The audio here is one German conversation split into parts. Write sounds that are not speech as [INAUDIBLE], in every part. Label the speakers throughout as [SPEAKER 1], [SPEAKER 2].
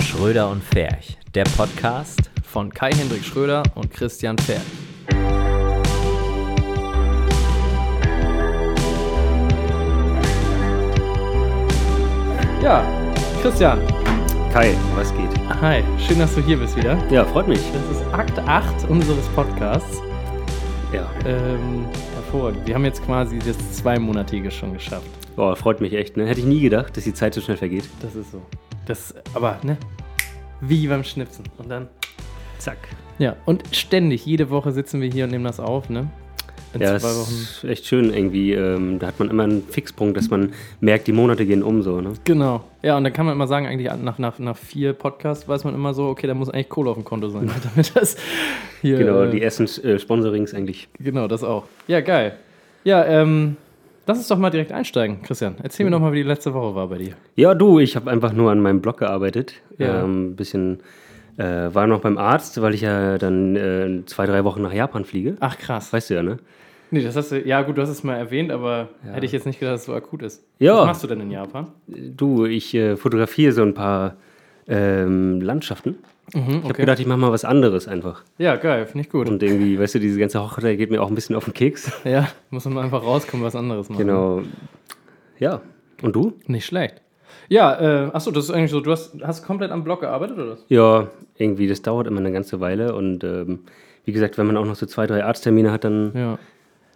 [SPEAKER 1] Schröder und Ferch, der Podcast.
[SPEAKER 2] Von Kai-Hendrik Schröder und Christian Pferd. Ja, Christian.
[SPEAKER 3] Kai, was geht?
[SPEAKER 2] Hi, schön, dass du hier bist wieder.
[SPEAKER 3] Ja, freut mich.
[SPEAKER 2] Das ist Akt 8 unseres Podcasts.
[SPEAKER 3] Ja.
[SPEAKER 2] Ähm, hervorragend. Wir haben jetzt quasi das Zweimonatige schon geschafft.
[SPEAKER 3] Boah, freut mich echt, ne? Hätte ich nie gedacht, dass die Zeit so schnell vergeht.
[SPEAKER 2] Das ist so. Das, aber, ne? Wie beim Schnipsen. Und dann.
[SPEAKER 3] Zack.
[SPEAKER 2] Ja, und ständig, jede Woche sitzen wir hier und nehmen das auf, ne? In
[SPEAKER 3] Ja,
[SPEAKER 2] zwei Wochen.
[SPEAKER 3] ist echt schön irgendwie. Ähm, da hat man immer einen Fixpunkt, dass man merkt, die Monate gehen um so, ne?
[SPEAKER 2] Genau. Ja, und dann kann man immer sagen, eigentlich nach, nach, nach vier Podcasts weiß man immer so, okay, da muss eigentlich Kohle auf dem Konto sein, [LAUGHS] damit das hier.
[SPEAKER 3] Genau,
[SPEAKER 2] äh,
[SPEAKER 3] die ersten äh, Sponsorings eigentlich.
[SPEAKER 2] genau das auch. Ja, geil. Ja, ähm, lass uns doch mal direkt einsteigen, Christian. Erzähl mir doch mal, wie die letzte Woche war bei dir.
[SPEAKER 3] Ja, du, ich habe einfach nur an meinem Blog gearbeitet.
[SPEAKER 2] Ja.
[SPEAKER 3] Ähm, bisschen äh, war noch beim Arzt, weil ich ja dann äh, zwei, drei Wochen nach Japan fliege.
[SPEAKER 2] Ach, krass.
[SPEAKER 3] Weißt du ja, ne?
[SPEAKER 2] Nee, das hast du, ja gut, du hast es mal erwähnt, aber hätte ich jetzt nicht gedacht, dass es so akut ist.
[SPEAKER 3] Ja.
[SPEAKER 2] Was machst du denn in Japan?
[SPEAKER 3] Du, ich äh, fotografiere so ein paar ähm, Landschaften. Ich habe
[SPEAKER 2] okay.
[SPEAKER 3] gedacht, ich mache mal was anderes einfach.
[SPEAKER 2] Ja, geil, finde ich gut.
[SPEAKER 3] Und irgendwie, weißt du, diese ganze Hochzeit geht mir auch ein bisschen auf den Keks.
[SPEAKER 2] Ja, muss man einfach rauskommen, was anderes machen.
[SPEAKER 3] Genau. Ja. Und du?
[SPEAKER 2] Nicht schlecht. Ja, äh, achso, das ist eigentlich so, du hast, hast komplett am Blog gearbeitet, oder? was?
[SPEAKER 3] Ja, irgendwie, das dauert immer eine ganze Weile. Und ähm, wie gesagt, wenn man auch noch so zwei, drei Arzttermine hat, dann
[SPEAKER 2] Ja.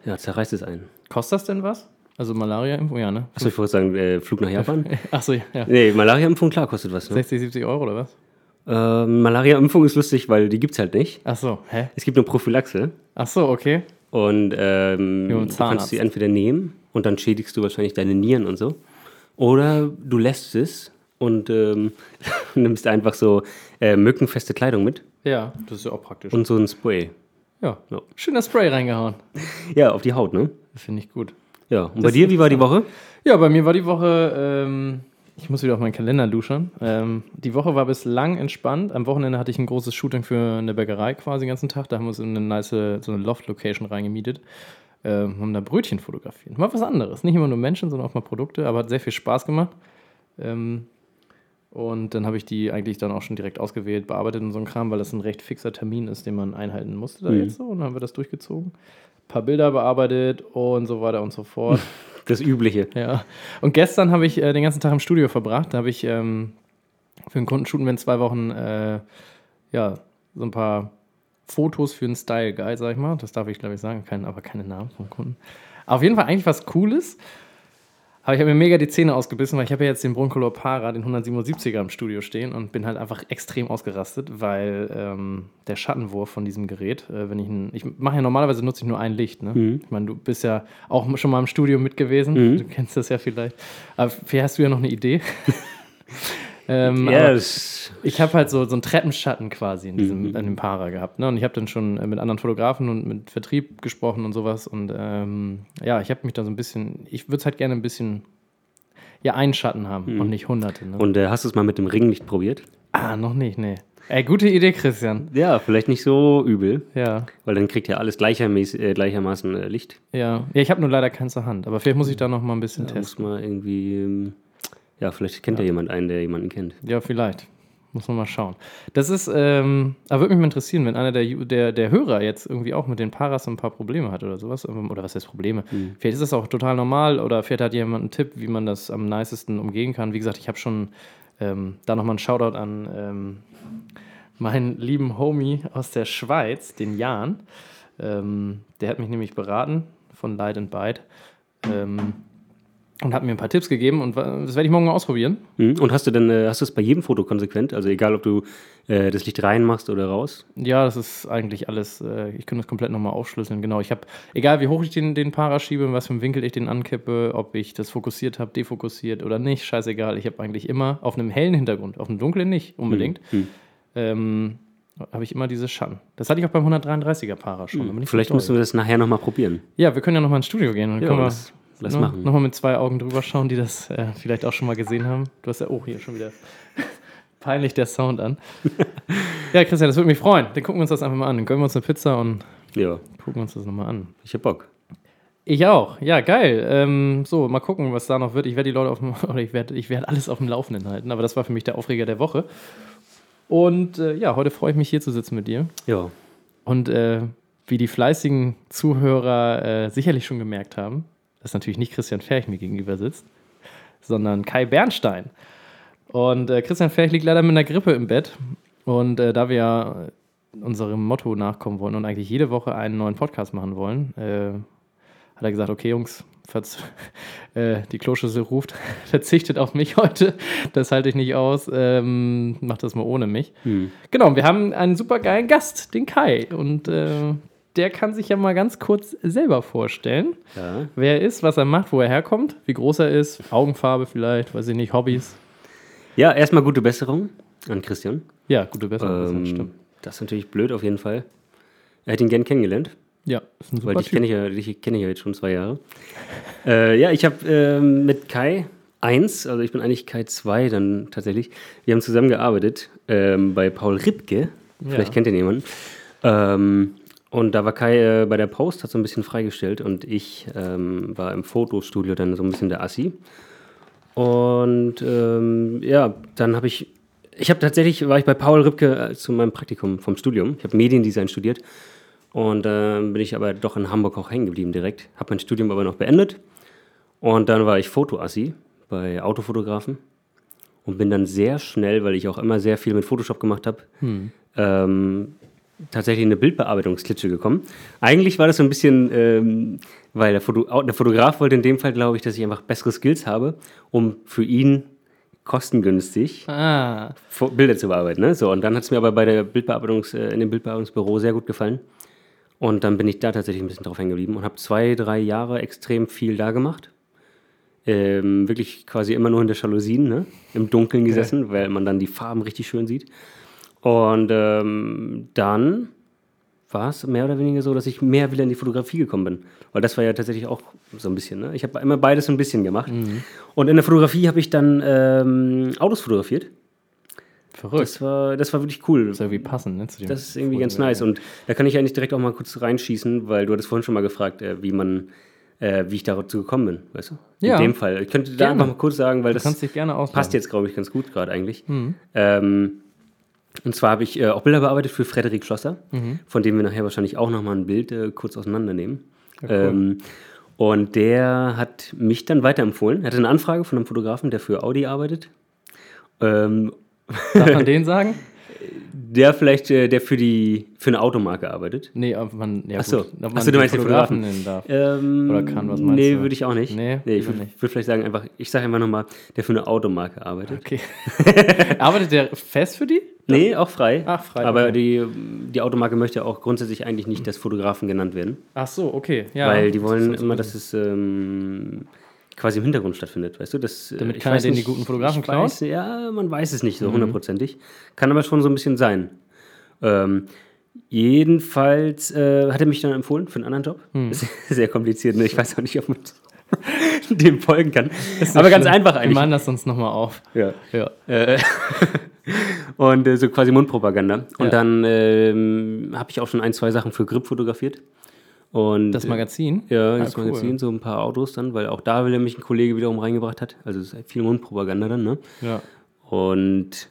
[SPEAKER 3] ja, zerreißt es einen.
[SPEAKER 2] Kostet das denn was? Also Malaria-Impfung, ja, [LAUGHS] ne?
[SPEAKER 3] Achso, ich wollte sagen, äh, Flug nach Japan?
[SPEAKER 2] [LAUGHS] Achso, ja. ja.
[SPEAKER 3] Nee, Malaria-Impfung, klar, kostet was. Ne?
[SPEAKER 2] 60, 70 Euro oder was?
[SPEAKER 3] Ähm, Malaria-Impfung ist lustig, weil die gibt's halt nicht.
[SPEAKER 2] Achso, hä?
[SPEAKER 3] Es gibt nur Prophylaxe.
[SPEAKER 2] Achso, okay.
[SPEAKER 3] Und ähm,
[SPEAKER 2] Ja, und
[SPEAKER 3] du
[SPEAKER 2] Zahnarzt.
[SPEAKER 3] kannst sie entweder nehmen und dann schädigst du wahrscheinlich deine Nieren und so. Oder du lässt es und ähm, [LAUGHS] nimmst einfach so äh, mückenfeste Kleidung mit
[SPEAKER 2] Ja, das ist ja auch praktisch.
[SPEAKER 3] und so ein Spray.
[SPEAKER 2] ja.
[SPEAKER 3] Ja.
[SPEAKER 2] Schöner Spray reingehauen.
[SPEAKER 3] Ja, auf die Haut, ne?
[SPEAKER 2] Finde ich gut.
[SPEAKER 3] Ja. Und bei dir, wie war die Woche?
[SPEAKER 2] Ja, bei mir war die Woche, ähm, ich muss wieder auf meinen Kalender luschern. Ähm, die Woche war bislang entspannt. Am Wochenende hatte ich ein großes Shooting für eine Bäckerei quasi den ganzen Tag. Da haben wir uns in eine nice, so eine Loft-Location reingemietet. Ähm, haben da Brötchen fotografiert. Mal was anderes. Nicht immer nur Menschen, sondern auch mal Produkte. Aber hat sehr viel Spaß gemacht. Ähm, und dann habe ich die eigentlich dann auch schon direkt ausgewählt, bearbeitet und so ein Kram, weil das ein recht fixer Termin ist, den man einhalten musste da jetzt so. Und dann haben wir das durchgezogen. paar Bilder bearbeitet und so weiter und so fort.
[SPEAKER 3] Das Übliche.
[SPEAKER 2] Ja. Und gestern habe ich äh, den ganzen Tag im Studio verbracht. Da habe ich ähm, für einen Kunden shooten wir in zwei Wochen äh, ja, so ein paar Fotos für einen Style Guide, sag ich mal. Das darf ich, glaube ich, sagen, kein, aber keine Namen vom Kunden. Auf jeden Fall eigentlich was Cooles. Aber ich habe mir mega die Zähne ausgebissen, weil ich habe ja jetzt den Broncolor Para, den 177er im Studio stehen und bin halt einfach extrem ausgerastet, weil ähm, der Schattenwurf von diesem Gerät, äh, wenn ich ein, ich mache ja normalerweise nutze ich nur ein Licht, ne? Ich meine, du bist ja auch schon mal im Studio mit gewesen, du kennst das ja vielleicht. Aber vielleicht hast du ja noch eine Idee. [LAUGHS] ähm, aber-
[SPEAKER 3] Ja, das,
[SPEAKER 2] ich habe halt so, so einen Treppenschatten quasi in diesem in dem Para gehabt. Ne? Und ich habe dann schon äh, mit anderen Fotografen und mit Vertrieb gesprochen und sowas. Und ähm, ja, ich habe mich da so ein bisschen, ich würde es halt gerne ein bisschen, ja, einen Schatten haben und nicht hunderte. Ne?
[SPEAKER 3] und äh, hast du es mal mit dem Ringlicht probiert?
[SPEAKER 2] ah, noch nicht, nee. Ey, gute Idee, Christian.
[SPEAKER 3] Ja, vielleicht nicht so übel,
[SPEAKER 2] Ja,
[SPEAKER 3] weil dann kriegt ja alles gleichermäß, äh, gleichermaßen äh, Licht.
[SPEAKER 2] ja. Ja, ich habe nur leider keins zur Hand. Aber vielleicht muss ich da noch mal ein bisschen
[SPEAKER 3] Da
[SPEAKER 2] testen.
[SPEAKER 3] muss man irgendwie, ähm, ja, vielleicht kennt ja. jemand einen, der jemanden kennt.
[SPEAKER 2] Ja, vielleicht. Muss man mal schauen. Das ist, ähm, aber würde mich mal interessieren, wenn einer der, Ju- der, der Hörer jetzt irgendwie auch mit den Paras ein paar Probleme hat oder sowas. ähm, Oder was heißt Probleme? Vielleicht ist das auch total normal oder vielleicht hat jemand einen Tipp, wie man das am nicesten umgehen kann. Wie gesagt, ich habe schon ähm, da nochmal einen Shoutout an ähm, meinen lieben Homie aus der Schweiz, den Jan. Ähm, der hat mich nämlich beraten von Light and Bite ähm, und hat mir ein paar Tipps gegeben und wa- das werde ich morgen mal ausprobieren.
[SPEAKER 3] Mhm. Und hast du denn, äh, hast du es bei jedem Foto konsequent? Also egal, ob du äh, das Licht reinmachst oder raus?
[SPEAKER 2] Ja, das ist eigentlich alles. Äh, ich könnte das komplett nochmal aufschlüsseln. Genau, ich habe, egal wie hoch ich den, den Para schiebe, in was für einem Winkel ich den ankippe, ob ich das fokussiert habe, defokussiert oder nicht, scheißegal. Ich habe eigentlich immer auf einem hellen Hintergrund, auf einem dunklen nicht unbedingt, ähm, habe ich immer diese Schatten. Das hatte ich auch beim 133er Para schon. da bin ich
[SPEAKER 3] Vielleicht
[SPEAKER 2] so doll.
[SPEAKER 3] müssen wir das nachher nochmal probieren.
[SPEAKER 2] Ja, wir können ja nochmal ins Studio gehen und dann
[SPEAKER 3] Ja,
[SPEAKER 2] können wir
[SPEAKER 3] lass, lass
[SPEAKER 2] ne,
[SPEAKER 3] machen.
[SPEAKER 2] nochmal mit zwei Augen drüber schauen, die das äh, vielleicht auch schon mal gesehen haben. Du hast ja, oh, hier schon wieder [LAUGHS] peinlich der Sound
[SPEAKER 3] [LAUGHS]
[SPEAKER 2] an. ja, Christian, das würde mich freuen. Dann gucken wir uns das einfach mal an. Dann gönnen wir uns eine Pizza und
[SPEAKER 3] Ja,
[SPEAKER 2] gucken uns das nochmal an.
[SPEAKER 3] ich hab Bock.
[SPEAKER 2] Ich auch. Ja, geil. Ähm, so, mal gucken, [LAUGHS] was da noch wird. Ich werde die Leute auf dem, oder ich werde ich werd alles auf dem Laufenden halten. Aber das war für mich der Aufreger der Woche. Und äh, ja, heute freue ich mich hier zu sitzen mit dir.
[SPEAKER 3] Ja.
[SPEAKER 2] Und äh, wie die fleißigen Zuhörer äh, sicherlich schon gemerkt haben, dass natürlich nicht Christian Ferch mir gegenüber sitzt, sondern Kai Bernstein. Und äh, Christian Ferch liegt leider mit einer Grippe im Bett. Und äh, da wir ja unserem Motto nachkommen wollen und eigentlich jede Woche einen neuen Podcast machen wollen, äh, hat er gesagt, okay Jungs, verz [LAUGHS] äh, die Kloschüssel ruft, [LAUGHS] verzichtet auf mich heute, das halte ich nicht aus, ähm, macht das mal ohne mich.
[SPEAKER 3] Hm.
[SPEAKER 2] Genau, und wir haben einen super geilen Gast, den Kai. Und äh, der kann sich ja mal ganz kurz selber vorstellen,
[SPEAKER 3] ja.
[SPEAKER 2] wer er ist, was er macht, wo er herkommt, wie groß er ist, Augenfarbe vielleicht, weiß ich nicht, Hobbys.
[SPEAKER 3] Ja, erstmal gute Besserung an Christian.
[SPEAKER 2] Ja, gute Besserung,
[SPEAKER 3] Ähm,
[SPEAKER 2] das stimmt.
[SPEAKER 3] Das ist natürlich blöd auf jeden Fall. Er hätte ihn gern kennengelernt.
[SPEAKER 2] Ja, ist ein
[SPEAKER 3] Weil
[SPEAKER 2] super
[SPEAKER 3] dich
[SPEAKER 2] Typ.
[SPEAKER 3] kenne ich, ja, dich kenn ich ja jetzt schon zwei Jahre. Äh, ja, ich habe ähm, mit Kai 1, also ich bin eigentlich Kai 2 dann tatsächlich, wir haben zusammengearbeitet ähm, bei Paul Rippke, vielleicht
[SPEAKER 2] Ja.
[SPEAKER 3] kennt ihr jemanden. Ähm, und da war Kai äh, bei der Post, hat so ein bisschen freigestellt und ich ähm, war im Fotostudio dann so ein bisschen der Assi. Und ähm, ja, dann habe ich, ich habe tatsächlich, war ich bei Paul Rippke äh, zu meinem Praktikum vom Studium. Ich habe Mediendesign studiert und ähm, bin ich aber doch in Hamburg auch hängen geblieben direkt. Habe mein Studium aber noch beendet. Und dann war ich Fotoassi bei Autofotografen und bin dann sehr schnell, weil ich auch immer sehr viel mit Photoshop gemacht habe, ähm, tatsächlich in eine Bildbearbeitungsklitsche gekommen. Eigentlich war das so ein bisschen, ähm, weil der, Foto der Fotograf wollte in dem Fall, glaube ich, dass ich einfach bessere Skills habe, um für ihn kostengünstig
[SPEAKER 2] Ah,
[SPEAKER 3] Fo- Bilder zu bearbeiten. Ne? So, und dann hat es mir aber bei der Bildbearbeitungs, äh, in dem Bildbearbeitungsbüro sehr gut gefallen. Und dann bin ich da tatsächlich ein bisschen drauf hängen geblieben und habe zwei, drei Jahre extrem viel da gemacht. Ähm, wirklich quasi immer nur hinter Jalousien, ne? im Dunkeln gesessen, weil man dann die Farben richtig schön sieht. Und ähm, dann war es mehr oder weniger so, dass ich mehr wieder in die Fotografie gekommen bin. Weil das war ja tatsächlich auch so ein bisschen. Ne? Ich habe immer beides so ein bisschen gemacht. Und in der Fotografie habe ich dann ähm, Autos fotografiert.
[SPEAKER 2] verrückt.
[SPEAKER 3] Das war, das war wirklich cool.
[SPEAKER 2] Das ist irgendwie passend, ne? Zu dem
[SPEAKER 3] Das ist irgendwie ganz nice. Und da kann ich eigentlich direkt auch mal kurz reinschießen, weil du hattest vorhin schon mal gefragt, äh, wie man, äh, wie ich dazu gekommen bin, weißt du?
[SPEAKER 2] Ja.
[SPEAKER 3] In dem Fall. Ich könnte da
[SPEAKER 2] Gerne.
[SPEAKER 3] einfach mal kurz sagen, weil
[SPEAKER 2] Du
[SPEAKER 3] das
[SPEAKER 2] kannst Mhm. dich gerne auslassen.
[SPEAKER 3] passt jetzt, glaube ich, ganz gut gerade eigentlich. Ähm, und zwar habe ich äh, auch Bilder bearbeitet für Frederik Schlosser,
[SPEAKER 2] Mhm.
[SPEAKER 3] von dem wir nachher wahrscheinlich auch nochmal ein Bild äh, kurz auseinandernehmen. ähm, und der hat mich dann weiterempfohlen. Er hatte eine Anfrage von einem Fotografen, der für Audi arbeitet. Ähm,
[SPEAKER 2] Darf man
[SPEAKER 3] [LAUGHS]
[SPEAKER 2] den sagen?
[SPEAKER 3] Der vielleicht, äh, der für die für eine Automarke arbeitet.
[SPEAKER 2] Nee, ob man. Ja,
[SPEAKER 3] Ach so.
[SPEAKER 2] gut, ob man
[SPEAKER 3] Ach so, du
[SPEAKER 2] den
[SPEAKER 3] meinst den
[SPEAKER 2] Fotografen
[SPEAKER 3] Fotografen.
[SPEAKER 2] nennen darf.
[SPEAKER 3] Ähm,
[SPEAKER 2] Oder kann, was meinst
[SPEAKER 3] nee,
[SPEAKER 2] du?
[SPEAKER 3] würde ich auch nicht.
[SPEAKER 2] Nee,
[SPEAKER 3] ich
[SPEAKER 2] lieber
[SPEAKER 3] würde
[SPEAKER 2] nicht.
[SPEAKER 3] vielleicht sagen einfach, ich sage einfach nochmal, der für eine Automarke arbeitet.
[SPEAKER 2] Okay.
[SPEAKER 3] [LAUGHS]
[SPEAKER 2] Arbeitet der fest für die?
[SPEAKER 3] Nee, auch frei.
[SPEAKER 2] Ach, frei,
[SPEAKER 3] Aber
[SPEAKER 2] okay.
[SPEAKER 3] die, die Automarke möchte auch grundsätzlich eigentlich nicht, dass Fotografen genannt werden.
[SPEAKER 2] Ach so, okay. Ja.
[SPEAKER 3] weil die
[SPEAKER 2] Das
[SPEAKER 3] wollen
[SPEAKER 2] ist halt
[SPEAKER 3] immer, dass es ähm, quasi im Hintergrund stattfindet, weißt du? Das, äh,
[SPEAKER 2] Damit
[SPEAKER 3] ich
[SPEAKER 2] keiner
[SPEAKER 3] weiß
[SPEAKER 2] denen die
[SPEAKER 3] nicht,
[SPEAKER 2] guten Fotografen Mhm.
[SPEAKER 3] ich weiß, Ja, man weiß es nicht so hundertprozentig. Kann aber schon so ein bisschen sein. Ähm, jedenfalls äh, hat er mich dann empfohlen für einen anderen Job.
[SPEAKER 2] Hm.
[SPEAKER 3] Sehr, [LAUGHS] sehr kompliziert, ne? ich weiß auch nicht, ob man [LAUGHS] dem folgen kann. Aber ganz
[SPEAKER 2] schlimm.
[SPEAKER 3] einfach
[SPEAKER 2] Wir
[SPEAKER 3] eigentlich.
[SPEAKER 2] machen das sonst nochmal auf.
[SPEAKER 3] Ja.
[SPEAKER 2] Ja.
[SPEAKER 3] Äh, und äh, so quasi Mundpropaganda. Und
[SPEAKER 2] Ja.
[SPEAKER 3] dann ähm, habe ich auch schon ein, zwei Sachen für Grip fotografiert. Und
[SPEAKER 2] Das
[SPEAKER 3] äh,
[SPEAKER 2] Magazin?
[SPEAKER 3] ja,
[SPEAKER 2] Ah,
[SPEAKER 3] das
[SPEAKER 2] cool.
[SPEAKER 3] Magazin, so ein paar Autos dann, weil auch da will er mich ein Kollege wiederum reingebracht hat. Also es ist viel Mundpropaganda dann, ne?
[SPEAKER 2] Ja.
[SPEAKER 3] Und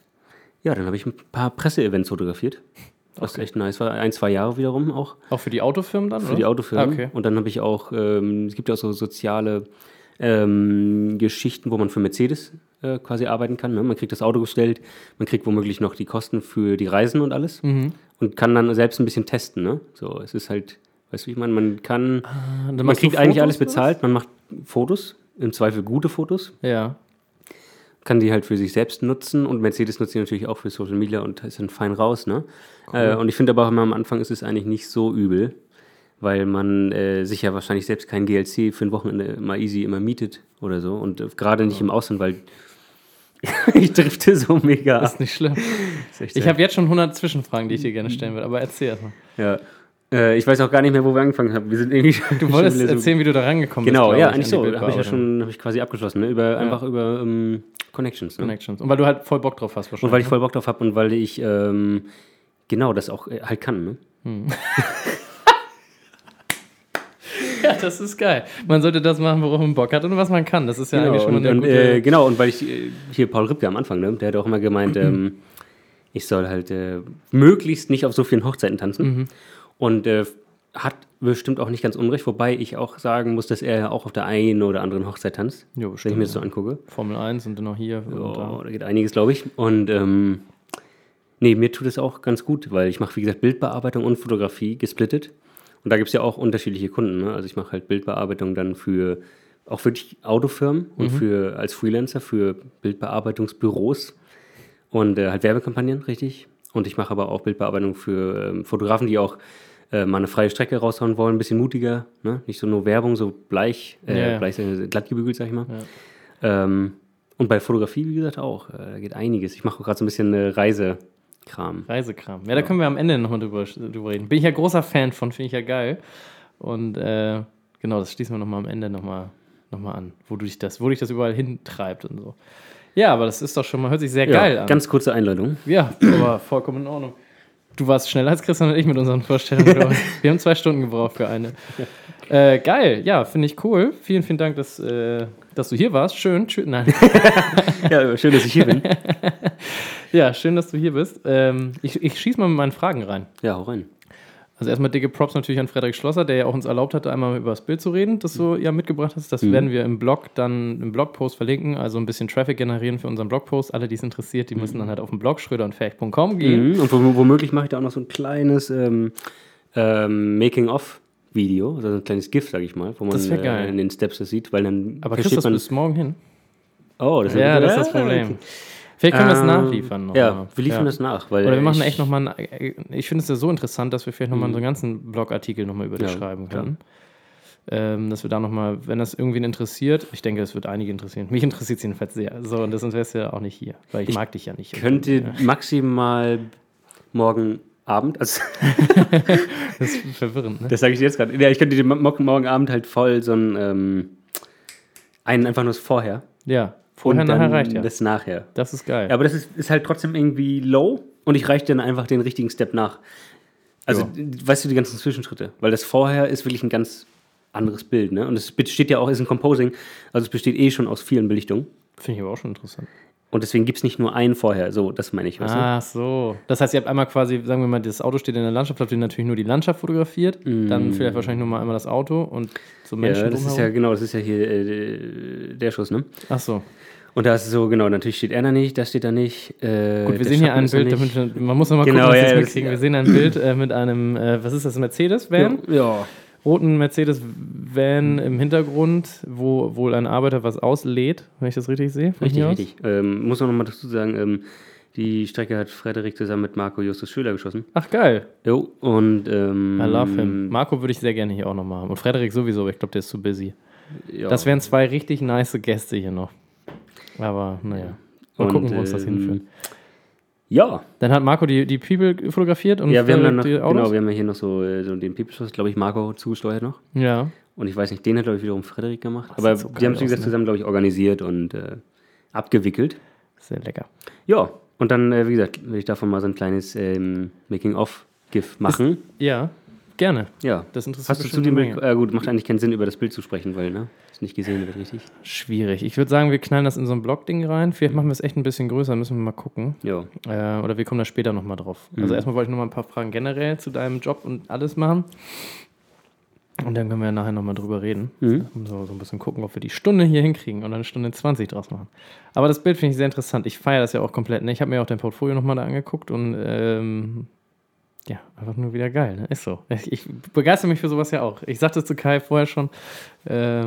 [SPEAKER 3] ja, dann habe ich ein paar Presseevents fotografiert. Was echt nice war. Ein, zwei Jahre wiederum auch
[SPEAKER 2] Auch für die Autofirmen dann?
[SPEAKER 3] für die Autofirmen.
[SPEAKER 2] Ah, okay.
[SPEAKER 3] Und dann habe ich auch, ähm, es gibt ja auch so soziale ähm, Geschichten, wo man für Mercedes äh, quasi arbeiten kann. Ne? Man kriegt das Auto gestellt, man kriegt womöglich noch die Kosten für die Reisen und alles
[SPEAKER 2] Mhm.
[SPEAKER 3] und kann dann selbst ein bisschen testen. Ne? So, es ist halt, weißt du, wie ich meine, man
[SPEAKER 2] Ah,
[SPEAKER 3] kann,
[SPEAKER 2] Und dann
[SPEAKER 3] man
[SPEAKER 2] machst du
[SPEAKER 3] kriegt eigentlich
[SPEAKER 2] Fotos
[SPEAKER 3] alles
[SPEAKER 2] für das?
[SPEAKER 3] bezahlt, man macht Fotos, im Zweifel gute Fotos,
[SPEAKER 2] Ja.
[SPEAKER 3] kann die halt für sich selbst nutzen und Mercedes nutzt die natürlich auch für Social Media und ist dann fein raus, ne? Äh, und ich finde aber auch immer am Anfang ist es eigentlich nicht so übel, weil man äh, sich ja wahrscheinlich selbst kein GLC für ein Wochenende immer easy immer mietet oder so und äh, gerade nicht im Ausland, weil [LAUGHS] ich drifte so mega
[SPEAKER 2] Ist nicht schlimm.
[SPEAKER 3] Ist echt
[SPEAKER 2] Ich
[SPEAKER 3] Ah. sehr-
[SPEAKER 2] habe jetzt schon 100 Zwischenfragen, die ich dir gerne stellen würde, aber erzähl erstmal.
[SPEAKER 3] ja. Äh, ich weiß auch gar nicht mehr, wo wir angefangen haben. Wir sind irgendwie schon
[SPEAKER 2] Du wolltest
[SPEAKER 3] wieder so-
[SPEAKER 2] erzählen, wie du da rangekommen
[SPEAKER 3] Genau,
[SPEAKER 2] bist.
[SPEAKER 3] ja,
[SPEAKER 2] glaub ich,
[SPEAKER 3] eigentlich so.
[SPEAKER 2] an die
[SPEAKER 3] Habe ich ja
[SPEAKER 2] Bildbearbeitung.
[SPEAKER 3] schon, habe ich quasi abgeschlossen, ne? Über, einfach über ähm, Connections, ne?
[SPEAKER 2] Connections. Und weil du halt voll Bock drauf hast, wahrscheinlich.
[SPEAKER 3] Und weil ich voll Bock drauf habe und weil ich ähm, genau das auch äh, halt kann. Ne?
[SPEAKER 2] [LAUGHS] Ja, das ist geil. Man sollte das machen, worauf man Bock hat und was man kann. Das ist ja eigentlich schon mal
[SPEAKER 3] Genau, und,
[SPEAKER 2] eine
[SPEAKER 3] und,
[SPEAKER 2] gute... [CLEARS THROAT]
[SPEAKER 3] äh, genau, und weil ich äh, hier Paul Ripke am Anfang, ne? der hat auch immer gemeint, ähm, ich soll halt äh, möglichst nicht auf so vielen Hochzeiten tanzen.
[SPEAKER 2] Mhm.
[SPEAKER 3] Und äh, hat bestimmt auch nicht ganz unrecht, wobei ich auch sagen muss, dass er ja auch auf der einen oder anderen Hochzeit tanzt,
[SPEAKER 2] Ja,
[SPEAKER 3] wenn
[SPEAKER 2] bestimmt,
[SPEAKER 3] ich mir das so angucke.
[SPEAKER 2] Formel 1 und dann noch hier. Und da.
[SPEAKER 3] Oh, da geht einiges, glaube ich. Und ähm, nee, mir tut es auch ganz gut, weil ich mache, wie gesagt, Bildbearbeitung und Fotografie gesplittet. Und da gibt es ja auch unterschiedliche Kunden. Ne? Also ich mache halt Bildbearbeitung dann für auch für die Autofirmen und für als Freelancer für Bildbearbeitungsbüros und äh, halt Werbekampagnen, richtig. Und ich mache aber auch Bildbearbeitung für ähm, Fotografen, die auch äh, mal eine freie Strecke raushauen wollen, ein bisschen mutiger, ne? nicht so nur Werbung, so bleich, äh,
[SPEAKER 2] Ja, ja.
[SPEAKER 3] bleich äh, glatt gebügelt, sag ich mal. Ähm, und bei Fotografie, wie gesagt, auch. Äh, Da geht einiges. Ich mache gerade so ein bisschen äh, Reisekram.
[SPEAKER 2] Reisekram. Ja, da können wir am Ende nochmal drüber, drüber reden. Bin ich ja großer Fan von, finde ich ja geil. Und äh, genau, das schließen wir nochmal am Ende nochmal noch mal an, wo, du dich das, wo dich das überall hintreibt und so. Ja, aber das ist doch schon mal, hört sich sehr geil an.
[SPEAKER 3] Ganz
[SPEAKER 2] [LAUGHS]
[SPEAKER 3] kurze Einladung.
[SPEAKER 2] ja, aber vollkommen in Ordnung. Du warst schneller als Christian und ich mit unseren Vorstellungen. glaub [LAUGHS] ich. wir haben zwei Stunden gebraucht für eine. Äh, geil, ja, finde ich cool. Vielen, vielen Dank, dass, äh, dass du hier warst. Schön, schön. Nein. [LAUGHS]
[SPEAKER 3] Ja, schön, dass ich hier bin.
[SPEAKER 2] Ja, schön, dass du hier bist. Ähm, ich ich schieße mal mit meinen Fragen rein.
[SPEAKER 3] [LAUGHS] Ja, hau rein.
[SPEAKER 2] Also erstmal dicke Props natürlich an Frederik Schlosser, der ja auch uns erlaubt hatte, einmal über das Bild zu reden, das du ja mitgebracht hast. Das werden wir im Blog dann im Blogpost verlinken, also ein bisschen Traffic generieren für unseren Blogpost. Alle, die es interessiert, die müssen dann halt auf den Blog schröderundferch.com gehen.
[SPEAKER 3] Mhm. Und wo- womöglich mache ich da auch noch so ein kleines ähm, ähm, Making-of-Video, also ein kleines GIF, sag ich mal, wo man
[SPEAKER 2] Das wär geil.
[SPEAKER 3] Äh, in den Steps das sieht, weil dann
[SPEAKER 2] Aber kriegst du das
[SPEAKER 3] man.
[SPEAKER 2] bis morgen hin?
[SPEAKER 3] oh, das
[SPEAKER 2] Ja, das ist das
[SPEAKER 3] Ja,
[SPEAKER 2] Problem.
[SPEAKER 3] okay.
[SPEAKER 2] Vielleicht können wir es
[SPEAKER 3] Ähm,
[SPEAKER 2] nachliefern noch.
[SPEAKER 3] Ja,
[SPEAKER 2] mal.
[SPEAKER 3] wir liefern das nach. Weil
[SPEAKER 2] Oder wir machen
[SPEAKER 3] ich- Hm.
[SPEAKER 2] echt nochmal einen. äh, Ich finde es ja so interessant, dass wir vielleicht nochmal einen ganzen Blogartikel nochmal über dich
[SPEAKER 3] Ja,
[SPEAKER 2] schreiben
[SPEAKER 3] klar.
[SPEAKER 2] können. Ähm, dass wir da nochmal, wenn das irgendwen interessiert, ich denke, es wird einige interessieren. Mich interessiert es jedenfalls sehr. So, und das- sonst wärst du ja auch nicht hier, weil ich, mag dich ja nicht.
[SPEAKER 3] Könnte maximal morgen Abend, also [LAUGHS]
[SPEAKER 2] Das ist verwirrend, ne?
[SPEAKER 3] Das sage ich dir jetzt gerade. Ja, ich könnte dir mo- morgen Abend halt voll so ein, ähm, einen einfach nur das Vorher.
[SPEAKER 2] Ja, vorher,
[SPEAKER 3] und
[SPEAKER 2] nachher
[SPEAKER 3] dann
[SPEAKER 2] reicht ja. Das,
[SPEAKER 3] Das Nachher.
[SPEAKER 2] ist geil.
[SPEAKER 3] Ja, aber das ist, ist halt trotzdem irgendwie low und ich reiche dann einfach den richtigen Step nach. Also,
[SPEAKER 2] Ja.
[SPEAKER 3] d- weißt du, die ganzen Zwischenschritte. Weil das Vorher ist wirklich ein ganz anderes Bild, ne? Und es besteht ja auch, ist ein Composing, also es besteht eh schon aus vielen Belichtungen.
[SPEAKER 2] Finde ich aber auch schon interessant.
[SPEAKER 3] Und deswegen gibt es nicht nur einen Vorher, so, das meine ich, weißt du?
[SPEAKER 2] Ach so. Das heißt, ihr habt einmal quasi, sagen wir mal, das Auto steht in der Landschaft, habt ihr natürlich nur die Landschaft fotografiert, dann vielleicht wahrscheinlich nur mal einmal das Auto und so Menschen
[SPEAKER 3] Mm. Ja, das ist ja,
[SPEAKER 2] drumherum.
[SPEAKER 3] genau, das ist ja hier äh, der Schuss, ne?
[SPEAKER 2] Ach so.
[SPEAKER 3] Und da ist es so, genau, natürlich steht er da nicht, das steht da nicht. Äh,
[SPEAKER 2] Gut, wir
[SPEAKER 3] der
[SPEAKER 2] sehen hier
[SPEAKER 3] Schatten
[SPEAKER 2] ein
[SPEAKER 3] ist da
[SPEAKER 2] Bild,
[SPEAKER 3] nicht.
[SPEAKER 2] damit wir, man muss nochmal
[SPEAKER 3] Genau,
[SPEAKER 2] gucken, was
[SPEAKER 3] ja,
[SPEAKER 2] wir
[SPEAKER 3] das-
[SPEAKER 2] jetzt mitkriegen. Wir
[SPEAKER 3] ja.
[SPEAKER 2] sehen ein Bild äh, mit einem, äh, was ist das, Mercedes-Van?
[SPEAKER 3] Ja. Mhm.
[SPEAKER 2] Roten Mercedes-Van im Hintergrund, wo wohl ein Arbeiter was auslädt, wenn ich das richtig sehe. von
[SPEAKER 3] Richtig,
[SPEAKER 2] hier aus.
[SPEAKER 3] richtig. Ähm, muss man nochmal dazu sagen, ähm, die Strecke hat Frederik zusammen mit Marco Justus Schüler geschossen.
[SPEAKER 2] Ach, geil.
[SPEAKER 3] Jo, und ähm,
[SPEAKER 2] I love him. Marco würde ich sehr gerne hier auch noch machen. Und Frederik sowieso, aber ich glaube, der ist zu busy.
[SPEAKER 3] ja.
[SPEAKER 2] Das wären zwei richtig nice Gäste hier noch. Aber naja. Mal
[SPEAKER 3] Und,
[SPEAKER 2] gucken, wo uns das
[SPEAKER 3] ähm,
[SPEAKER 2] hinführt.
[SPEAKER 3] Ja,
[SPEAKER 2] Dann hat Marco die, die People fotografiert und
[SPEAKER 3] ja wir, haben dann
[SPEAKER 2] Frederik
[SPEAKER 3] noch,
[SPEAKER 2] die Autos.
[SPEAKER 3] genau, wir haben ja hier noch so, äh, so den People's, glaube ich, Marco zugesteuert noch.
[SPEAKER 2] ja.
[SPEAKER 3] Und ich weiß nicht, den hat, glaube ich, wiederum Frederik gemacht. Aber
[SPEAKER 2] sieht so
[SPEAKER 3] die
[SPEAKER 2] geil
[SPEAKER 3] haben es, wie
[SPEAKER 2] aus,
[SPEAKER 3] gesagt,
[SPEAKER 2] ne?
[SPEAKER 3] zusammen, glaube ich, organisiert und äh, abgewickelt.
[SPEAKER 2] Sehr lecker.
[SPEAKER 3] Ja, und dann, äh, wie gesagt, will ich davon mal so ein kleines ähm, Making-of-GIF machen.
[SPEAKER 2] Ja, gerne.
[SPEAKER 3] Ja.
[SPEAKER 2] Das interessiert
[SPEAKER 3] Hast du
[SPEAKER 2] bestimmt
[SPEAKER 3] zu dem
[SPEAKER 2] eine
[SPEAKER 3] Bild.
[SPEAKER 2] Menge.
[SPEAKER 3] Äh, gut, macht eigentlich keinen Sinn, über das Bild zu sprechen, weil, ne? Ist nicht gesehen wird, richtig?
[SPEAKER 2] Schwierig. Ich würde sagen, wir knallen das in so ein Blog-Ding rein. Vielleicht machen wir es echt ein bisschen größer, müssen wir mal gucken.
[SPEAKER 3] Ja.
[SPEAKER 2] Äh, oder wir kommen da später nochmal drauf. Also erstmal wollte ich nochmal ein paar Fragen generell zu deinem Job und alles machen. Und dann können wir ja nachher nochmal drüber reden. Um So, so ein bisschen gucken, ob wir die Stunde hier hinkriegen und dann eine Stunde 20 draus machen. Aber das Bild finde ich sehr interessant. Ich feiere das ja auch komplett. Ne? Ich habe mir auch dein Portfolio nochmal da angeguckt und ähm, ja, einfach nur wieder geil. Ne? Ist so. Ich, ich begeister mich für sowas ja auch. Ich sagte zu Kai vorher schon, äh,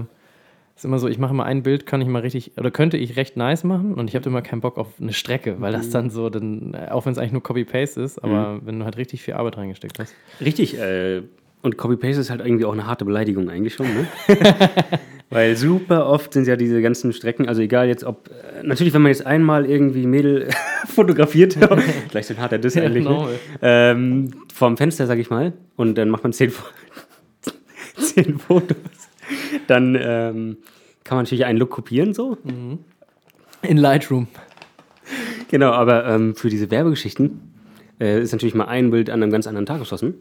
[SPEAKER 2] ist immer so, ich mache mal ein Bild, kann ich mal richtig, oder könnte ich recht nice machen und ich habe immer keinen Bock auf eine Strecke, weil
[SPEAKER 3] Mhm.
[SPEAKER 2] das dann so, dann, äh, auch wenn es eigentlich nur Copy-Paste ist, aber wenn du halt richtig viel Arbeit reingesteckt hast.
[SPEAKER 3] Richtig, äh, und Copy-Paste ist halt irgendwie auch eine harte Beleidigung eigentlich schon, ne? Weil super oft sind ja diese ganzen Strecken, also egal jetzt ob, äh, natürlich wenn man jetzt einmal irgendwie Mädel [LAUGHS] fotografiert, [LAUGHS] gleich so ein harter Diss eigentlich,
[SPEAKER 2] genau.
[SPEAKER 3] ne? ähm, vom Fenster, sag ich mal, und dann macht man zehn, Fo- [LAUGHS] zehn Fotos, dann ähm, kann man natürlich einen Look kopieren so,
[SPEAKER 2] In Lightroom.
[SPEAKER 3] Genau, aber ähm, für diese Werbegeschichten äh, ist natürlich mal ein Bild an einem ganz anderen Tag geschossen.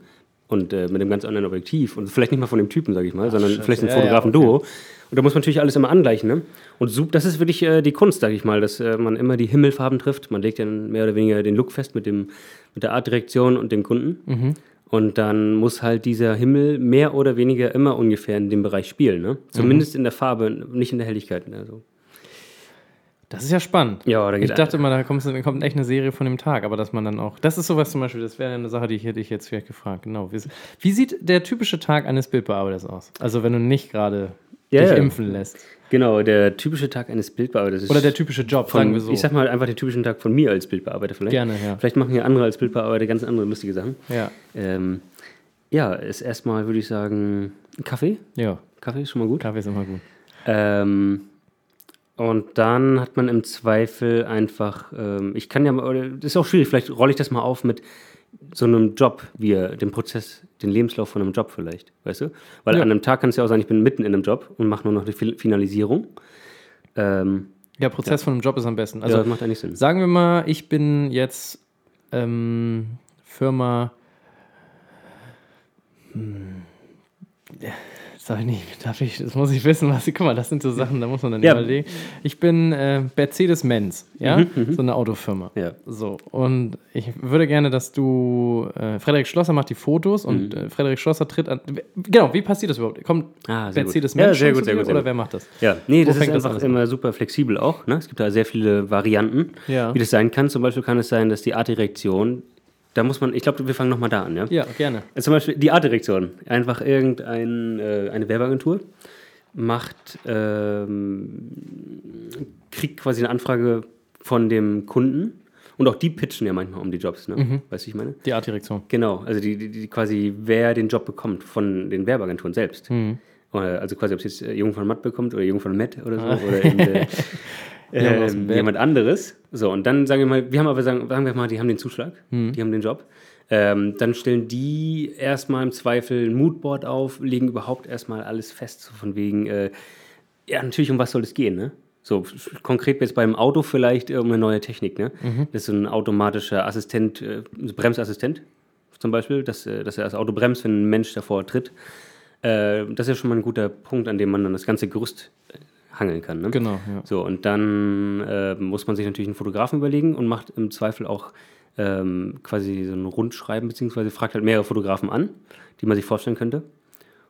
[SPEAKER 3] und äh, mit einem ganz anderen Objektiv und vielleicht nicht mal von dem Typen, sage ich mal, sondern
[SPEAKER 2] shit.
[SPEAKER 3] vielleicht ein
[SPEAKER 2] Ja, ja,
[SPEAKER 3] Fotografen-Duo. Und da muss man natürlich alles immer angleichen. Ne? Und Zoom, das ist wirklich äh, die Kunst, sage ich mal, dass äh, man immer die Himmelfarben trifft. Man legt dann mehr oder weniger den Look fest mit, dem, mit der Artdirektion und dem Kunden.
[SPEAKER 2] Mhm.
[SPEAKER 3] Und dann muss halt dieser Himmel mehr oder weniger immer ungefähr in dem Bereich spielen.
[SPEAKER 2] Mhm.
[SPEAKER 3] Ne? Zumindest in der Farbe, nicht in der Helligkeit. Also.
[SPEAKER 2] Das ist ja spannend.
[SPEAKER 3] Ja, da geht
[SPEAKER 2] ich dachte mal, da kommt, da kommt echt eine Serie von dem Tag, aber dass man dann auch. Das ist sowas zum Beispiel, das wäre eine Sache, die ich hätte ich jetzt vielleicht gefragt. Genau. Wie, wie sieht der typische Tag eines Bildbearbeiters aus? Also wenn du nicht gerade
[SPEAKER 3] Ja,
[SPEAKER 2] dich
[SPEAKER 3] ja.
[SPEAKER 2] impfen lässt.
[SPEAKER 3] Genau, der typische Tag eines Bildbearbeiters ist.
[SPEAKER 2] Oder der typische Job,
[SPEAKER 3] von,
[SPEAKER 2] sagen wir so.
[SPEAKER 3] Ich sag mal einfach den typischen Tag von mir als Bildbearbeiter vielleicht.
[SPEAKER 2] Gerne, ja.
[SPEAKER 3] Vielleicht machen ja andere als Bildbearbeiter ganz andere lustige Sachen.
[SPEAKER 2] ja.
[SPEAKER 3] Ähm, ja, ist erstmal, würde ich sagen, Kaffee.
[SPEAKER 2] ja,
[SPEAKER 3] Kaffee ist schon mal gut.
[SPEAKER 2] Kaffee ist immer gut.
[SPEAKER 3] Ähm, und dann hat man im Zweifel einfach, ähm, ich kann ja, mal- oder- das ist auch schwierig, vielleicht rolle ich das mal auf mit so einem Job, wie er- dem Prozess, den Lebenslauf von einem Job vielleicht, weißt du? Weil
[SPEAKER 2] Ja.
[SPEAKER 3] an einem Tag kann es ja auch sein, ich bin mitten in einem Job und mache nur noch die Fin- Finalisierung. Ähm,
[SPEAKER 2] Ja, Prozess von einem Job ist am besten.
[SPEAKER 3] also
[SPEAKER 2] Also
[SPEAKER 3] das macht eigentlich Sinn.
[SPEAKER 2] sagen wir mal, ich bin jetzt ähm, Firma. Hm, sag ich nicht, darf ich, das muss ich wissen, was ich. Guck mal, das sind so Sachen, da muss man dann
[SPEAKER 3] Ja. Mhm,
[SPEAKER 2] überlegen. Ich bin äh, Mercedes-Benz, ja? so eine Autofirma.
[SPEAKER 3] Ja.
[SPEAKER 2] So, und ich würde gerne, dass du. Äh, Frederik Schlosser macht die Fotos und äh, Frederik Schlosser tritt an. Genau, wie passiert das überhaupt? Kommt
[SPEAKER 3] Mhm. Ah, sehr gut.
[SPEAKER 2] Mercedes-Benz
[SPEAKER 3] Ja, sehr
[SPEAKER 2] schon
[SPEAKER 3] gut,
[SPEAKER 2] zu
[SPEAKER 3] sehr
[SPEAKER 2] dir
[SPEAKER 3] gut, sehr
[SPEAKER 2] oder
[SPEAKER 3] gut.
[SPEAKER 2] wer macht das?
[SPEAKER 3] Ja, nee,
[SPEAKER 2] Wo
[SPEAKER 3] das ist
[SPEAKER 2] fängt das
[SPEAKER 3] einfach
[SPEAKER 2] alles an?
[SPEAKER 3] immer super flexibel auch. Ne? Es gibt da sehr viele Varianten,
[SPEAKER 2] Ja.
[SPEAKER 3] wie das sein kann. Zum Beispiel kann es sein, dass die Artdirektion, da muss man, ich glaube, wir fangen nochmal da an. Ja?
[SPEAKER 2] Ja, gerne.
[SPEAKER 3] Zum Beispiel die Artdirektion, einfach irgendeine äh, eine Werbeagentur macht, ähm, kriegt quasi eine Anfrage von dem Kunden. Und auch die pitchen ja manchmal um die Jobs, ne?
[SPEAKER 2] Mhm.
[SPEAKER 3] Weißt du, wie ich meine?
[SPEAKER 2] Die Artdirektion.
[SPEAKER 3] Genau, also die, die, die quasi, wer den Job bekommt von den Werbeagenturen selbst.
[SPEAKER 2] Hm.
[SPEAKER 3] Oder, Also quasi, ob es jetzt äh, Jung von Matt bekommt oder Jung von Matt oder so oder
[SPEAKER 2] [LAUGHS]
[SPEAKER 3] eben, äh,
[SPEAKER 2] Jung Ah. aus dem
[SPEAKER 3] ähm,
[SPEAKER 2] Bett.
[SPEAKER 3] jemand anderes. So, und dann sagen wir mal, wir haben aber, sagen, sagen wir mal, die haben den Zuschlag,
[SPEAKER 2] Hm.
[SPEAKER 3] die haben den Job. Ähm, dann stellen die erstmal im Zweifel ein Moodboard auf, legen überhaupt erstmal alles fest, so von wegen, äh, ja, natürlich, um was soll es gehen, ne? So f- konkret jetzt beim Auto vielleicht äh, um eine neue Technik, ne? Das ist so ein automatischer Assistent, äh, Bremsassistent zum Beispiel, dass, äh, dass er das Auto bremst, wenn ein Mensch davor tritt. Äh, das ist ja schon mal ein guter Punkt, an dem man dann das ganze Gerüst äh, hangeln kann, ne?
[SPEAKER 2] Genau, ja.
[SPEAKER 3] So, und dann äh, muss man sich natürlich einen Fotografen überlegen und macht im Zweifel auch ähm, quasi so ein Rundschreiben, beziehungsweise fragt halt mehrere Fotografen an, die man sich vorstellen könnte.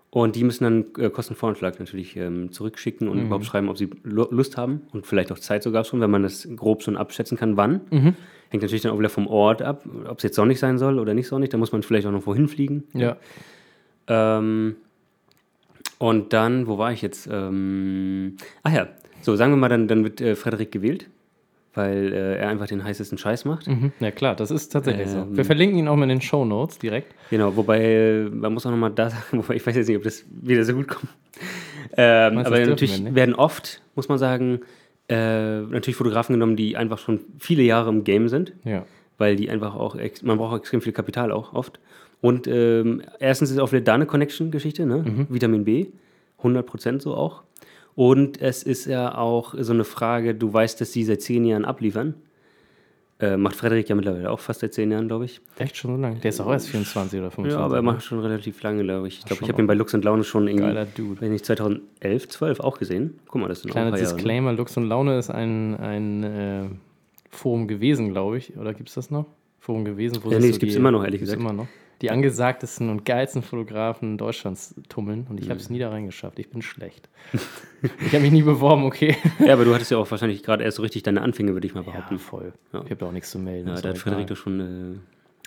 [SPEAKER 3] Und die müssen dann äh, Kostenvoranschlag natürlich ähm, zurückschicken und überhaupt schreiben, ob sie Lu- Lust haben und vielleicht auch Zeit sogar schon, wenn man das grob schon abschätzen kann, wann. Hängt natürlich dann auch wieder vom Ort ab, ob es jetzt sonnig sein soll oder nicht sonnig. Da muss man vielleicht auch noch wohin fliegen.
[SPEAKER 2] Ja.
[SPEAKER 3] Ähm, und dann, wo war ich jetzt? Ähm, ach ja, so sagen wir mal, dann, dann wird äh, Frederik gewählt, weil äh, er einfach den heißesten Scheiß macht.
[SPEAKER 2] Mhm. Ja klar, das ist tatsächlich so.
[SPEAKER 3] Ähm.
[SPEAKER 2] Wir verlinken ihn auch mal in den Show Notes direkt.
[SPEAKER 3] Genau, wobei äh, man muss auch nochmal da sagen, [LAUGHS] wobei ich weiß jetzt nicht, ob das wieder so gut kommt. Ähm,
[SPEAKER 2] Meinst du, das
[SPEAKER 3] aber
[SPEAKER 2] dürfen
[SPEAKER 3] natürlich
[SPEAKER 2] wir nicht?
[SPEAKER 3] werden oft, muss man sagen, äh, natürlich Fotografen genommen, die einfach schon viele Jahre im Game sind.
[SPEAKER 2] Ja.
[SPEAKER 3] weil die einfach auch, ex- man braucht extrem viel Kapital auch oft. Und ähm, erstens ist auch wieder da eine Connection-Geschichte, ne?
[SPEAKER 2] Mhm.
[SPEAKER 3] Vitamin B, 100% so auch. Und es ist ja auch so eine Frage, du weißt, dass die seit zehn Jahren abliefern. Äh, macht Frederik ja mittlerweile auch fast seit zehn Jahren, glaube ich.
[SPEAKER 2] Echt schon so lange. Der ist auch erst 24 oder 25.
[SPEAKER 3] Ja, aber er macht schon relativ lange, glaube ich. Ich glaube,
[SPEAKER 2] schon
[SPEAKER 3] ich habe ihn bei Lux und Laune schon irgendwie,
[SPEAKER 2] Geiler Dude.
[SPEAKER 3] wenn nicht 2011, 12 auch gesehen. Guck mal, das sind
[SPEAKER 2] Kleiner
[SPEAKER 3] auch ein paar Jahre. ne?
[SPEAKER 2] Disclaimer: Lux und Laune ist ein, ein äh, Forum gewesen, glaube ich. Oder gibt es das noch? Forum gewesen, wo
[SPEAKER 3] Ja,
[SPEAKER 2] sich
[SPEAKER 3] nee,
[SPEAKER 2] so
[SPEAKER 3] das gibt's
[SPEAKER 2] die-
[SPEAKER 3] immer noch, ehrlich
[SPEAKER 2] gibt's
[SPEAKER 3] gesagt.
[SPEAKER 2] Immer noch. Die angesagtesten und geilsten Fotografen Deutschlands tummeln und ich habe es nie da reingeschafft. Ich bin schlecht. [LAUGHS] ich habe mich nie beworben, okay.
[SPEAKER 3] Ja, aber du hattest ja auch wahrscheinlich gerade erst so richtig deine Anfänge, würde ich mal
[SPEAKER 2] Ja,
[SPEAKER 3] behaupten.
[SPEAKER 2] voll.
[SPEAKER 3] Ja.
[SPEAKER 2] Ich habe da auch nichts zu melden.
[SPEAKER 3] Ja,
[SPEAKER 2] ist
[SPEAKER 3] da
[SPEAKER 2] doch
[SPEAKER 3] hat Frederik
[SPEAKER 2] egal.
[SPEAKER 3] doch schon.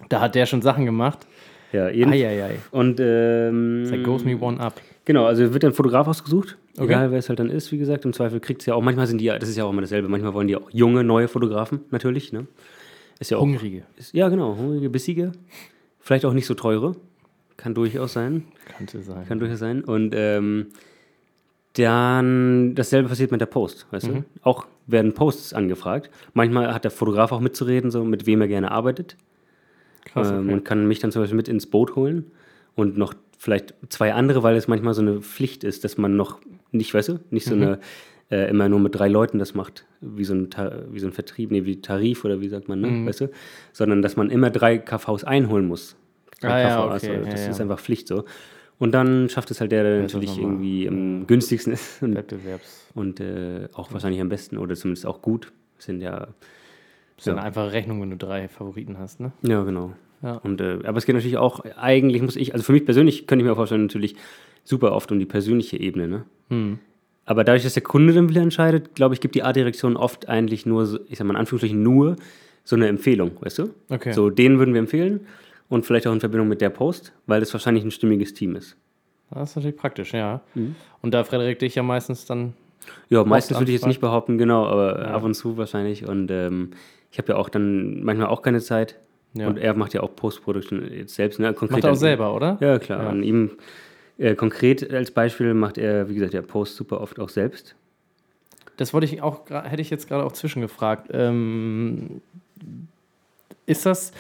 [SPEAKER 2] da hat der schon Sachen gemacht.
[SPEAKER 3] Äh, ja, jeden,
[SPEAKER 2] Eieiei.
[SPEAKER 3] Und
[SPEAKER 2] Da
[SPEAKER 3] ähm,
[SPEAKER 2] goes me one up.
[SPEAKER 3] genau, also wird ein Fotograf ausgesucht,
[SPEAKER 2] Okay.
[SPEAKER 3] egal wer es halt dann ist, wie gesagt. Im Zweifel kriegt es ja auch, manchmal sind die, ja- das ist ja auch immer dasselbe, manchmal wollen die auch junge, neue Fotografen, natürlich, ne? Ist ja auch,
[SPEAKER 2] Hungrige.
[SPEAKER 3] ist, ja genau, hungrige, bissige, vielleicht auch nicht so teure, kann durchaus sein,
[SPEAKER 2] Könnte sein.
[SPEAKER 3] kann durchaus sein. Und ähm, dann dasselbe passiert mit der Post, weißt
[SPEAKER 2] Mhm.
[SPEAKER 3] du? Auch werden Posts angefragt. Manchmal hat der Fotograf auch mitzureden, so mit wem er gerne arbeitet.
[SPEAKER 2] Krass,
[SPEAKER 3] ähm,
[SPEAKER 2] okay.
[SPEAKER 3] und kann mich dann zum Beispiel mit ins Boot holen und noch vielleicht zwei andere, weil es manchmal so eine Pflicht ist, dass man noch nicht, weißt du, nicht so
[SPEAKER 2] Mhm.
[SPEAKER 3] eine äh, immer nur mit drei Leuten das macht, wie so ein, Ta- wie so ein
[SPEAKER 2] Mhm.
[SPEAKER 3] Vertrieb, nee, wie Tarif oder wie sagt man, ne, weißt du, sondern dass man immer drei KVs einholen muss. Kein
[SPEAKER 2] Ah, ja,
[SPEAKER 3] KVA,
[SPEAKER 2] okay,
[SPEAKER 3] sondern
[SPEAKER 2] ja,
[SPEAKER 3] das
[SPEAKER 2] ja.
[SPEAKER 3] ist einfach Pflicht so. Und dann schafft es halt der, der
[SPEAKER 2] das
[SPEAKER 3] natürlich
[SPEAKER 2] nochmal.
[SPEAKER 3] irgendwie am günstigsten ist [LAUGHS] und,
[SPEAKER 2] Wettbewerbs.
[SPEAKER 3] und äh, auch wahrscheinlich am besten oder zumindest auch gut. Sind ja,
[SPEAKER 2] Das ist ja.
[SPEAKER 3] Ja.
[SPEAKER 2] eine einfache Rechnung, wenn du drei Favoriten hast, ne?
[SPEAKER 3] ja genau.
[SPEAKER 2] Ja.
[SPEAKER 3] Und, äh, aber es geht natürlich auch, eigentlich muss ich, also für mich persönlich könnte ich mir vorstellen, natürlich super oft um die persönliche Ebene. Ne?
[SPEAKER 2] Hm.
[SPEAKER 3] Aber dadurch, dass der Kunde dann wieder entscheidet, glaube ich, gibt die A-Direktion oft eigentlich nur, so- ich sag mal in Anführungsstrichen, nur so eine Empfehlung, weißt du?
[SPEAKER 2] Okay.
[SPEAKER 3] So, den würden wir empfehlen und vielleicht auch in Verbindung mit der Post, weil es wahrscheinlich ein stimmiges Team ist.
[SPEAKER 2] Das ist natürlich praktisch, ja.
[SPEAKER 3] Mhm.
[SPEAKER 2] Und da Frederik dich ja meistens dann.
[SPEAKER 3] Ja, meistens würde ich jetzt
[SPEAKER 2] anfragt.
[SPEAKER 3] nicht behaupten, genau, aber ab und zu wahrscheinlich. Und ähm, ich habe ja auch dann manchmal auch keine Zeit.
[SPEAKER 2] Ja.
[SPEAKER 3] Und er macht ja auch Post-Production jetzt selbst. Ne? Konkret
[SPEAKER 2] Macht er auch
[SPEAKER 3] an-
[SPEAKER 2] selber, oder?
[SPEAKER 3] Ja, klar.
[SPEAKER 2] Ja.
[SPEAKER 3] An ihm äh, konkret als Beispiel macht er, wie gesagt, ja Post super oft auch selbst.
[SPEAKER 2] Das wollte ich auch, gra- hätte ich jetzt gerade auch zwischengefragt. Ähm, ist das,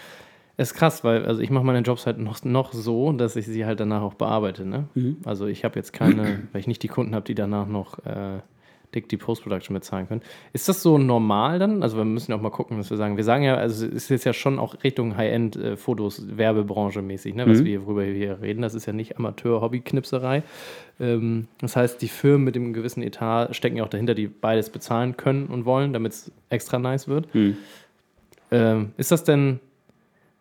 [SPEAKER 2] ist krass, weil also ich mache meine Jobs halt noch, noch so, dass ich sie halt danach auch bearbeite. Ne? Also ich habe jetzt keine, [CLEARS THROAT] weil ich nicht die Kunden habe, die danach noch äh, dick die Post-Production bezahlen können. Ist das so normal dann? Also wir müssen ja auch mal gucken, was wir sagen. Wir sagen ja, also es ist jetzt ja schon auch Richtung High-End-Fotos, Werbebranche mäßig, ne? was wir, worüber wir hier reden. Das ist ja nicht Amateur-Hobby-Knipserei. Ähm, das heißt, die Firmen mit dem gewissen Etat stecken ja auch dahinter, die beides bezahlen können und wollen, damit es extra nice wird.
[SPEAKER 3] Hm.
[SPEAKER 2] Ähm, ist das denn,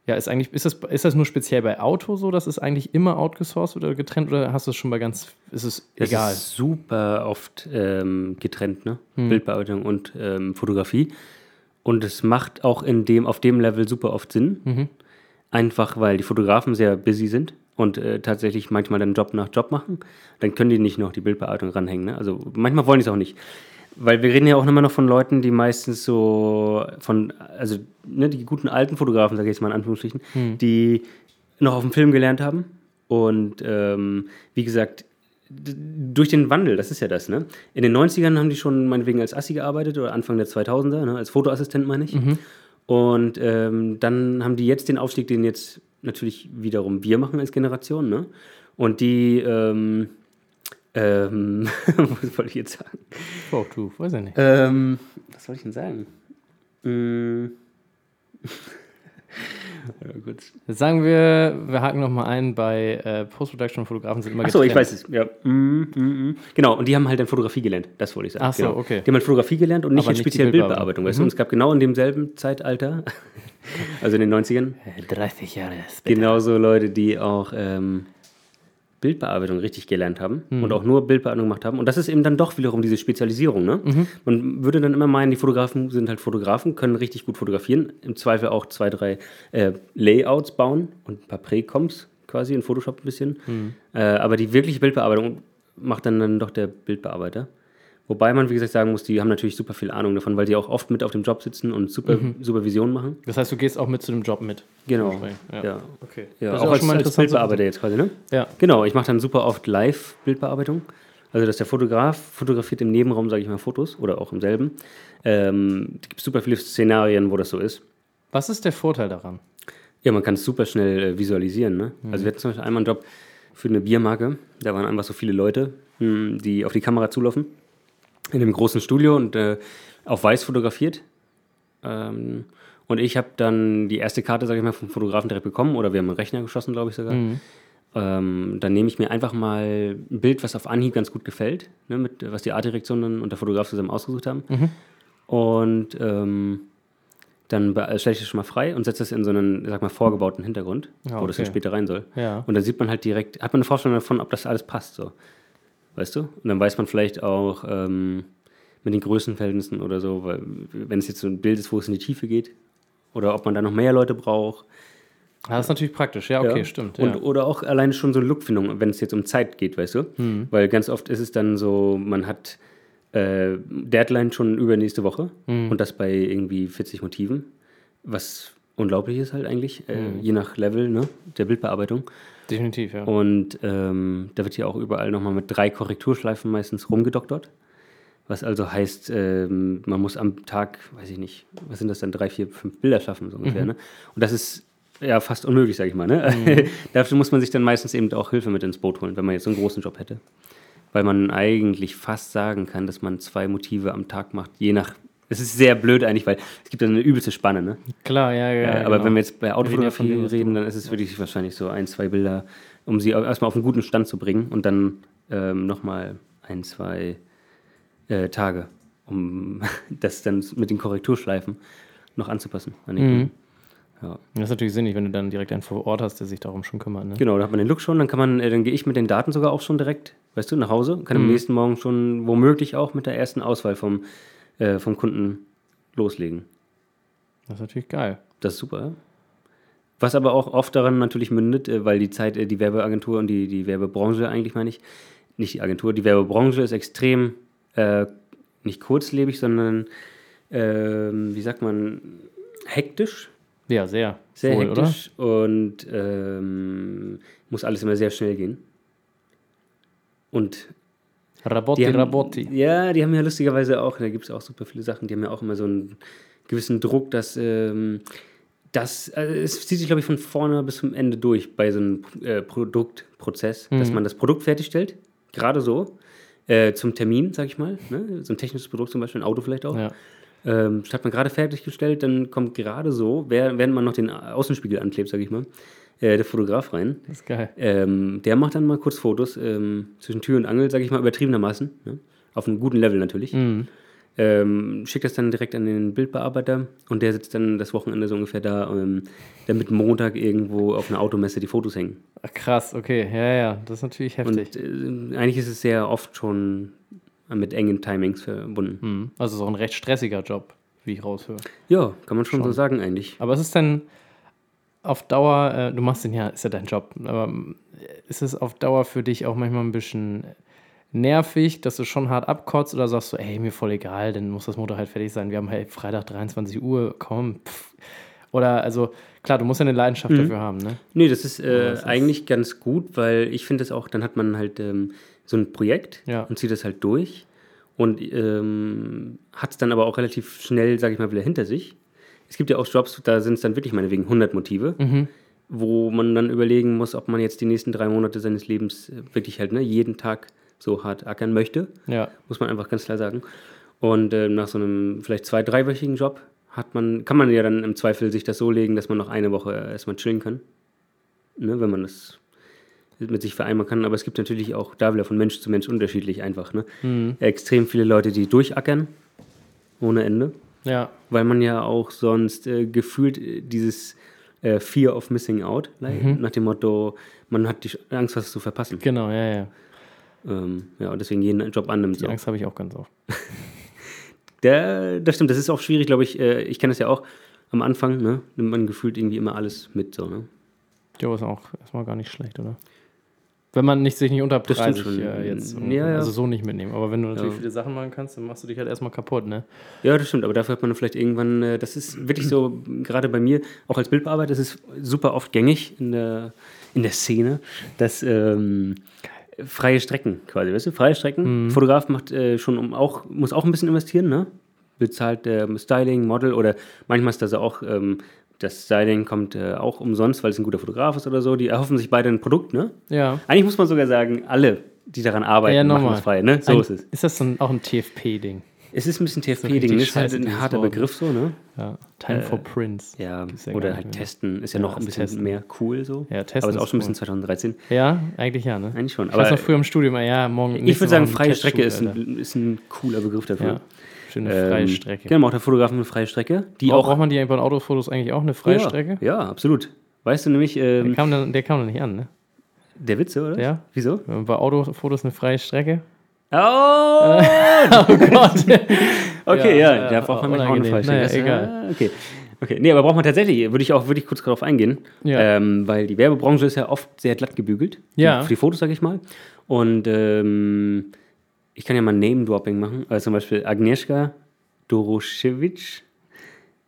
[SPEAKER 2] ja, ist eigentlich, ist das, ist das nur speziell bei Auto so, dass es eigentlich immer outgesourced oder getrennt oder hast du es schon bei ganz, ist es
[SPEAKER 3] Das
[SPEAKER 2] egal?
[SPEAKER 3] ist super oft ähm, getrennt, ne? Bildbearbeitung und ähm, Fotografie. Und es macht auch in dem, auf dem Level super oft Sinn. Einfach weil die Fotografen sehr busy sind und äh, tatsächlich manchmal dann Job nach Job machen. Dann können die nicht noch die Bildbearbeitung ranhängen. Ne? Also manchmal wollen die es auch nicht. Weil wir reden ja auch immer noch von Leuten, die meistens so von, also ne, die guten alten Fotografen, sage ich jetzt mal in Anführungsstrichen, die noch auf dem Film gelernt haben. Und ähm, wie gesagt, d- durch den Wandel, das ist ja das, ne? In den 90ern haben die schon meinetwegen als Assi gearbeitet oder Anfang der 2000er, ne? als Fotoassistent meine ich. Und ähm, dann haben die jetzt den Aufstieg, den jetzt natürlich wiederum wir machen als Generation, ne? Und die, ähm, ähm, [LAUGHS] was wollte ich jetzt sagen?
[SPEAKER 2] Oh, du, weiß ich nicht.
[SPEAKER 3] Ähm, was soll ich denn sagen? Mm. [LAUGHS] Warte mal kurz.
[SPEAKER 2] Sagen wir, wir haken nochmal ein, bei äh, Post-Production und Fotografen sind immer
[SPEAKER 3] Achso, ich
[SPEAKER 2] getrennt.
[SPEAKER 3] weiß es. Ja. Mm, mm, mm. Genau, und die haben halt dann Fotografie gelernt. Das wollte ich sagen.
[SPEAKER 2] Ach so,
[SPEAKER 3] genau.
[SPEAKER 2] okay.
[SPEAKER 3] Die haben halt Fotografie gelernt und nicht
[SPEAKER 2] Aber
[SPEAKER 3] jetzt
[SPEAKER 2] nicht die
[SPEAKER 3] speziell
[SPEAKER 2] Bildbearbeitung. Mhm.
[SPEAKER 3] Bildbearbeitung. Weißt du? Und es gab genau in demselben Zeitalter, [LAUGHS] also in den 90ern,
[SPEAKER 2] 30 Jahre später.
[SPEAKER 3] genauso Leute, die auch ähm, Bildbearbeitung richtig gelernt haben und auch nur Bildbearbeitung gemacht haben. Und das ist eben dann doch wiederum diese Spezialisierung. Ne? Man würde dann immer meinen, die Fotografen sind halt Fotografen, können richtig gut fotografieren, im Zweifel auch zwei, drei äh, Layouts bauen und ein paar Präcoms quasi in Photoshop ein bisschen. Äh, aber die wirkliche Bildbearbeitung macht dann, dann doch der Bildbearbeiter. Wobei man, wie gesagt, sagen muss, die haben natürlich super viel Ahnung davon, weil die auch oft mit auf dem Job sitzen und super Supervision machen.
[SPEAKER 2] Das heißt, du gehst auch mit zu dem Job mit.
[SPEAKER 3] Genau.
[SPEAKER 2] Ja.
[SPEAKER 3] ja.
[SPEAKER 2] Okay.
[SPEAKER 3] Ja,
[SPEAKER 2] Das ist
[SPEAKER 3] auch, als, als
[SPEAKER 2] interessant zu
[SPEAKER 3] Bildbearbeiter jetzt quasi, ne?
[SPEAKER 2] wissen. Ja.
[SPEAKER 3] Genau, ich mache dann super oft Live-Bildbearbeitung. Also, dass der Fotograf fotografiert im Nebenraum, sage ich mal, Fotos oder auch im selben. Ähm, es gibt super viele Szenarien, wo das so ist.
[SPEAKER 2] Was ist der Vorteil daran?
[SPEAKER 3] Ja, man kann es super schnell äh, visualisieren. Ne? Also, wir hatten zum Beispiel einmal einen Job für eine Biermarke. Da waren einfach so viele Leute, mh, die auf die Kamera zulaufen. In einem großen Studio und äh, auf weiß fotografiert. Ähm, und ich habe dann die erste Karte, sage ich mal, vom Fotografen direkt bekommen. Oder wir haben einen Rechner geschossen, glaube ich sogar.
[SPEAKER 2] Mhm.
[SPEAKER 3] Ähm, dann nehme ich mir einfach mal ein Bild, was auf Anhieb ganz gut gefällt, ne, mit, was die Artdirektion dann und der Fotograf zusammen ausgesucht haben.
[SPEAKER 2] Mhm.
[SPEAKER 3] Und ähm, dann be- äh, stelle ich das schon mal frei und setze das in so einen, sag mal, vorgebauten Hintergrund,
[SPEAKER 2] Ja,
[SPEAKER 3] wo das dann
[SPEAKER 2] okay.
[SPEAKER 3] später rein soll.
[SPEAKER 2] Ja.
[SPEAKER 3] Und dann sieht man halt direkt, hat man eine Vorstellung davon, ob das alles passt, so. Weißt du? Und dann weiß man vielleicht auch ähm, mit den Größenverhältnissen oder so, weil, wenn es jetzt so ein Bild ist, wo es in die Tiefe geht, oder ob man da noch mehr Leute braucht.
[SPEAKER 2] Ah, Das ist natürlich praktisch. Ja, okay, stimmt.
[SPEAKER 3] Und,
[SPEAKER 2] ja.
[SPEAKER 3] Oder auch alleine schon so Lookfindung, wenn es jetzt um Zeit geht, weißt du?
[SPEAKER 2] Mhm.
[SPEAKER 3] Weil ganz oft ist es dann so, man hat äh, Deadline schon übernächste Woche
[SPEAKER 2] Mhm.
[SPEAKER 3] und das bei irgendwie 40 Motiven, was unglaublich ist halt eigentlich, äh,
[SPEAKER 2] Mhm.
[SPEAKER 3] je nach Level ne, der Bildbearbeitung.
[SPEAKER 2] Definitiv, ja.
[SPEAKER 3] Und ähm, da wird ja auch überall nochmal mit drei Korrekturschleifen meistens rumgedoktert. Was also heißt, ähm, man muss am Tag, weiß ich nicht, was sind das dann, drei, vier, fünf Bilder schaffen, so ungefähr. Ne? Und das ist ja fast unmöglich, sag ich mal. Ne? [LAUGHS] Dafür muss man sich dann meistens eben auch Hilfe mit ins Boot holen, wenn man jetzt so einen großen Job hätte. Weil man eigentlich fast sagen kann, dass man zwei Motive am Tag macht, je nach Es ist sehr blöd eigentlich, weil es gibt dann eine übelste Spanne, ne?
[SPEAKER 2] Klar, ja, ja.
[SPEAKER 3] Äh, aber
[SPEAKER 2] genau.
[SPEAKER 3] wenn wir jetzt bei Autofotografie
[SPEAKER 2] Wir reden ja
[SPEAKER 3] reden,
[SPEAKER 2] von
[SPEAKER 3] dann ist es wirklich wahrscheinlich so ein, zwei Bilder, um sie au- erstmal auf einen guten Stand zu bringen und dann ähm, nochmal ein, zwei äh, Tage, um [LAUGHS] das dann mit den Korrekturschleifen noch anzupassen. An
[SPEAKER 2] Mhm.
[SPEAKER 3] den Kunden.
[SPEAKER 2] Das ist natürlich sinnig, wenn du dann direkt einen vor Ort hast, der sich darum schon kümmert. Ne?
[SPEAKER 3] Genau, da hat man den Look schon, dann kann man, äh, dann gehe ich mit den Daten sogar auch schon direkt, weißt du, nach Hause, kann
[SPEAKER 2] Mhm.
[SPEAKER 3] am nächsten Morgen schon womöglich auch mit der ersten Auswahl vom, äh, vom Kunden loslegen.
[SPEAKER 2] Das ist natürlich geil.
[SPEAKER 3] Das ist super. ja. Was aber auch oft daran natürlich mündet, äh, weil die Zeit, äh, die Werbeagentur und die, die Werbebranche eigentlich meine ich, nicht die Agentur, die Werbebranche ist extrem äh, nicht kurzlebig, sondern ähm, wie sagt man, hektisch.
[SPEAKER 2] Ja, sehr.
[SPEAKER 3] Sehr
[SPEAKER 2] Wohl,
[SPEAKER 3] hektisch und ähm, muss alles immer sehr schnell gehen. Und
[SPEAKER 2] Oder? Rabotti,
[SPEAKER 3] haben-
[SPEAKER 2] Rabotti.
[SPEAKER 3] Ja, die haben ja lustigerweise auch, da gibt es auch super viele Sachen, die haben ja auch immer so einen gewissen Druck, dass ähm, das, also es zieht sich, glaube ich, von vorne bis zum Ende durch bei so einem äh, Produktprozess, dass man das Produkt fertigstellt, gerade so, äh, zum Termin, sag ich mal, ne? so ein technisches Produkt zum Beispiel, ein Auto vielleicht auch.
[SPEAKER 2] Ja.
[SPEAKER 3] Ähm, hat man gerade fertiggestellt, dann kommt gerade so, wer- während man noch den Außenspiegel anklebt, sag ich mal, äh, der Fotograf rein.
[SPEAKER 2] Das ist geil.
[SPEAKER 3] Ähm, der macht dann mal kurz Fotos ähm, zwischen Tür und Angel, sage ich mal übertriebenermaßen. Ne? Auf einem guten Level natürlich. Ähm, schickt das dann direkt an den Bildbearbeiter und der sitzt dann das Wochenende so ungefähr da, ähm, damit Montag irgendwo auf einer Automesse die Fotos hängen.
[SPEAKER 2] Ach, krass, okay. Ja, ja, das ist natürlich heftig.
[SPEAKER 3] Und äh, eigentlich ist es sehr oft schon mit engen Timings verbunden.
[SPEAKER 2] Mhm. Also, es ist auch ein recht stressiger Job, wie ich raushöre.
[SPEAKER 3] Ja, kann man schon, so sagen eigentlich.
[SPEAKER 2] Aber ist es denn auf Dauer, äh, du machst den ja, ist ja dein Job, aber ähm, ist es auf Dauer für dich auch manchmal ein bisschen nervig, dass du schon hart abkotzt oder sagst du, ey, mir voll egal, dann muss das Motor halt fertig sein, wir haben halt Freitag 23 Uhr, komm, pff. Oder, also, klar, du musst ja eine Leidenschaft
[SPEAKER 3] Mhm.
[SPEAKER 2] dafür haben, ne?
[SPEAKER 3] Nee, das ist,
[SPEAKER 2] Aber
[SPEAKER 3] äh,
[SPEAKER 2] es ist-
[SPEAKER 3] eigentlich ganz gut, weil ich finde das auch, dann hat man halt ähm, so ein Projekt
[SPEAKER 2] Ja.
[SPEAKER 3] und zieht das halt durch und ähm, hat es dann aber auch relativ schnell, sage ich mal, wieder hinter sich. Es gibt ja auch Jobs, da sind es dann wirklich meinetwegen 100 Motive,
[SPEAKER 2] Mhm.
[SPEAKER 3] wo man dann überlegen muss, ob man jetzt die nächsten drei Monate seines Lebens äh, wirklich halt ne, jeden Tag so hart ackern möchte
[SPEAKER 2] Ja.
[SPEAKER 3] muss man einfach ganz klar sagen. Und äh, nach so einem vielleicht zwei, dreiwöchigen Job hat man, kann man ja dann im Zweifel sich das so legen, dass man noch eine Woche erstmal chillen kann. Ne, wenn man das mit sich vereinbaren kann. Aber es gibt natürlich auch da wieder von Mensch zu Mensch unterschiedlich einfach. Ne? Extrem viele Leute, die durchackern ohne Ende,
[SPEAKER 2] Ja,
[SPEAKER 3] weil man ja auch sonst äh, gefühlt äh, dieses äh, Fear of Missing Out, nach dem Motto, man hat die Sch- Angst, was zu verpassen.
[SPEAKER 2] genau, ja, ja.
[SPEAKER 3] Ähm, ja, und deswegen jeden Job annimmt.
[SPEAKER 2] Die
[SPEAKER 3] so.
[SPEAKER 2] Angst habe ich auch ganz oft.
[SPEAKER 3] Der, das stimmt, das ist auch schwierig, glaube ich. Äh, Ich kenne das ja auch am Anfang, ne? Nimmt man gefühlt irgendwie immer alles mit, so, ne?
[SPEAKER 2] Jo, ist auch erstmal gar nicht schlecht, oder? Wenn man nicht, sich nicht unterpreisig
[SPEAKER 3] schon.
[SPEAKER 2] äh, jetzt,
[SPEAKER 3] Ja, ja.
[SPEAKER 2] also so nicht mitnehmen. Aber wenn du natürlich
[SPEAKER 3] Ja.
[SPEAKER 2] viele Sachen machen kannst, dann machst du dich halt erstmal kaputt, ne?
[SPEAKER 3] Ja, das stimmt, aber dafür hat man vielleicht irgendwann, äh, das ist wirklich so, gerade bei mir, auch als Bildbearbeiter, das ist super oft gängig in der, in der Szene, dass ähm, freie Strecken quasi, weißt du, freie Strecken. Fotograf macht äh, schon um auch, muss auch ein bisschen investieren, ne? Bezahlt ähm, Styling, Model oder manchmal ist das auch, ähm, das Styling kommt äh, auch umsonst, weil es ein guter Fotograf ist oder so. Die erhoffen sich beide ein Produkt, ne?
[SPEAKER 2] Ja.
[SPEAKER 3] Eigentlich muss man sogar sagen, alle, die daran arbeiten,
[SPEAKER 2] Ja,
[SPEAKER 3] machen
[SPEAKER 2] nochmal.
[SPEAKER 3] das frei. Ne? So
[SPEAKER 2] ein,
[SPEAKER 3] ist es.
[SPEAKER 2] Ist das so ein, auch ein TFP-Ding?
[SPEAKER 3] Es ist ein bisschen
[SPEAKER 2] richtig
[SPEAKER 3] TFP-Ding, ne? ist halt
[SPEAKER 2] scheiße, dieses
[SPEAKER 3] ein harter
[SPEAKER 2] Wort.
[SPEAKER 3] Begriff so, ne?
[SPEAKER 2] Ja. Time for Prints.
[SPEAKER 3] Ja,
[SPEAKER 2] Gibt's ja gar
[SPEAKER 3] oder
[SPEAKER 2] nicht
[SPEAKER 3] halt
[SPEAKER 2] mehr.
[SPEAKER 3] testen ist ja, noch ein
[SPEAKER 2] das
[SPEAKER 3] bisschen
[SPEAKER 2] Testen.
[SPEAKER 3] mehr cool so.
[SPEAKER 2] Ja, testen
[SPEAKER 3] Aber ist auch
[SPEAKER 2] ist
[SPEAKER 3] schon ein bisschen
[SPEAKER 2] cool.
[SPEAKER 3] 2013.
[SPEAKER 2] Ja, eigentlich ja, ne?
[SPEAKER 3] Eigentlich schon,
[SPEAKER 2] Ich weiß
[SPEAKER 3] aber-
[SPEAKER 2] noch früher im Studium, äh, ja, morgen.
[SPEAKER 3] Ich
[SPEAKER 2] nächste
[SPEAKER 3] würde sagen,
[SPEAKER 2] Woche
[SPEAKER 3] freie
[SPEAKER 2] Testshoot,
[SPEAKER 3] Strecke ist
[SPEAKER 2] Alter.
[SPEAKER 3] ein, ist ein cooler Begriff dafür.
[SPEAKER 2] Ja. Schöne freie
[SPEAKER 3] Ähm,
[SPEAKER 2] Strecke.
[SPEAKER 3] Genau, auch der Fotografen eine freie Strecke. Die
[SPEAKER 2] Braucht-
[SPEAKER 3] auch.
[SPEAKER 2] Braucht man die bei den Autofotos eigentlich auch eine freie
[SPEAKER 3] ja,
[SPEAKER 2] Strecke?
[SPEAKER 3] Ja, absolut. Weißt du nämlich, ähm,
[SPEAKER 2] Der kam, dann, der kam dann nicht an, ne?
[SPEAKER 3] der Witze, oder?
[SPEAKER 2] Ja.
[SPEAKER 3] Wieso?
[SPEAKER 2] Wenn man Bei Autofotos eine freie Strecke. [LAUGHS]
[SPEAKER 3] Oh!
[SPEAKER 2] Oh Gott. [LAUGHS]
[SPEAKER 3] Okay,
[SPEAKER 2] Ja,
[SPEAKER 3] ja,
[SPEAKER 2] ja,
[SPEAKER 3] da braucht man manchmal auch eine
[SPEAKER 2] unangenehm.
[SPEAKER 3] falsche.
[SPEAKER 2] Naja,
[SPEAKER 3] Das-
[SPEAKER 2] egal.
[SPEAKER 3] ah, Okay. Okay, nee, aber braucht man tatsächlich, würde ich auch, würde ich kurz darauf eingehen,
[SPEAKER 2] Ja.
[SPEAKER 3] ähm, weil die Werbebranche ist ja oft sehr glatt gebügelt.
[SPEAKER 2] Ja.
[SPEAKER 3] Für die Fotos, sag ich mal. Und ähm, ich kann ja mal Name-Dropping machen. Also zum Beispiel Agnieszka Doroschewitsch.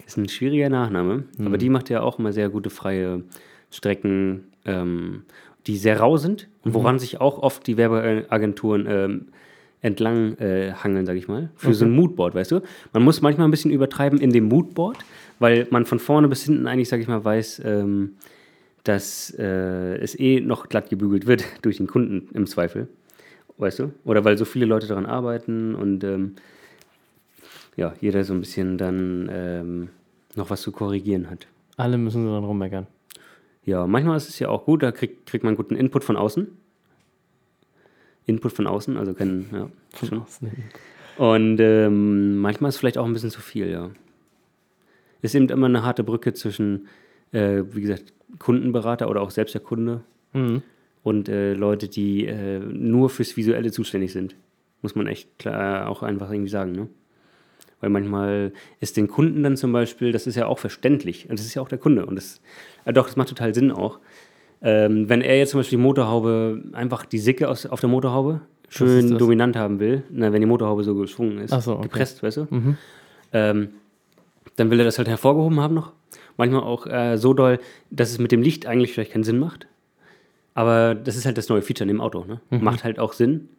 [SPEAKER 3] Ist ein schwieriger Nachname, aber die macht ja auch immer sehr gute freie Strecken, ähm, die sehr rau sind und woran sich auch oft die Werbeagenturen ähm, entlang äh, hangeln, sag ich mal, für so ein Moodboard, weißt du? Man muss manchmal ein bisschen übertreiben in dem Moodboard, weil man von vorne bis hinten eigentlich, sag ich mal, weiß, ähm, dass äh, es eh noch glatt gebügelt wird [LAUGHS] durch den Kunden im Zweifel, weißt du? Oder weil so viele Leute daran arbeiten und ähm, ja, jeder so ein bisschen dann ähm, noch was zu korrigieren hat.
[SPEAKER 2] Alle müssen so dann rummeckern.
[SPEAKER 3] Ja, manchmal ist es ja auch gut, da kriegt, kriegt man guten Input von außen. Input von außen, also kennen, ja. schon. Und ähm, manchmal ist es vielleicht auch ein bisschen zu viel, ja. Ist eben immer eine harte Brücke zwischen, äh, wie gesagt, Kundenberater oder auch selbst der Kunde
[SPEAKER 2] Mhm.
[SPEAKER 3] und äh, Leute, die äh, nur fürs Visuelle zuständig sind. Muss man echt klar äh, auch einfach irgendwie sagen, ne? Weil manchmal ist den Kunden dann zum Beispiel, das ist ja auch verständlich, und das ist ja auch der Kunde und das, äh, doch, das macht total Sinn auch. Ähm, wenn er jetzt zum Beispiel die Motorhaube, einfach die Sicke aus, auf der Motorhaube
[SPEAKER 2] ist
[SPEAKER 3] schön
[SPEAKER 2] das?
[SPEAKER 3] dominant haben will, na, wenn die Motorhaube so geschwungen ist,
[SPEAKER 2] Ach so, okay. Mhm.
[SPEAKER 3] gepresst, weißt du, ähm, dann will er das halt hervorgehoben haben noch. Manchmal auch äh, so doll, dass es mit dem Licht eigentlich vielleicht keinen Sinn macht. Aber das ist halt das neue Feature in dem Auto. Ne?
[SPEAKER 2] Mhm.
[SPEAKER 3] Macht halt auch Sinn.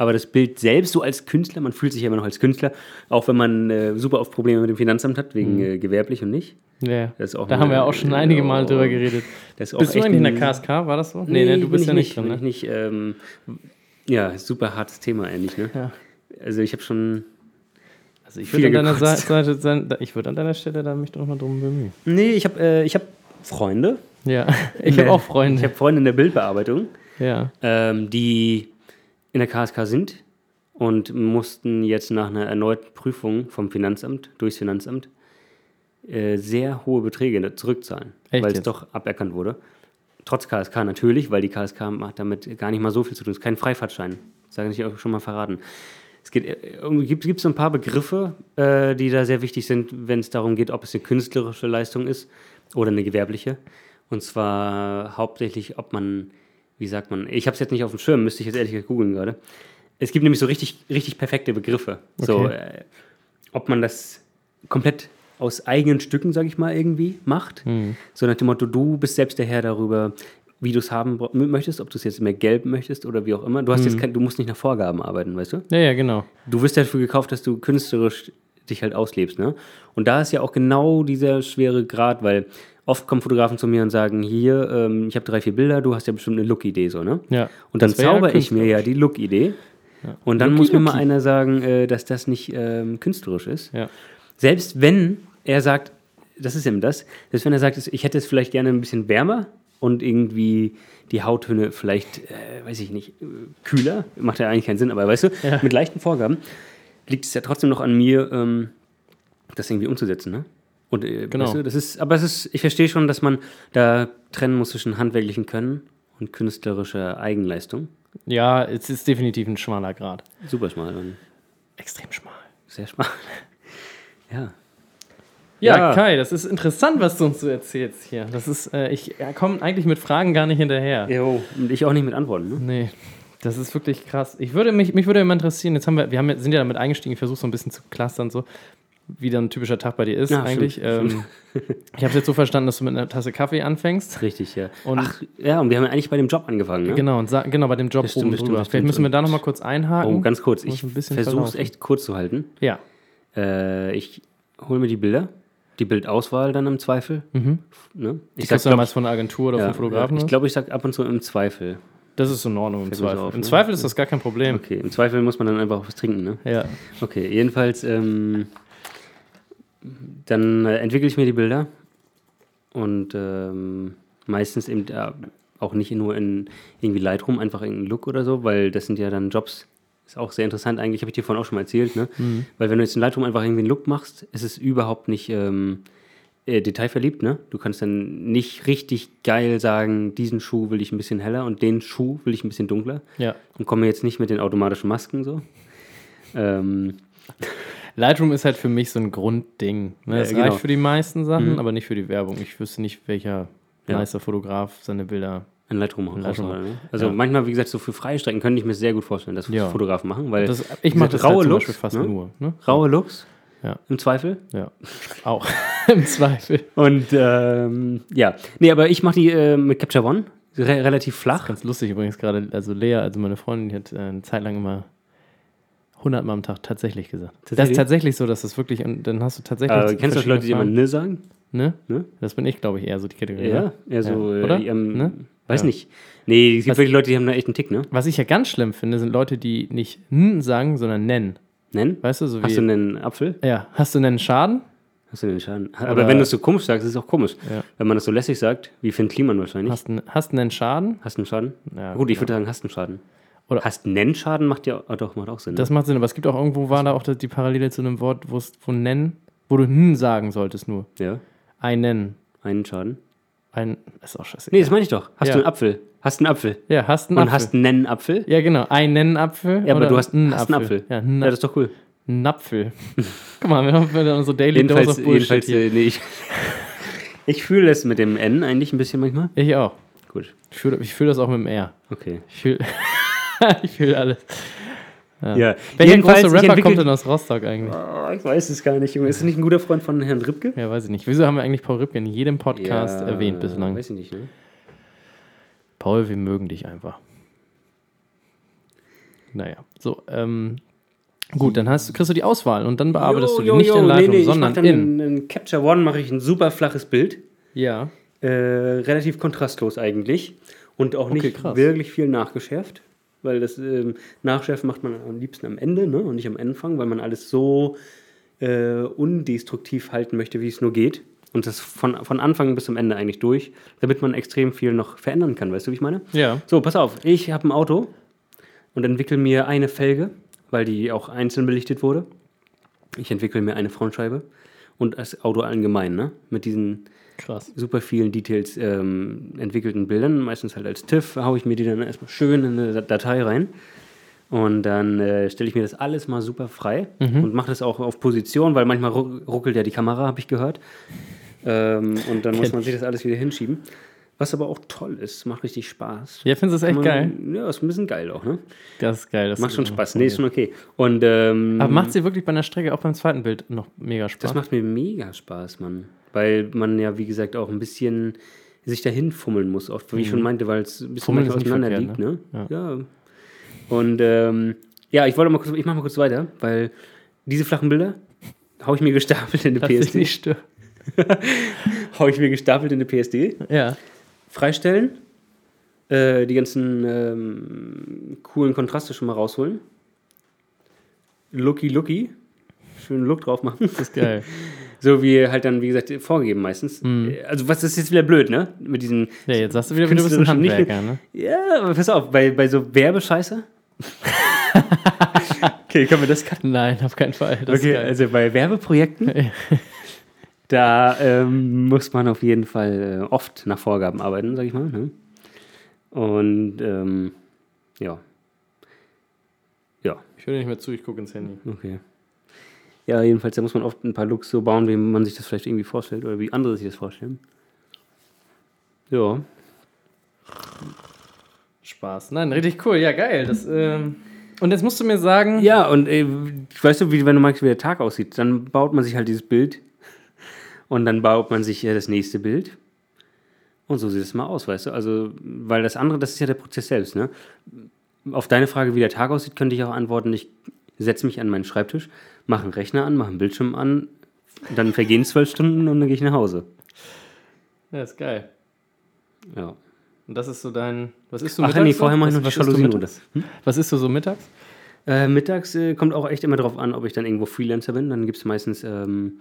[SPEAKER 3] Aber das Bild selbst, so als Künstler, man fühlt sich ja immer noch als Künstler, auch wenn man äh, super oft Probleme mit dem Finanzamt hat, wegen
[SPEAKER 2] Mhm.
[SPEAKER 3] äh, gewerblich und nicht.
[SPEAKER 2] Ja.
[SPEAKER 3] Das ist auch
[SPEAKER 2] da
[SPEAKER 3] eine-
[SPEAKER 2] haben wir auch schon einige Mal
[SPEAKER 3] Oh.
[SPEAKER 2] drüber geredet.
[SPEAKER 3] Das ist auch
[SPEAKER 2] Bist du
[SPEAKER 3] echt
[SPEAKER 2] eigentlich in der
[SPEAKER 3] ein-
[SPEAKER 2] KSK? War das so? Nee, nee, du
[SPEAKER 3] bin
[SPEAKER 2] bist
[SPEAKER 3] ich
[SPEAKER 2] ja nicht drin,
[SPEAKER 3] bin
[SPEAKER 2] ne?
[SPEAKER 3] Ich nicht, ähm, ja, super hartes Thema eigentlich. Ne?
[SPEAKER 2] Ja.
[SPEAKER 3] Also ich habe schon.
[SPEAKER 2] Also ich
[SPEAKER 3] Viele
[SPEAKER 2] würde an deiner
[SPEAKER 3] gekotzt.
[SPEAKER 2] Seite, sein, ich würde an deiner Stelle da mich doch mal drum bemühen.
[SPEAKER 3] Nee, ich habe äh, ich hab Freunde.
[SPEAKER 2] [LAUGHS] Ja, ich
[SPEAKER 3] Nee.
[SPEAKER 2] habe auch Freunde.
[SPEAKER 3] Ich habe Freunde in der Bildbearbeitung.
[SPEAKER 2] ja.
[SPEAKER 3] ähm, die in der KSK sind und mussten jetzt nach einer erneuten Prüfung vom Finanzamt, durchs Finanzamt, äh, sehr hohe Beträge ne, zurückzahlen,
[SPEAKER 2] Echt
[SPEAKER 3] weil es
[SPEAKER 2] jetzt?
[SPEAKER 3] doch aberkannt wurde. Trotz KSK natürlich, weil die KSK hat damit gar nicht mal so viel zu tun. Es ist kein Freifahrtschein. Das kann ich euch schon mal verraten. Es geht, äh, um- gibt, gibt so ein paar Begriffe, äh, die da sehr wichtig sind, wenn es darum geht, ob es eine künstlerische Leistung ist oder eine gewerbliche. Und zwar hauptsächlich, ob man, wie sagt man, ich habe es jetzt nicht auf dem Schirm, müsste ich jetzt ehrlich gesagt googeln gerade. Es gibt nämlich so richtig, richtig perfekte Begriffe. So,
[SPEAKER 2] Okay.
[SPEAKER 3] äh, ob man das komplett aus eigenen Stücken, sage ich mal, irgendwie macht. So nach dem Motto, du bist selbst der Herr darüber, wie du es haben bra- möchtest, ob du es jetzt mehr gelb möchtest oder wie auch immer. Du hast jetzt kein, du musst nicht nach Vorgaben arbeiten, weißt du?
[SPEAKER 2] ja, ja, genau.
[SPEAKER 3] du wirst dafür gekauft, dass du künstlerisch dich halt auslebst, ne? Und da ist ja auch genau dieser schwere Grad, weil oft kommen Fotografen zu mir und sagen, hier, ähm, ich habe drei, vier Bilder, du hast ja bestimmt eine Look-Idee, so, ne?
[SPEAKER 2] Ja.
[SPEAKER 3] Und dann
[SPEAKER 2] Das wär ja
[SPEAKER 3] zauber ich mir ja die Look-Idee. Und dann muss mir mal
[SPEAKER 2] Looky.
[SPEAKER 3] einer sagen, äh, dass das nicht ähm, künstlerisch ist.
[SPEAKER 2] Ja.
[SPEAKER 3] Selbst wenn er sagt, das ist eben das, selbst wenn er sagt, ich hätte es vielleicht gerne ein bisschen wärmer und irgendwie die Hauttöne vielleicht, äh, weiß ich nicht, äh, kühler, macht ja eigentlich keinen Sinn, aber weißt du,
[SPEAKER 2] Ja.
[SPEAKER 3] mit leichten Vorgaben liegt es ja trotzdem noch an mir, ähm, das irgendwie umzusetzen, ne? Und äh,
[SPEAKER 2] Genau.
[SPEAKER 3] weißt du, das ist, aber es ist, ich verstehe schon, dass man da trennen muss zwischen handwerklichen Können und künstlerischer Eigenleistung.
[SPEAKER 2] Ja, es ist definitiv ein schmaler Grad.
[SPEAKER 3] Super schmal und
[SPEAKER 2] Extrem schmal.
[SPEAKER 3] sehr schmal. [LAUGHS] ja.
[SPEAKER 2] Ja,
[SPEAKER 3] Ja.
[SPEAKER 2] Kai, das ist interessant, was du uns so erzählst hier. Das ist, äh, ich ja, komme eigentlich mit Fragen gar nicht hinterher.
[SPEAKER 3] Jo. Und ich auch nicht mit Antworten, ne?
[SPEAKER 2] Nee, das ist wirklich krass. Ich würde mich, mich würde immer interessieren, jetzt haben wir, wir haben, jetzt- sind ja damit eingestiegen, ich versuche so ein bisschen zu clustern, so wie dann ein typischer Tag bei dir ist
[SPEAKER 3] Ja,
[SPEAKER 2] eigentlich.
[SPEAKER 3] stimmt, [LAUGHS]
[SPEAKER 2] Ähm, ich habe es jetzt so verstanden, dass du mit einer Tasse Kaffee anfängst.
[SPEAKER 3] Richtig, ja.
[SPEAKER 2] Und-
[SPEAKER 3] Ach, ja, und wir haben ja eigentlich bei dem Job angefangen, ne?
[SPEAKER 2] Genau, und sa- genau, bei dem Job
[SPEAKER 3] Das stimmt,
[SPEAKER 2] oben
[SPEAKER 3] das stimmt,
[SPEAKER 2] drüber.
[SPEAKER 3] das
[SPEAKER 2] Vielleicht
[SPEAKER 3] stimmt.
[SPEAKER 2] müssen wir da nochmal kurz einhaken.
[SPEAKER 3] Oh, ganz kurz.
[SPEAKER 2] Muss
[SPEAKER 3] Ich
[SPEAKER 2] ein bisschen
[SPEAKER 3] versuche es
[SPEAKER 2] verlaufen.
[SPEAKER 3] echt kurz zu halten.
[SPEAKER 2] Ja.
[SPEAKER 3] Äh, ich hole mir die Bilder, die Bildauswahl dann im Zweifel. Ne? Ich
[SPEAKER 2] Ich kriegst Mhm. du
[SPEAKER 3] glaub-
[SPEAKER 2] damals von einer Agentur oder
[SPEAKER 3] ja,
[SPEAKER 2] vom Fotografen.
[SPEAKER 3] ja,
[SPEAKER 2] ne?
[SPEAKER 3] ich glaube, ich sage ab und zu im Zweifel.
[SPEAKER 2] das ist in Ordnung im
[SPEAKER 3] Fällt mir so
[SPEAKER 2] Zweifel.
[SPEAKER 3] auf,
[SPEAKER 2] Im
[SPEAKER 3] ne?
[SPEAKER 2] Zweifel ist das gar kein Problem.
[SPEAKER 3] Okay, im Zweifel muss man dann einfach auch was trinken, ne?
[SPEAKER 2] Ja.
[SPEAKER 3] Okay, jedenfalls, ähm, dann äh, entwickle ich mir die Bilder und ähm, meistens eben äh, auch nicht nur in irgendwie Lightroom, einfach irgendeinen Look oder so, weil das sind ja dann Jobs, ist auch sehr interessant eigentlich, habe ich dir vorhin auch schon mal erzählt, ne? Weil wenn du jetzt in Lightroom einfach irgendwie einen Look machst, ist es überhaupt nicht ähm, äh, detailverliebt, ne? Du kannst dann nicht richtig geil sagen, diesen Schuh will ich ein bisschen heller und den Schuh will ich ein bisschen dunkler
[SPEAKER 2] ja.
[SPEAKER 3] und komme jetzt nicht mit den automatischen Masken so. Ähm,
[SPEAKER 2] Lightroom ist halt für mich so ein Grundding. Ne?
[SPEAKER 3] Ja,
[SPEAKER 2] Das
[SPEAKER 3] genau. Mhm.
[SPEAKER 2] reicht für die meisten Sachen, aber nicht für die Werbung. Ich wüsste nicht, welcher
[SPEAKER 3] Ja.
[SPEAKER 2] nicer Fotograf seine Bilder.
[SPEAKER 3] Ein Lightroom auch.
[SPEAKER 2] Lightroom.
[SPEAKER 3] Auswahl, ne? Also
[SPEAKER 2] Ja.
[SPEAKER 3] manchmal, wie gesagt, so für Freistrecken könnte ich mir sehr gut vorstellen, dass
[SPEAKER 2] Ja.
[SPEAKER 3] Fotografen machen, weil
[SPEAKER 2] Das, ich mache
[SPEAKER 3] Äh, diese
[SPEAKER 2] das raue halt zum
[SPEAKER 3] Looks,
[SPEAKER 2] Beispiel fast
[SPEAKER 3] ne?
[SPEAKER 2] nur. Ne?
[SPEAKER 3] raue Looks
[SPEAKER 2] Ja.
[SPEAKER 3] im Zweifel.
[SPEAKER 2] Ja. Auch. [LAUGHS] Im Zweifel.
[SPEAKER 3] Und ähm, ja, nee, aber ich mache die äh, mit Capture One re relativ flach. Äh,
[SPEAKER 2] Ganz lustig übrigens gerade. Also Lea, also meine Freundin, die hat äh, eine Zeit lang immer 100 Mal am Tag tatsächlich gesagt. Das ist
[SPEAKER 3] Tatsächlich?
[SPEAKER 2] tatsächlich so, dass das wirklich. Und dann hast du tatsächlich.
[SPEAKER 3] Äh, kennst du das Leute, die immer
[SPEAKER 2] verschiedene
[SPEAKER 3] ne sagen?
[SPEAKER 2] Fragen. ne?
[SPEAKER 3] Ne?
[SPEAKER 2] Das bin ich, glaube ich, eher so die Kategorie.
[SPEAKER 3] Ja,
[SPEAKER 2] ne?
[SPEAKER 3] eher so.
[SPEAKER 2] Ja.
[SPEAKER 3] äh,
[SPEAKER 2] Oder?
[SPEAKER 3] die, ähm,
[SPEAKER 2] Ne?
[SPEAKER 3] Weiß
[SPEAKER 2] Ja.
[SPEAKER 3] nicht. Nee, es gibt
[SPEAKER 2] Was-
[SPEAKER 3] wirklich Leute, die haben da echt einen Tick, ne?
[SPEAKER 2] Was ich ja ganz schlimm finde, sind Leute, die nicht hm sagen, sondern nennen.
[SPEAKER 3] Nennen?
[SPEAKER 2] Weißt du, so wie.
[SPEAKER 3] Hast du ne- einen Apfel?
[SPEAKER 2] ja, hast du einen Schaden?
[SPEAKER 3] Hast du einen Schaden? Aber
[SPEAKER 2] Oder-
[SPEAKER 3] wenn du es so komisch sagst, ist es auch komisch.
[SPEAKER 2] Ja.
[SPEAKER 3] Wenn man das so lässig sagt, wie Finn Kliman wahrscheinlich.
[SPEAKER 2] Hast du hast du einen Schaden?
[SPEAKER 3] Hast du einen Schaden?
[SPEAKER 2] Ja,
[SPEAKER 3] Gut, ich würde sagen, hast einen Schaden.
[SPEAKER 2] Oder-
[SPEAKER 3] hast einen Schaden macht ja ah, doch, macht auch Sinn. ne?
[SPEAKER 2] Das macht Sinn, aber es gibt auch irgendwo, war da auch die Parallele zu einem Wort, wo's- wo nennen, wo du hm sagen solltest nur.
[SPEAKER 3] ja,
[SPEAKER 2] Einen.
[SPEAKER 3] einen Schaden.
[SPEAKER 2] Ein, ist auch scheiße.
[SPEAKER 3] Nee, das meine ich doch. Hast
[SPEAKER 2] Ja.
[SPEAKER 3] du einen Apfel? Hast einen Apfel?
[SPEAKER 2] Ja, hast einen
[SPEAKER 3] Und
[SPEAKER 2] Apfel.
[SPEAKER 3] hast einen Apfel?
[SPEAKER 2] ja, genau. Einen Apfel.
[SPEAKER 3] Ja, aber
[SPEAKER 2] oder
[SPEAKER 3] du hast,
[SPEAKER 2] einen
[SPEAKER 3] hast einen Apfel.
[SPEAKER 2] Ja,
[SPEAKER 3] ja,
[SPEAKER 2] einen
[SPEAKER 3] das ist doch cool.
[SPEAKER 2] Napfel. [LAUGHS] Guck mal, wir haben wieder unsere Daily
[SPEAKER 3] Jedenfalls,
[SPEAKER 2] Dose of Bullshit
[SPEAKER 3] jedenfalls
[SPEAKER 2] hier.
[SPEAKER 3] äh, nee, ich, [LAUGHS] ich fühle es mit dem N eigentlich ein bisschen manchmal.
[SPEAKER 2] Ich auch.
[SPEAKER 3] Gut,
[SPEAKER 2] Ich fühle ich fühl das auch mit dem R.
[SPEAKER 3] okay.
[SPEAKER 2] Ich fühle [LAUGHS] ich fühl alles.
[SPEAKER 3] Ja.
[SPEAKER 2] Welcher
[SPEAKER 3] jedenfalls,
[SPEAKER 2] große
[SPEAKER 3] ich
[SPEAKER 2] Rapper kommt
[SPEAKER 3] entwickelt-
[SPEAKER 2] denn aus Rostock eigentlich?
[SPEAKER 3] Oh, ich weiß es gar nicht, Junge. Ist das nicht ein guter Freund von Herrn Ripke?
[SPEAKER 2] Ja, weiß ich nicht. Wieso haben wir eigentlich Paul Ripke in jedem Podcast erwähnt bislang?
[SPEAKER 3] Weiß ich nicht, ne?
[SPEAKER 2] Paul, wir mögen dich einfach. Naja, so, ähm, gut, dann hast, kriegst du die Auswahl und dann bearbeitest
[SPEAKER 3] Jo,
[SPEAKER 2] du die
[SPEAKER 3] jo,
[SPEAKER 2] nicht
[SPEAKER 3] jo,
[SPEAKER 2] in Lightroom, sondern
[SPEAKER 3] ich mach dann
[SPEAKER 2] in.
[SPEAKER 3] in, in Capture One mache ich ein super flaches Bild.
[SPEAKER 2] Ja,
[SPEAKER 3] Äh, relativ kontrastlos eigentlich. Und auch nicht
[SPEAKER 2] krass.
[SPEAKER 3] wirklich viel nachgeschärft. Weil das ähm, Nachschärfen macht man am liebsten am Ende ne? und nicht am Anfang, weil man alles so äh, undestruktiv halten möchte, wie es nur geht. Und das von, von Anfang bis zum Ende eigentlich durch, damit man extrem viel noch verändern kann. Weißt du, wie ich meine?
[SPEAKER 2] ja,
[SPEAKER 3] So, pass auf. Ich habe ein Auto und entwickle mir eine Felge, weil die auch einzeln belichtet wurde. Ich entwickle mir eine Frontscheibe und das Auto allgemein, ne? Mit diesen
[SPEAKER 2] krass.
[SPEAKER 3] super vielen Details ähm, entwickelten Bildern, meistens halt als TIFF, haue ich mir die dann erstmal schön in eine Datei rein. Und dann äh, stelle ich mir das alles mal super frei und mache das auch auf Position, weil manchmal ruck, ruckelt ja die Kamera, habe ich gehört. Ähm, und dann muss man sich das alles wieder hinschieben. Was aber auch toll ist, macht richtig Spaß.
[SPEAKER 2] Ja, findest du das echt
[SPEAKER 3] Man-
[SPEAKER 2] geil?
[SPEAKER 3] Ja, ist ein bisschen geil auch, ne?
[SPEAKER 2] Das ist geil. Das
[SPEAKER 3] Macht schon Spaß. Nee, ist schon okay. Und
[SPEAKER 2] Aber
[SPEAKER 3] ähm,
[SPEAKER 2] macht dir wirklich bei einer Strecke auch beim zweiten Bild noch mega Spaß?
[SPEAKER 3] das macht mir mega Spaß, Mann. Weil man ja, wie gesagt, auch ein bisschen sich dahin fummeln muss, oft, wie ich schon meinte, weil es ein bisschen
[SPEAKER 2] Mhm. Fummeln
[SPEAKER 3] manchmal
[SPEAKER 2] ist nicht
[SPEAKER 3] auseinander liegt,
[SPEAKER 2] verkehrt,
[SPEAKER 3] ne? Ja. Und ähm, ja, ich wollte mal kurz, ich mach mal kurz weiter, weil diese flachen Bilder hau ich mir gestapelt in eine
[SPEAKER 2] Lass dich
[SPEAKER 3] PSD.
[SPEAKER 2] nicht stören.
[SPEAKER 3] Hau ich mir gestapelt in eine PSD.
[SPEAKER 2] Ja,
[SPEAKER 3] Freistellen. Äh, die ganzen ähm, coolen Kontraste schon mal rausholen. Looky looky. Schönen Look drauf machen.
[SPEAKER 2] das ist geil.
[SPEAKER 3] [LAUGHS] So wie halt dann, wie gesagt, vorgegeben meistens. Also was ist jetzt wieder blöd, ne? Mit diesen.
[SPEAKER 2] Ja, jetzt hast du wieder, wieder ein bisschen
[SPEAKER 3] Künstlerischen nicht-
[SPEAKER 2] Handwerker, ne?
[SPEAKER 3] Ja, aber pass auf, bei, bei so Werbescheiße. [LAUGHS] okay, können wir das cutten?
[SPEAKER 2] Nein, auf keinen Fall. Das
[SPEAKER 3] Okay,
[SPEAKER 2] ist geil.
[SPEAKER 3] also bei Werbeprojekten, [LAUGHS] da ähm, muss man auf jeden Fall äh, oft nach Vorgaben arbeiten, sag ich mal. Ne? Und ähm, ja. Ja.
[SPEAKER 2] ich höre dir nicht mehr zu, ich gucke ins Handy.
[SPEAKER 3] Okay. Ja, jedenfalls, da muss man oft ein paar Looks so bauen, wie man sich das vielleicht irgendwie vorstellt oder wie andere sich das vorstellen. Ja.
[SPEAKER 2] Spaß. Nein, richtig cool. Ja, geil. Das, ähm, und jetzt musst du mir sagen,
[SPEAKER 3] Ja, und äh, weißt du, wie, wenn du magst, wie der Tag aussieht, dann baut man sich halt dieses Bild und dann baut man sich äh, das nächste Bild. Und so sieht es mal aus, weißt du? Also, weil das andere, das ist ja der Prozess selbst, ne? Auf deine Frage, wie der Tag aussieht, könnte ich auch antworten, ich setze mich an meinen Schreibtisch, mache einen Rechner an, mache einen Bildschirm an, dann vergehen zwölf Stunden und dann gehe ich nach Hause.
[SPEAKER 2] ja, ist geil.
[SPEAKER 3] Ja.
[SPEAKER 2] Und das ist so dein. Was ist so
[SPEAKER 3] Ach
[SPEAKER 2] mittags?
[SPEAKER 3] nee, vorher mache ich
[SPEAKER 2] Was-
[SPEAKER 3] noch die
[SPEAKER 2] was isst du
[SPEAKER 3] Jalousien runter.
[SPEAKER 2] mittags? Was ist du so mittags?
[SPEAKER 3] Äh, mittags äh, kommt auch echt immer darauf an, ob ich dann irgendwo Freelancer bin. Dann gibt es meistens ähm,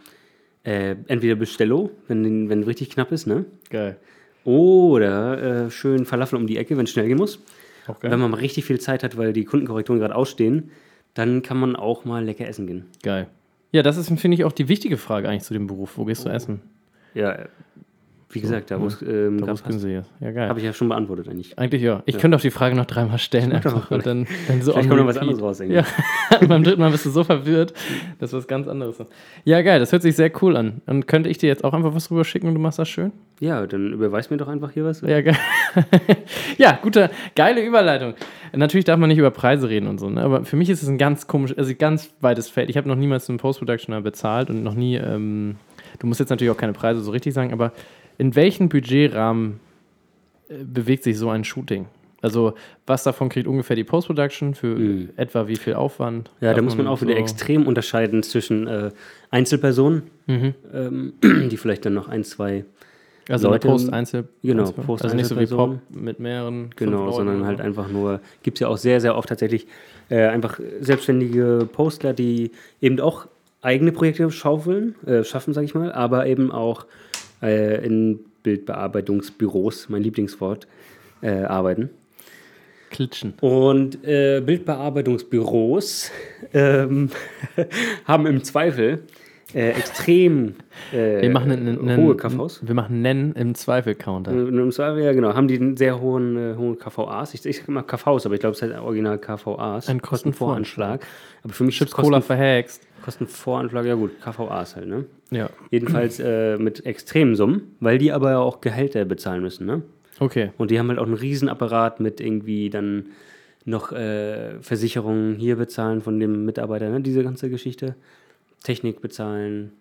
[SPEAKER 3] äh, entweder Bestello, wenn wenn richtig knapp ist, ne?
[SPEAKER 2] Geil.
[SPEAKER 3] Oder äh, schön Falafel um die Ecke, wenn es schnell gehen muss.
[SPEAKER 2] Auch
[SPEAKER 3] Wenn man mal richtig viel Zeit hat, weil die Kundenkorrekturen gerade ausstehen, dann kann man auch mal lecker essen gehen.
[SPEAKER 2] Geil. Ja, das ist, finde ich, auch die wichtige Frage eigentlich zu dem Beruf. Wo gehst
[SPEAKER 3] Oh,
[SPEAKER 2] du essen?
[SPEAKER 3] Ja, äh, wie gesagt, da wo es ähm,
[SPEAKER 2] Da wo
[SPEAKER 3] gerade
[SPEAKER 2] es günstig ist. Ja, geil.
[SPEAKER 3] habe ich ja schon beantwortet eigentlich.
[SPEAKER 2] eigentlich ja. Ich könnte auch die Frage noch dreimal stellen einfach und dann, dann so
[SPEAKER 3] Vielleicht
[SPEAKER 2] on
[SPEAKER 3] kommt noch was
[SPEAKER 2] repeat.
[SPEAKER 3] anderes raus. irgendwie.
[SPEAKER 2] Ja, [LAUGHS] beim dritten Mal bist du so verwirrt, dass was ganz anderes ist. Ja, geil, das hört sich sehr cool an. Und könnte ich dir jetzt auch einfach was rüber schicken und du machst das schön?
[SPEAKER 3] ja, dann überweis mir doch einfach hier was.
[SPEAKER 2] Ja, geil. [LAUGHS] ja, gute, geile Überleitung. Natürlich darf man nicht über Preise reden und so, ne? aber für mich ist es ein ganz komisch, also ein ganz weites Feld. Ich habe noch niemals einen Post-Productioner bezahlt und noch nie, ähm, du musst jetzt natürlich auch keine Preise so richtig sagen, aber in welchen Budgetrahmen äh, bewegt sich so ein Shooting? Also, was davon kriegt ungefähr die Post-Production für etwa wie viel Aufwand?
[SPEAKER 3] Hm. Ja, da
[SPEAKER 2] Darf
[SPEAKER 3] muss man auch wieder
[SPEAKER 2] so-
[SPEAKER 3] extrem
[SPEAKER 2] Mhm.
[SPEAKER 3] unterscheiden zwischen äh, Einzelpersonen, ähm, die vielleicht dann noch ein, zwei
[SPEAKER 2] Also eine
[SPEAKER 3] Leute-
[SPEAKER 2] Post einzel.
[SPEAKER 3] Genau,
[SPEAKER 2] einzel
[SPEAKER 3] Post
[SPEAKER 2] also nicht so wie Pop
[SPEAKER 3] Einzelperson.
[SPEAKER 2] mit mehreren. fünf
[SPEAKER 3] Genau,
[SPEAKER 2] Leuten
[SPEAKER 3] sondern
[SPEAKER 2] oder
[SPEAKER 3] halt
[SPEAKER 2] so.
[SPEAKER 3] einfach nur, gibt es ja auch sehr, sehr oft tatsächlich äh, einfach selbstständige Postler, die eben auch eigene Projekte schaufeln, äh, schaffen, sag ich mal, aber eben auch äh, in Bildbearbeitungsbüros, mein Lieblingswort, äh, arbeiten.
[SPEAKER 2] klitschen.
[SPEAKER 3] Und äh, Bildbearbeitungsbüros [LAUGHS] ähm, haben im Zweifel äh, extrem äh,
[SPEAKER 2] Wir machen einen, einen,
[SPEAKER 3] hohe KVs.
[SPEAKER 2] Wir machen nennen im Zweifel Counter.
[SPEAKER 3] Äh, Im Zweifel, ja genau, haben die einen sehr hohen, äh, hohen KVAs. Ich, ich sag immer KVs, aber ich glaube, es ist halt original KVAs.
[SPEAKER 2] Ein
[SPEAKER 3] Kostenvoranschlag. Aber für mich
[SPEAKER 2] Chips
[SPEAKER 3] Chips
[SPEAKER 2] Cola verhext.
[SPEAKER 3] Kostenvoranschlag, ja gut, KVAs halt, ne?
[SPEAKER 2] Ja,
[SPEAKER 3] Jedenfalls äh, mit extremen Summen, weil die aber ja auch Gehälter bezahlen müssen, ne?
[SPEAKER 2] okay.
[SPEAKER 3] Und die haben halt auch einen Riesenapparat mit irgendwie dann noch äh, Versicherungen hier bezahlen von dem Mitarbeiter, ne? diese ganze Geschichte. Technik bezahlen.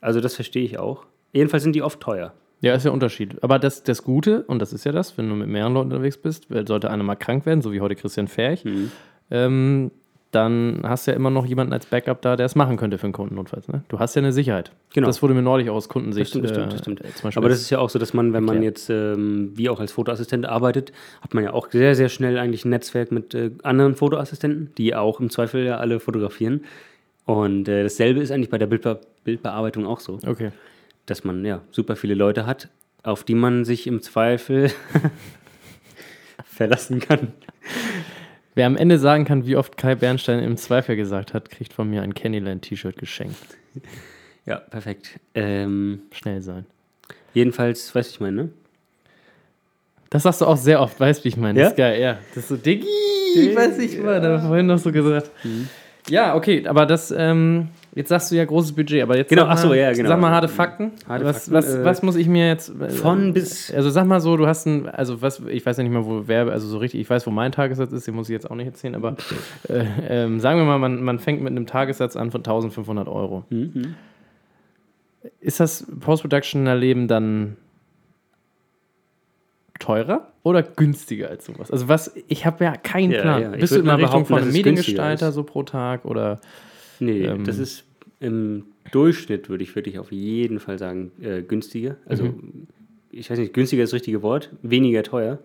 [SPEAKER 3] Also das verstehe ich auch. Jedenfalls sind die oft teuer.
[SPEAKER 2] Ja, ist ja Unterschied. Aber das, das Gute, und das ist ja das, wenn du mit mehreren Leuten unterwegs bist, weil sollte einer mal krank werden, so wie heute Christian Ferch,
[SPEAKER 3] Mhm.
[SPEAKER 2] ähm, dann hast du ja immer noch jemanden als Backup da, der es machen könnte für einen Kunden notfalls. Ne? Du hast ja eine Sicherheit.
[SPEAKER 3] Genau.
[SPEAKER 2] Das wurde mir neulich aus Kundensicht.
[SPEAKER 3] Das stimmt, das stimmt, das
[SPEAKER 2] äh,
[SPEAKER 3] stimmt.
[SPEAKER 2] Zum Beispiel
[SPEAKER 3] Aber das ist ja auch so, dass man, wenn man
[SPEAKER 2] Okay.
[SPEAKER 3] jetzt ähm, wie auch als Fotoassistent arbeitet, hat man ja auch sehr, sehr schnell eigentlich ein Netzwerk mit äh, anderen Fotoassistenten, die auch im Zweifel ja alle fotografieren. Und äh, dasselbe ist eigentlich bei der Bildbe Bildbearbeitung auch so.
[SPEAKER 2] okay.
[SPEAKER 3] dass man ja super viele Leute hat, auf die man sich im Zweifel [LAUGHS] verlassen kann.
[SPEAKER 2] Wer am Ende sagen kann, wie oft Kai Bernstein im Zweifel gesagt hat, kriegt von mir ein Candyland-T-Shirt geschenkt.
[SPEAKER 3] Ja, perfekt. Ähm,
[SPEAKER 2] Schnell sein.
[SPEAKER 3] jedenfalls, weiß ich meine, ne?
[SPEAKER 2] Das sagst du auch sehr oft, weißt du, wie ich meine?
[SPEAKER 3] Ja?
[SPEAKER 2] Das ist geil, ja. Das ist so Diggi, weiß ich mal, da haben vorhin noch so gesagt. Ja, okay, aber das, ähm, jetzt sagst du ja großes Budget, aber jetzt
[SPEAKER 3] Genau,
[SPEAKER 2] sag mal,
[SPEAKER 3] ach so, ja, genau.
[SPEAKER 2] sag mal harte Fakten.
[SPEAKER 3] Harte
[SPEAKER 2] was,
[SPEAKER 3] Fakten,
[SPEAKER 2] was,
[SPEAKER 3] äh,
[SPEAKER 2] was muss ich mir jetzt.
[SPEAKER 3] von bis-
[SPEAKER 2] Also sag mal so, du hast ein, also was, ich weiß ja nicht mal, wo Werbe, also so richtig, ich weiß, wo mein Tagessatz ist, den muss ich jetzt auch nicht erzählen, aber äh, ähm, sagen wir mal, man, man fängt mit einem Tagessatz an von 1500 Euro.
[SPEAKER 3] Hm?
[SPEAKER 2] Ist das Post-Production-Erleben dann teurer oder günstiger als sowas? Also was, ich habe ja keinen
[SPEAKER 3] Ja,
[SPEAKER 2] Plan.
[SPEAKER 3] ja, ich
[SPEAKER 2] Bist du
[SPEAKER 3] würd
[SPEAKER 2] in der
[SPEAKER 3] mal
[SPEAKER 2] Richtung
[SPEAKER 3] behaupten,
[SPEAKER 2] von
[SPEAKER 3] dass
[SPEAKER 2] einem
[SPEAKER 3] es günstiger
[SPEAKER 2] Mediengestalter
[SPEAKER 3] ist.
[SPEAKER 2] so pro Tag oder
[SPEAKER 3] Nee, das ist im Durchschnitt, würde ich wirklich auf jeden Fall sagen, äh, günstiger. Also, ich weiß nicht, günstiger ist das richtige Wort, weniger teuer.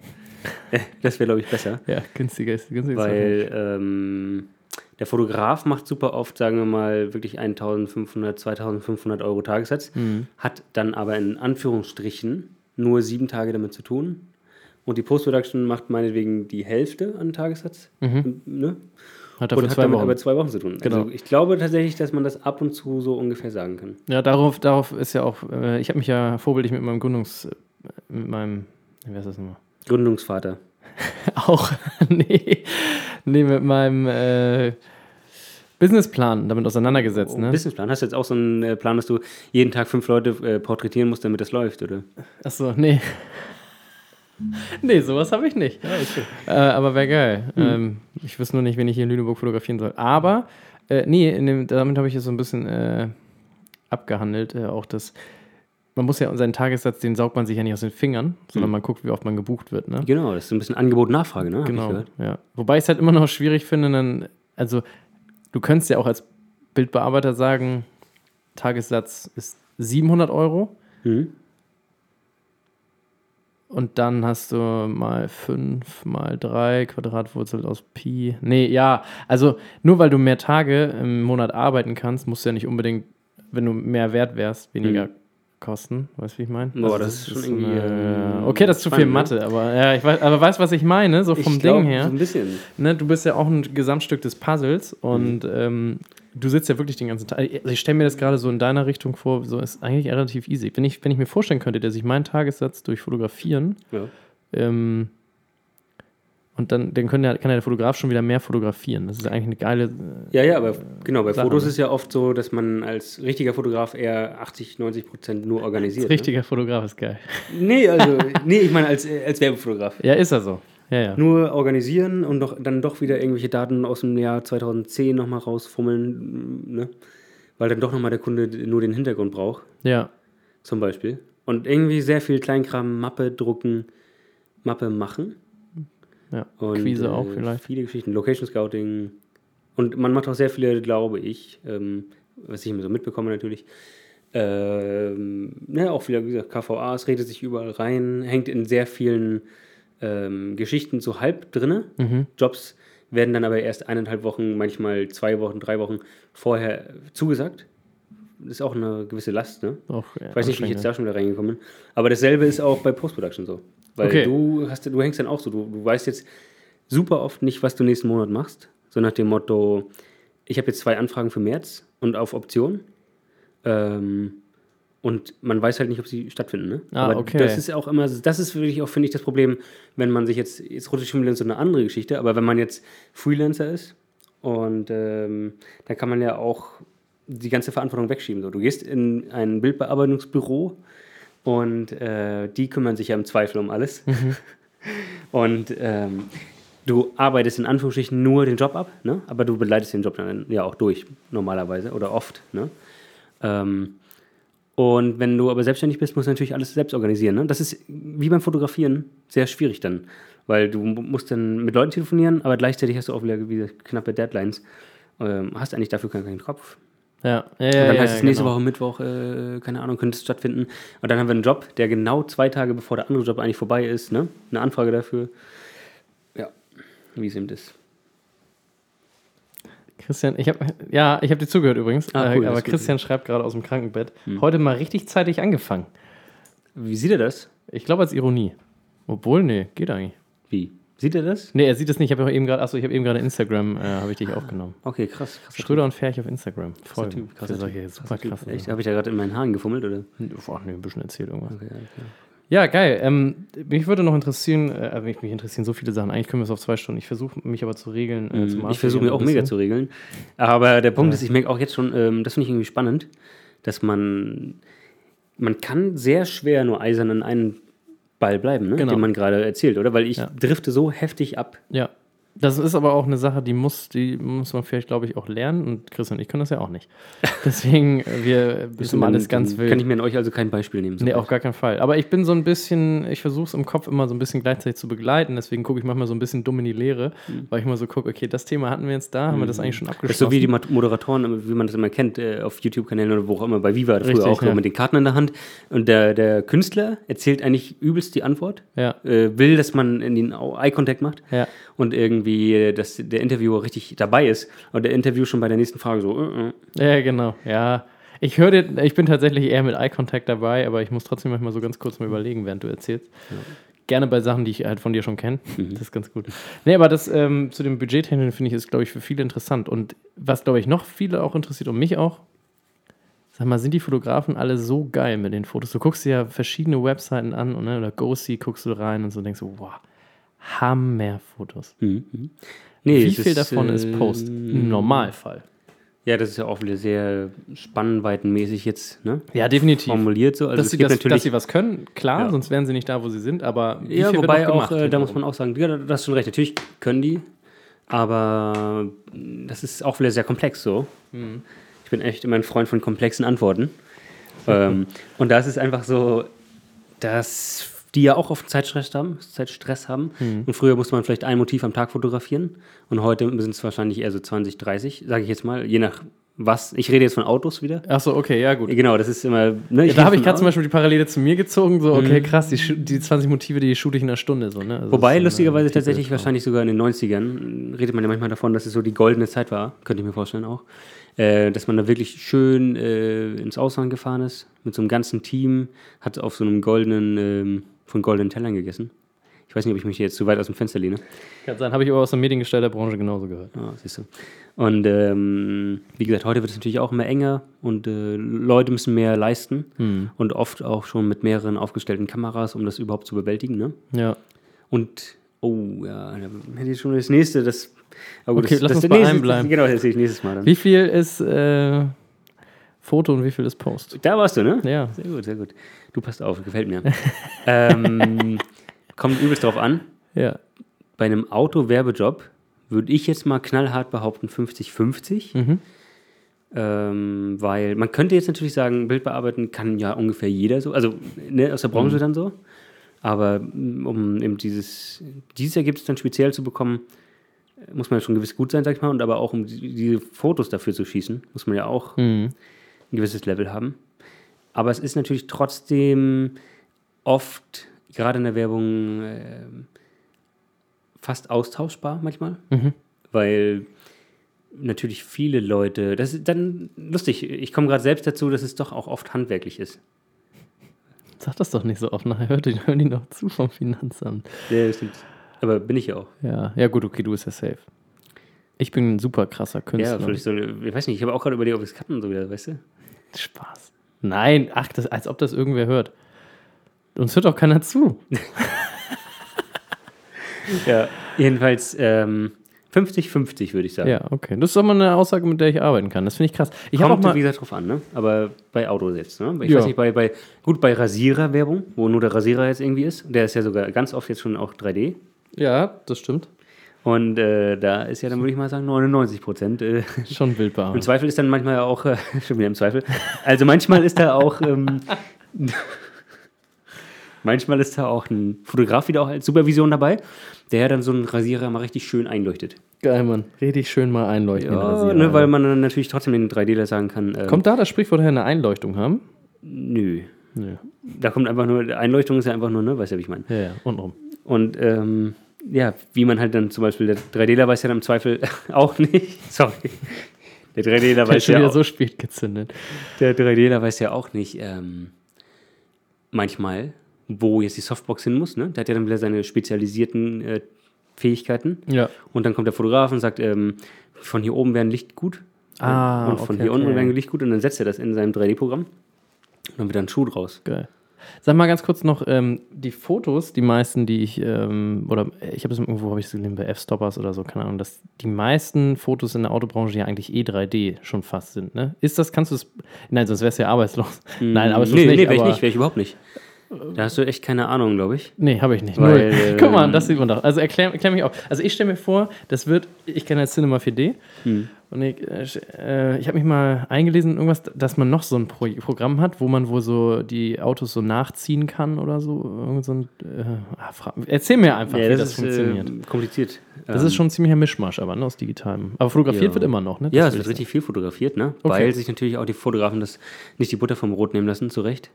[SPEAKER 3] [LAUGHS] das wäre, glaube ich, besser.
[SPEAKER 2] ja, günstiger ist günstiger? ist
[SPEAKER 3] Weil ähm, der Fotograf macht super oft, sagen wir mal, wirklich 1500, 2500 Euro Tagessatz,
[SPEAKER 2] Mhm.
[SPEAKER 3] hat dann aber in Anführungsstrichen nur sieben Tage damit zu tun. Und die Post-Production macht meinetwegen die Hälfte an Tagessatz. Ne?
[SPEAKER 2] hat
[SPEAKER 3] Und
[SPEAKER 2] Mhm. dafür
[SPEAKER 3] hat
[SPEAKER 2] zwei
[SPEAKER 3] damit
[SPEAKER 2] Wochen.
[SPEAKER 3] aber zwei Wochen zu tun.
[SPEAKER 2] Genau.
[SPEAKER 3] Also ich glaube tatsächlich, dass man das ab und zu so ungefähr sagen kann.
[SPEAKER 2] Ja, darauf, darauf ist ja auch, äh, ich habe mich ja vorbildlich mit meinem Gründungs, äh, mit meinem, wer ist das nochmal? [LAUGHS]
[SPEAKER 3] Gründungsvater.
[SPEAKER 2] Auch, nee, nee, mit meinem äh, Businessplan damit auseinandergesetzt, ne?
[SPEAKER 3] Businessplan. Oh, Hast du jetzt auch so einen äh, Plan, dass du jeden Tag fünf Leute äh, porträtieren musst, damit das läuft, oder?
[SPEAKER 2] Achso, nee. Nee, sowas habe ich nicht. äh, aber wäre geil. Ähm, ich wüsste nur nicht, wen ich hier in Lüneburg fotografieren soll. Aber, äh, nee, in dem, damit habe ich es so ein bisschen äh, abgehandelt. Äh, auch das, man muss ja seinen Tagessatz, den saugt man sich ja nicht aus den Fingern, sondern man guckt, wie oft man gebucht wird. Ne?
[SPEAKER 3] Genau, das ist so ein bisschen Angebot-Nachfrage, ne? Hab ich
[SPEAKER 2] Genau.
[SPEAKER 3] gehört.
[SPEAKER 2] Ja. Wobei ich es halt immer noch schwierig finde, dann, also du könntest ja auch als Bildbearbeiter sagen, Tagessatz ist 700 Euro
[SPEAKER 3] Mhm.
[SPEAKER 2] und dann hast du mal 5 mal 3 Quadratwurzel aus Pi. Nee, ja, also nur weil du mehr Tage im Monat arbeiten kannst, musst du ja nicht unbedingt, wenn du mehr wert wärst, weniger kosten. Weißt du, wie ich meine?
[SPEAKER 3] Mhm. Boah, das ist schon
[SPEAKER 2] so
[SPEAKER 3] irgendwie,
[SPEAKER 2] eine-
[SPEAKER 3] ähm,
[SPEAKER 2] okay, das ist zu viel
[SPEAKER 3] spannend, ne?
[SPEAKER 2] Mathe, aber ja, ich weiß, aber weißt du, was ich meine? So vom
[SPEAKER 3] ich glaub,
[SPEAKER 2] Ding her.
[SPEAKER 3] So ein bisschen.
[SPEAKER 2] ne, du bist ja auch ein Gesamtstück des Puzzles und
[SPEAKER 3] Mhm.
[SPEAKER 2] ähm, du sitzt ja wirklich den ganzen Tag. Also ich stelle mir das gerade so in deiner Richtung vor, so ist eigentlich relativ easy. Wenn ich, wenn ich mir vorstellen könnte, dass ich meinen Tagessatz durch Fotografieren
[SPEAKER 3] Ja.
[SPEAKER 2] ähm, und dann, dann können ja, kann ja der Fotograf schon wieder mehr fotografieren. Das ist eigentlich eine geile. äh,
[SPEAKER 3] Ja, ja, aber genau, bei
[SPEAKER 2] Sachen,
[SPEAKER 3] Fotos
[SPEAKER 2] ne?
[SPEAKER 3] ist ja oft so, dass man als richtiger Fotograf eher 80, 90 Prozent nur organisiert.
[SPEAKER 2] Richtiger Fotograf ist geil.
[SPEAKER 3] Ne? Nee,
[SPEAKER 2] [LAUGHS]
[SPEAKER 3] also, nee, ich meine als, äh, als Werbefotograf.
[SPEAKER 2] Ja, ist er so. Ja, ja.
[SPEAKER 3] Nur organisieren und doch, dann doch wieder irgendwelche Daten aus dem Jahr 2010 nochmal rausfummeln, ne? Weil dann doch nochmal der Kunde nur den Hintergrund braucht,
[SPEAKER 2] ja.
[SPEAKER 3] zum Beispiel. Und irgendwie sehr viel Kleinkram, Mappe drucken, Mappe machen.
[SPEAKER 2] ja.
[SPEAKER 3] Und, äh,
[SPEAKER 2] Quise auch vielleicht.
[SPEAKER 3] Viele Geschichten, Location Scouting. Und man macht auch sehr viele, glaube ich, ähm, was ich immer so mitbekomme natürlich, Ähm, ne, auch wieder wie gesagt, KVA, es redet sich überall rein, hängt in sehr vielen ähm, Geschichten so halb drinne.
[SPEAKER 2] Mhm.
[SPEAKER 3] Jobs werden dann aber erst eineinhalb Wochen, manchmal zwei Wochen, drei Wochen vorher zugesagt. Das ist auch eine gewisse Last, ne?
[SPEAKER 2] Auch, ja,
[SPEAKER 3] Ich weiß nicht, wie
[SPEAKER 2] anstrengend,
[SPEAKER 3] ich jetzt da schon wieder reingekommen bin. Aber dasselbe ist auch bei Post-Production so. Weil
[SPEAKER 2] Okay.
[SPEAKER 3] du, hast, du hängst dann auch so. Du, du weißt jetzt super oft nicht, was du nächsten Monat machst. So nach dem Motto, ich habe jetzt zwei Anfragen für März und auf Option. Ähm, und man weiß halt nicht, ob sie stattfinden. Ne?
[SPEAKER 2] Ah,
[SPEAKER 3] Aber
[SPEAKER 2] okay.
[SPEAKER 3] das ist auch immer, das ist wirklich auch, finde ich, das Problem, wenn man sich jetzt, jetzt rutscht schon wieder in so eine andere Geschichte, aber wenn man jetzt Freelancer ist und ähm, dann kann man ja auch die ganze Verantwortung wegschieben. So, du gehst in ein Bildbearbeitungsbüro und äh, die kümmern sich ja im Zweifel um alles.
[SPEAKER 2] Mhm.
[SPEAKER 3] [LAUGHS] Und ähm, du arbeitest in Anführungsstrichen nur den Job ab, ne? aber du begleitest den Job dann ja auch durch, normalerweise oder oft. Ne? Ähm, und wenn du aber selbstständig bist, musst du natürlich alles selbst organisieren. Ne? Das ist wie beim Fotografieren sehr schwierig dann, weil du mu- musst dann mit Leuten telefonieren, aber gleichzeitig hast du auch wieder, wieder knappe Deadlines. Ähm, hast eigentlich dafür keinen, keinen Kopf.
[SPEAKER 2] Ja, ja, ja.
[SPEAKER 3] Und dann
[SPEAKER 2] ja,
[SPEAKER 3] heißt es nächste
[SPEAKER 2] genau.
[SPEAKER 3] Woche Mittwoch, äh, keine Ahnung, könnte es stattfinden. Und dann haben wir einen Job, der genau zwei Tage bevor der andere Job eigentlich vorbei ist, ne? Eine Anfrage dafür. Ja, wie es eben ist.
[SPEAKER 2] Christian, ich habe ja, ich habe dir zugehört übrigens,
[SPEAKER 3] Ah,
[SPEAKER 2] äh,
[SPEAKER 3] cool, das
[SPEAKER 2] aber
[SPEAKER 3] ist gut. Hm.
[SPEAKER 2] Christian schreibt gerade aus dem Krankenbett. Heute mal richtig zeitig angefangen.
[SPEAKER 3] Wie sieht er das?
[SPEAKER 2] Ich glaube als Ironie. Obwohl, nee, geht eigentlich.
[SPEAKER 3] Wie? Sieht er das?
[SPEAKER 2] Nee, er sieht es nicht. Ich habe ja eben gerade, achso, ich habe eben gerade Instagram, äh, habe ich dich aufgenommen.
[SPEAKER 3] Okay, krass. krass
[SPEAKER 2] Schröder und Ferch auf Instagram. Voll.
[SPEAKER 3] Typ, krasser
[SPEAKER 2] Für solche
[SPEAKER 3] Typ,
[SPEAKER 2] super krasse
[SPEAKER 3] Echt, Hm.
[SPEAKER 2] Sachen.
[SPEAKER 3] habe ich da gerade in meinen Haaren gefummelt, oder?
[SPEAKER 2] Boah, nee, ein bisschen erzählt irgendwas.
[SPEAKER 3] Okay, alles klar.
[SPEAKER 2] Ja, geil. Ähm, mich würde noch interessieren, äh, mich, mich interessieren so viele Sachen. Eigentlich können wir es auf zwei Stunden. Ich versuche mich aber zu regeln. Äh, zum
[SPEAKER 3] Hm, Ich versuche mir auch mega zu regeln. Aber der Punkt ist, ich merke auch jetzt schon, ähm, das finde ich irgendwie spannend, dass man, man kann sehr schwer nur eisern an einem Ball bleiben, ne?
[SPEAKER 2] Genau.
[SPEAKER 3] den man gerade erzählt, oder? Weil ich
[SPEAKER 2] Ja.
[SPEAKER 3] drifte so heftig ab.
[SPEAKER 2] Ja. Das ist aber auch eine Sache, die muss, die muss man vielleicht, glaube ich, auch lernen. Und Chris und ich können das ja auch
[SPEAKER 3] [LAUGHS]
[SPEAKER 2] nicht. Deswegen, äh, wir wissen
[SPEAKER 3] Dann-
[SPEAKER 2] alles ganz
[SPEAKER 3] dann Kann ich
[SPEAKER 2] wild.
[SPEAKER 3] mir an euch also kein Beispiel nehmen.
[SPEAKER 2] Nee, auf gar keinen Fall. Aber ich bin so ein bisschen, ich versuche es im Kopf immer so ein bisschen gleichzeitig zu begleiten. Deswegen gucke ich manchmal so ein bisschen dumm in die Leere, weil ich immer so gucke, okay, das Thema hatten wir jetzt da, haben wir das eigentlich schon
[SPEAKER 3] Das Mhm. ist
[SPEAKER 2] abgeschlossen.
[SPEAKER 3] so wie die Mat- Moderatoren, wie man das immer kennt, äh, auf YouTube-Kanälen oder wo auch immer, bei Viva früher
[SPEAKER 2] Richtig,
[SPEAKER 3] auch
[SPEAKER 2] ja.
[SPEAKER 3] nur mit den Karten in der Hand. Und der, der Künstler erzählt eigentlich übelst die Antwort,
[SPEAKER 2] Ja.
[SPEAKER 3] äh, will, dass man in den Au- Eye-Contact macht
[SPEAKER 2] Ja.
[SPEAKER 3] und irgendwie, äh, dass der Interviewer richtig dabei ist und der Interview schon bei der nächsten Frage so, äh, äh.
[SPEAKER 2] Ja, genau. Ja. Ich höre dir, ich bin tatsächlich eher mit Eye Contact dabei, aber ich muss trotzdem manchmal so ganz kurz mal überlegen, während du erzählst. Gerne bei Sachen, die ich halt von dir schon kenne. Das ist ganz gut. Nee, aber das ähm, zu dem Budgethandeln finde ich, ist, glaube ich, für viele interessant. Und was, glaube ich, noch viele auch interessiert und mich auch, sag mal, sind die Fotografen alle so geil mit den Fotos? Du guckst dir ja verschiedene Webseiten an und, ne, oder GoSee guckst du rein und so denkst du, wow, Hammerfotos.
[SPEAKER 3] Mhm, mhm. Nee,
[SPEAKER 2] Wie
[SPEAKER 3] es
[SPEAKER 2] viel davon ist
[SPEAKER 3] äh,
[SPEAKER 2] Post? Im Normalfall.
[SPEAKER 3] Ja, das ist ja auch wieder sehr spannweitenmäßig jetzt ne?
[SPEAKER 2] Ja, definitiv.
[SPEAKER 3] formuliert so. Also
[SPEAKER 2] dass,
[SPEAKER 3] es
[SPEAKER 2] sie
[SPEAKER 3] gibt
[SPEAKER 2] das, dass sie was können, klar,
[SPEAKER 3] Ja.
[SPEAKER 2] sonst wären sie nicht da, wo sie sind, aber wie
[SPEAKER 3] Ja,
[SPEAKER 2] viel
[SPEAKER 3] wobei
[SPEAKER 2] wird noch
[SPEAKER 3] auch,
[SPEAKER 2] gemacht?
[SPEAKER 3] äh, da muss man auch sagen, ja, das ist schon recht. Natürlich können die, aber mh, das ist auch wieder sehr komplex so.
[SPEAKER 2] Mhm.
[SPEAKER 3] Ich bin echt immer ein Freund von
[SPEAKER 2] [LAUGHS]
[SPEAKER 3] komplexen Antworten. ähm, und da ist es einfach so, dass die ja auch oft Zeitstress haben. Zeitstress haben.
[SPEAKER 2] Mhm.
[SPEAKER 3] Und früher musste man vielleicht ein Motiv am Tag fotografieren. Und heute sind es wahrscheinlich eher so 20, 30, sage ich jetzt mal, je nach was. Ich rede jetzt von Autos wieder.
[SPEAKER 2] Achso, okay, ja, gut.
[SPEAKER 3] Genau, das ist immer. Ne,
[SPEAKER 2] Ja, da habe ich
[SPEAKER 3] von
[SPEAKER 2] gerade zum
[SPEAKER 3] Au-
[SPEAKER 2] Beispiel die Parallele zu mir gezogen, so, okay, krass, die, schu- die 20 Motive, die shoote ich in einer Stunde, so, ne? Also das
[SPEAKER 3] Wobei,
[SPEAKER 2] ist, äh,
[SPEAKER 3] lustigerweise
[SPEAKER 2] ein Titel.
[SPEAKER 3] tatsächlich wahrscheinlich sogar in den 90ern, redet man ja manchmal davon, dass es so die goldene Zeit war, könnte ich mir vorstellen auch, äh, dass man da wirklich schön äh, ins Ausland gefahren ist, mit so einem ganzen Team, hat auf so einem goldenen, ähm, von goldenen Tellern gegessen. Ich weiß nicht, ob ich mich jetzt zu weit aus dem Fenster lehne.
[SPEAKER 2] Kann sein, habe ich aber aus der Mediengestalterbranche genauso gehört.
[SPEAKER 3] Ja, siehst du. Und ähm, wie gesagt, heute wird es natürlich auch immer enger und äh, Leute müssen mehr leisten
[SPEAKER 2] Hm.
[SPEAKER 3] und oft auch schon mit mehreren aufgestellten Kameras, um das überhaupt zu bewältigen. Ne?
[SPEAKER 2] Ja.
[SPEAKER 3] Und, oh ja, dann hätte ich schon das nächste, das. Aber
[SPEAKER 2] Okay, lass uns
[SPEAKER 3] das
[SPEAKER 2] bei
[SPEAKER 3] nächste-
[SPEAKER 2] einem bleiben.
[SPEAKER 3] Genau, das erzähle ich nächstes Mal dann.
[SPEAKER 2] Wie viel ist äh, Foto und wie viel ist Post?
[SPEAKER 3] Da warst du, ne?
[SPEAKER 2] Ja.
[SPEAKER 3] Sehr gut, sehr gut. Du passt auf, gefällt mir. [LAUGHS] ähm, kommt übelst drauf an.
[SPEAKER 2] Ja.
[SPEAKER 3] Bei einem Auto-Werbejob würde ich jetzt mal knallhart behaupten 50-50.
[SPEAKER 2] Mhm.
[SPEAKER 3] Ähm, weil man könnte jetzt natürlich sagen, Bild bearbeiten kann ja ungefähr jeder so, also ne, aus der Branche dann so. Aber mm, um eben dieses, dieses Ergebnis dann speziell zu bekommen, muss man ja schon gewiss gut sein, sag ich mal. Und aber Mhm. auch um die- diese Fotos dafür zu schießen, muss man ja auch ein gewisses Level haben. Aber es ist natürlich trotzdem oft, gerade in der Werbung, ähm, fast austauschbar manchmal. Weil natürlich viele Leute, das ist dann lustig, ich komme gerade selbst dazu, dass es doch auch oft handwerklich ist.
[SPEAKER 2] Sag das doch nicht so oft, nachher hört die, hören die noch zu vom Finanzamt.
[SPEAKER 3] Ja, das stimmt. Aber bin ich ja auch.
[SPEAKER 2] Ja, ja gut, okay, du bist ja safe. Ich bin ein super krasser
[SPEAKER 3] Ja,
[SPEAKER 2] Künstler.
[SPEAKER 3] vielleicht so, eine- ich weiß nicht, ich habe auch gerade überlegt, ob es Kappen so wieder, weißt du?
[SPEAKER 2] Spaß. Nein, ach, das, als ob das irgendwer hört. Uns hört doch keiner zu.
[SPEAKER 3] Ja. Jedenfalls ähm, 50-50, würde ich sagen.
[SPEAKER 2] Ja, okay. Das ist doch mal eine Aussage, mit der ich arbeiten kann. Das finde ich krass. Ich habe auch
[SPEAKER 3] Kommt,
[SPEAKER 2] mal.
[SPEAKER 3] wie gesagt, drauf an, ne? Aber bei Auto jetzt, ne? Ich
[SPEAKER 2] Ja.
[SPEAKER 3] weiß nicht, bei, bei, gut, bei Rasierer-Werbung, wo nur der Rasierer jetzt irgendwie ist, der ist ja sogar ganz oft jetzt schon auch 3D.
[SPEAKER 2] Ja, das stimmt.
[SPEAKER 3] Und äh, da ist ja dann, würde ich mal sagen, 99 Prozent. Äh, [LAUGHS]
[SPEAKER 2] Schon bildbar.
[SPEAKER 3] Im Zweifel ist dann manchmal ja auch, [LAUGHS] äh, schon wieder im Zweifel, also manchmal ist da auch, ähm, [LAUGHS] manchmal ist da auch ein Fotograf wieder auch als Supervision dabei, der ja dann so einen Rasierer mal richtig schön einleuchtet.
[SPEAKER 2] Geil, Mann. Richtig schön mal einleuchten. den
[SPEAKER 3] Ja,
[SPEAKER 2] Rasierer,
[SPEAKER 3] ne, weil
[SPEAKER 2] Alter.
[SPEAKER 3] man dann natürlich trotzdem den 3Dler sagen kann, äh,
[SPEAKER 2] Kommt da das Sprichwort her, eine Einleuchtung haben?
[SPEAKER 3] nö.
[SPEAKER 2] Nö.
[SPEAKER 3] Da kommt einfach nur, Einleuchtung ist ja einfach nur, ne, weißt ja, wie ich meine.
[SPEAKER 2] Ja, ja, untenrum.
[SPEAKER 3] Und ähm, ja, wie man halt dann zum Beispiel, der 3Dler weiß ja dann im Zweifel [LAUGHS] auch nicht, sorry, der 3Dler
[SPEAKER 2] Weil
[SPEAKER 3] weiß
[SPEAKER 2] schon
[SPEAKER 3] ja
[SPEAKER 2] wieder
[SPEAKER 3] auch,
[SPEAKER 2] so spät gezündet.
[SPEAKER 3] der 3Dler weiß ja auch nicht ähm, manchmal, wo jetzt die Softbox hin muss, ne? Der hat ja dann wieder seine spezialisierten äh, Fähigkeiten.
[SPEAKER 2] Ja.
[SPEAKER 3] Und dann kommt der Fotograf und sagt, ähm, von hier oben wäre ein Licht gut.
[SPEAKER 2] Ah,
[SPEAKER 3] und von
[SPEAKER 2] okay,
[SPEAKER 3] hier unten
[SPEAKER 2] okay.
[SPEAKER 3] wäre ein Licht gut. Und dann setzt er das in seinem 3D-Programm. Und dann wird da ein Schuh draus.
[SPEAKER 2] Geil. Sag mal ganz kurz noch, ähm, die Fotos, die meisten, die ich, ähm, oder ich habe das irgendwo, habe ich es gelesen, bei F-Stoppers oder so, keine Ahnung, dass die meisten Fotos in der Autobranche ja eigentlich eh 3D schon fast sind, ne? Ist das, kannst du es, nein, sonst wärst du ja arbeitslos. Nein, arbeitslos
[SPEAKER 3] Hm. nee,
[SPEAKER 2] nicht,
[SPEAKER 3] nee, wäre ich
[SPEAKER 2] aber,
[SPEAKER 3] nicht, wäre ich überhaupt nicht. Da hast du echt keine Ahnung, glaube ich.
[SPEAKER 2] Nee, habe ich nicht.
[SPEAKER 3] Weil,
[SPEAKER 2] Null. [LAUGHS]
[SPEAKER 3] ähm,
[SPEAKER 2] Guck mal, das sieht man doch. Also erklär, erklär mich auf. Also ich stelle mir vor, das wird, ich kenne jetzt Cinema 4D
[SPEAKER 3] Hm.
[SPEAKER 2] und ich, äh, sch- äh, ich habe mich mal eingelesen in irgendwas, dass man noch so ein Pro Programm hat, wo man wohl so die Autos so nachziehen kann oder so. Irgend so ein, äh, ah, fra- erzähl mir einfach, wie das, ähm,
[SPEAKER 3] äh,
[SPEAKER 2] funktioniert.
[SPEAKER 3] kompliziert.
[SPEAKER 2] das ist schon ein ziemlicher Mischmasch, aber ne, aus Digitalem. Aber fotografiert
[SPEAKER 3] ja.
[SPEAKER 2] wird immer noch, ne?
[SPEAKER 3] Ja,
[SPEAKER 2] Das
[SPEAKER 3] es wird
[SPEAKER 2] will ich
[SPEAKER 3] richtig viel fotografiert, ne?
[SPEAKER 2] Okay.
[SPEAKER 3] Weil sich natürlich auch die Fotografen das nicht die Butter vom Brot nehmen lassen, zu Recht.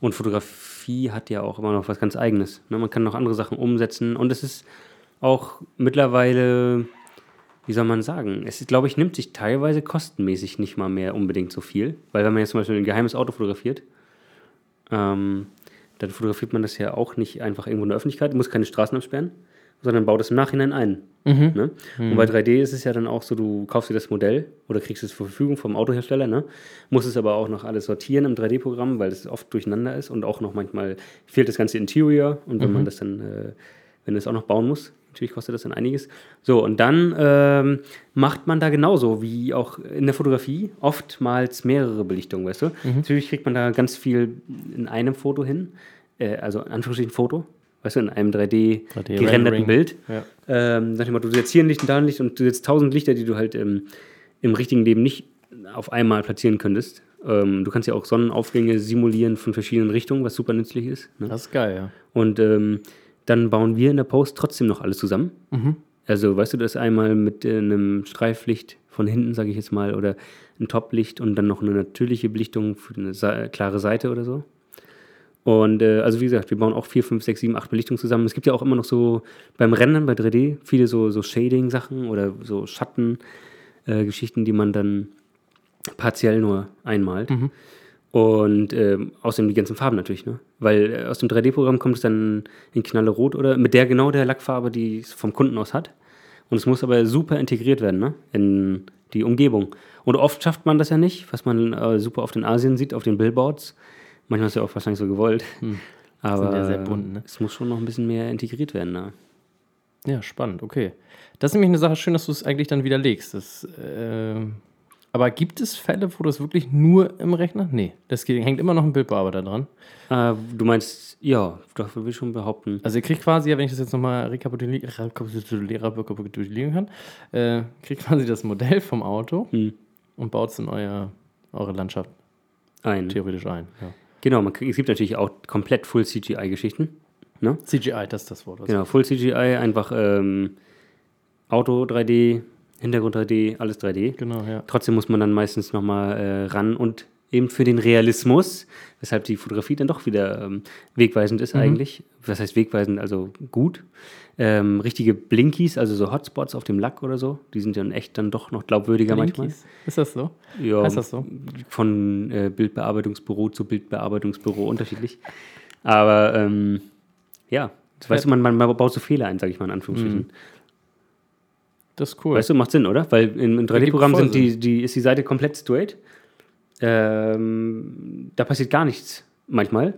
[SPEAKER 3] Und Fotografie hat ja auch immer noch was ganz Eigenes. Ne? Man kann noch andere Sachen umsetzen und es ist auch mittlerweile, wie soll man sagen, es ist, glaube ich, nimmt sich teilweise kostenmäßig nicht mal mehr unbedingt so viel. Weil wenn man jetzt zum Beispiel ein geheimes Auto fotografiert, ähm, dann fotografiert man das ja auch nicht einfach irgendwo in der Öffentlichkeit, muss keine Straßen absperren, sondern baut es im Nachhinein ein.
[SPEAKER 2] Mhm.
[SPEAKER 3] Ne? Und bei 3D ist es ja dann auch so, du kaufst dir das Modell oder kriegst es zur Verfügung vom Autohersteller, ne? musst es aber auch noch alles sortieren im 3D-Programm, weil es oft durcheinander ist und auch noch manchmal fehlt das ganze Interior und wenn
[SPEAKER 2] Mhm.
[SPEAKER 3] man das dann, äh, wenn du es auch noch bauen musst, natürlich kostet das dann einiges. So, und dann ähm, macht man da genauso wie auch in der Fotografie oftmals mehrere Belichtungen, weißt du?
[SPEAKER 2] Mhm.
[SPEAKER 3] Natürlich kriegt man da ganz viel in einem Foto hin, äh, also in Anführungsstrichen Foto, weißt du, in einem 3D,
[SPEAKER 2] 3D Rendering.
[SPEAKER 3] gerenderten Bild.
[SPEAKER 2] Ja.
[SPEAKER 3] Ähm, sag ich mal, du setzt hier ein Licht und da ein Licht und du setzt tausend Lichter, die du halt ähm, im richtigen Leben nicht auf einmal platzieren könntest. Ähm, du kannst ja auch Sonnenaufgänge simulieren von verschiedenen Richtungen, was super nützlich ist. Ne?
[SPEAKER 2] Das ist geil, ja.
[SPEAKER 3] Und ähm, dann bauen wir in der Post trotzdem noch alles zusammen. Also, weißt du, das einmal mit äh, einem Streiflicht von hinten, sage ich jetzt mal, oder ein Toplicht und dann noch eine natürliche Belichtung für eine sa- klare Seite oder so. Und äh, also, wie gesagt, wir bauen auch 4, 5, 6, 7, 8 Belichtungen zusammen. Es gibt ja auch immer noch so beim Rendern, bei 3D, viele so, so Shading-Sachen oder so Schatten-Geschichten, äh, die man dann partiell nur einmalt.
[SPEAKER 2] Mhm.
[SPEAKER 3] Und ähm, außerdem die ganzen Farben natürlich, ne? Weil äh, aus dem 3D-Programm kommt es dann in Knalle Rot oder mit der genau der Lackfarbe, die es vom Kunden aus hat. Und es muss aber super integriert werden, ne? In die Umgebung. Und oft schafft man das ja nicht, was man äh, super oft in Asien sieht, auf den Billboards. Manchmal ist ja auch wahrscheinlich so gewollt. [LAUGHS] Aber
[SPEAKER 2] Hm. ja sehr bunt, ne?
[SPEAKER 3] es muss schon noch ein bisschen mehr integriert werden, ne?
[SPEAKER 2] Ja, spannend, okay. Das ist nämlich eine Sache, schön, dass du es eigentlich dann widerlegst. Das, ähm, aber gibt es Fälle, wo das wirklich nur im Rechner? Nee, das geht- hängt immer noch ein Bildbearbeiter dran.
[SPEAKER 3] Äh, du meinst, ja, doch, würde ich schon behaupten.
[SPEAKER 2] Also ihr kriegt quasi, ja, wenn ich das jetzt nochmal rekapitulieren rekapitulieren kann, äh, kriegt quasi das Modell vom Auto
[SPEAKER 3] Hm.
[SPEAKER 2] und baut es in euer, eure Landschaft
[SPEAKER 3] Ein.
[SPEAKER 2] theoretisch ein. Ja.
[SPEAKER 3] Genau, man, kriegt- es gibt natürlich auch komplett Full CGI-Geschichten. Ne?
[SPEAKER 2] CGI, das ist das Wort. was-
[SPEAKER 3] Genau, Full CGI, einfach ähm, Auto 3D, Hintergrund 3D, alles 3D.
[SPEAKER 2] Genau, ja.
[SPEAKER 3] Trotzdem muss man dann meistens nochmal äh, ran und eben für den Realismus, weshalb die Fotografie dann doch wieder ähm, wegweisend
[SPEAKER 2] Mhm.
[SPEAKER 3] ist eigentlich. Was heißt wegweisend? Also gut. Ähm, richtige Blinkies, also so Hotspots auf dem Lack oder so, die sind dann echt dann doch noch glaubwürdiger manchmal. Ähm,
[SPEAKER 2] Blinkies. Ist das so?
[SPEAKER 3] Ja,
[SPEAKER 2] Heißt das so?
[SPEAKER 3] Von äh, Bildbearbeitungsbüro zu Bildbearbeitungsbüro unterschiedlich. Aber ähm, ja, das weißt du, man, man man baut so Fehler ein, sage ich mal in Anführungsstrichen.
[SPEAKER 2] Das ist cool.
[SPEAKER 3] Weißt du, macht Sinn, oder? Weil in, in 3D-Programmen
[SPEAKER 2] voll
[SPEAKER 3] sind die, die, ist die Seite komplett straight. Ähm, da passiert gar nichts manchmal.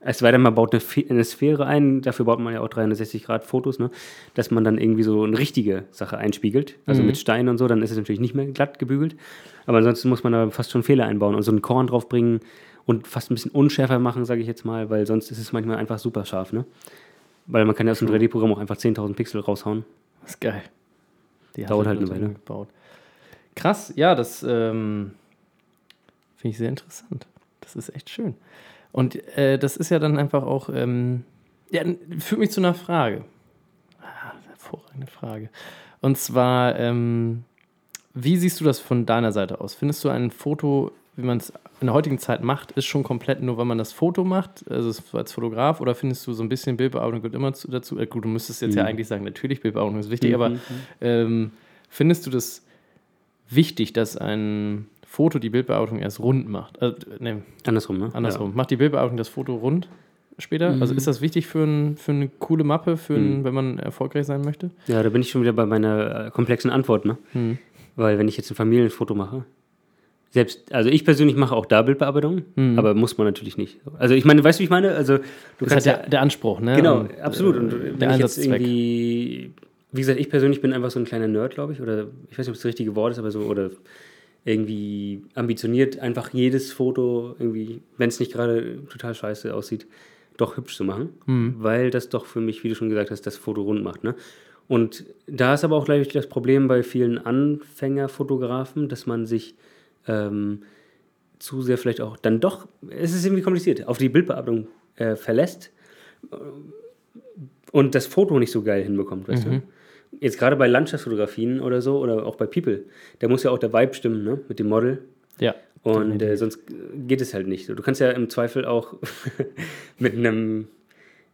[SPEAKER 3] Es sei denn, man baut eine, Fe- eine Sphäre ein, dafür baut man ja auch 360 Grad Fotos, ne? dass man dann irgendwie so eine richtige Sache einspiegelt. Also
[SPEAKER 2] Mhm.
[SPEAKER 3] mit Steinen und so, dann ist es natürlich nicht mehr glatt gebügelt. Aber ansonsten muss man da fast schon Fehler einbauen und so einen Korn draufbringen und fast ein bisschen unschärfer machen, sage ich jetzt mal, weil sonst ist es manchmal einfach super scharf. Ne? Weil man kann ja aus dem 3D-Programm auch einfach 10.000 Pixel raushauen.
[SPEAKER 2] Das ist geil. Die
[SPEAKER 3] Dauert halt eine
[SPEAKER 2] Leute
[SPEAKER 3] Weile.
[SPEAKER 2] Gebaut. Krass, ja, das ähm, finde ich sehr interessant. Das ist echt schön. Und äh, das ist ja dann einfach auch, ähm, ja, n- führt mich zu einer Frage. Ah, hervorragende Frage. Und zwar, ähm, wie siehst du das von deiner Seite aus? Findest du ein Foto, wie man es in der heutigen Zeit macht, ist schon komplett nur, weil man das Foto macht, also es- als Fotograf, oder findest du so ein bisschen Bildbearbeitung gehört immer zu, dazu? Äh, gut, du müsstest jetzt ja
[SPEAKER 3] Mhm.
[SPEAKER 2] eigentlich sagen, natürlich Bildbearbeitung ist wichtig, aber ähm, findest du das wichtig, dass ein Foto die Bildbearbeitung erst rund macht? Äh, ne,
[SPEAKER 3] Andersrum, ne?
[SPEAKER 2] andersrum. Macht die Bildbearbeitung das Foto rund später?
[SPEAKER 3] Mhm.
[SPEAKER 2] Also ist das wichtig für, ein, für eine coole Mappe, für ein, wenn man erfolgreich sein möchte?
[SPEAKER 3] Ja, da bin ich schon wieder bei meiner äh, komplexen Antwort, ne? Weil wenn ich jetzt ein Familienfoto mache, selbst, also ich persönlich mache auch da Bildbearbeitung, aber muss man natürlich nicht. Also ich meine, weißt du, wie ich meine? Also du
[SPEAKER 2] Das ist halt der, der Anspruch, ne?
[SPEAKER 3] Genau,
[SPEAKER 2] Und,
[SPEAKER 3] absolut.
[SPEAKER 2] äh,
[SPEAKER 3] Und wenn
[SPEAKER 2] der
[SPEAKER 3] ich jetzt
[SPEAKER 2] Einsatzzweck.
[SPEAKER 3] irgendwie, wie gesagt, ich persönlich bin einfach so ein kleiner Nerd, glaube ich, oder ich weiß nicht, ob es das richtige Wort ist, aber so, oder irgendwie ambitioniert, einfach jedes Foto irgendwie, wenn es nicht gerade total scheiße aussieht, doch hübsch zu machen,
[SPEAKER 2] Mhm.
[SPEAKER 3] weil das doch für mich, wie du schon gesagt hast, das Foto rund macht. Ne? Und da ist aber auch, glaube ich, das Problem bei vielen Anfängerfotografen, dass man sich ähm, zu sehr vielleicht auch dann doch, es ist irgendwie kompliziert, auf die Bildbearbeitung äh, verlässt und das Foto nicht so geil hinbekommt, weißt du? Jetzt gerade bei Landschaftsfotografien oder so oder auch bei People, da muss ja auch der Vibe stimmen, ne? Mit dem Model.
[SPEAKER 2] Ja.
[SPEAKER 3] Und äh, sonst geht es halt nicht. Du kannst ja im Zweifel auch [LAUGHS] mit einem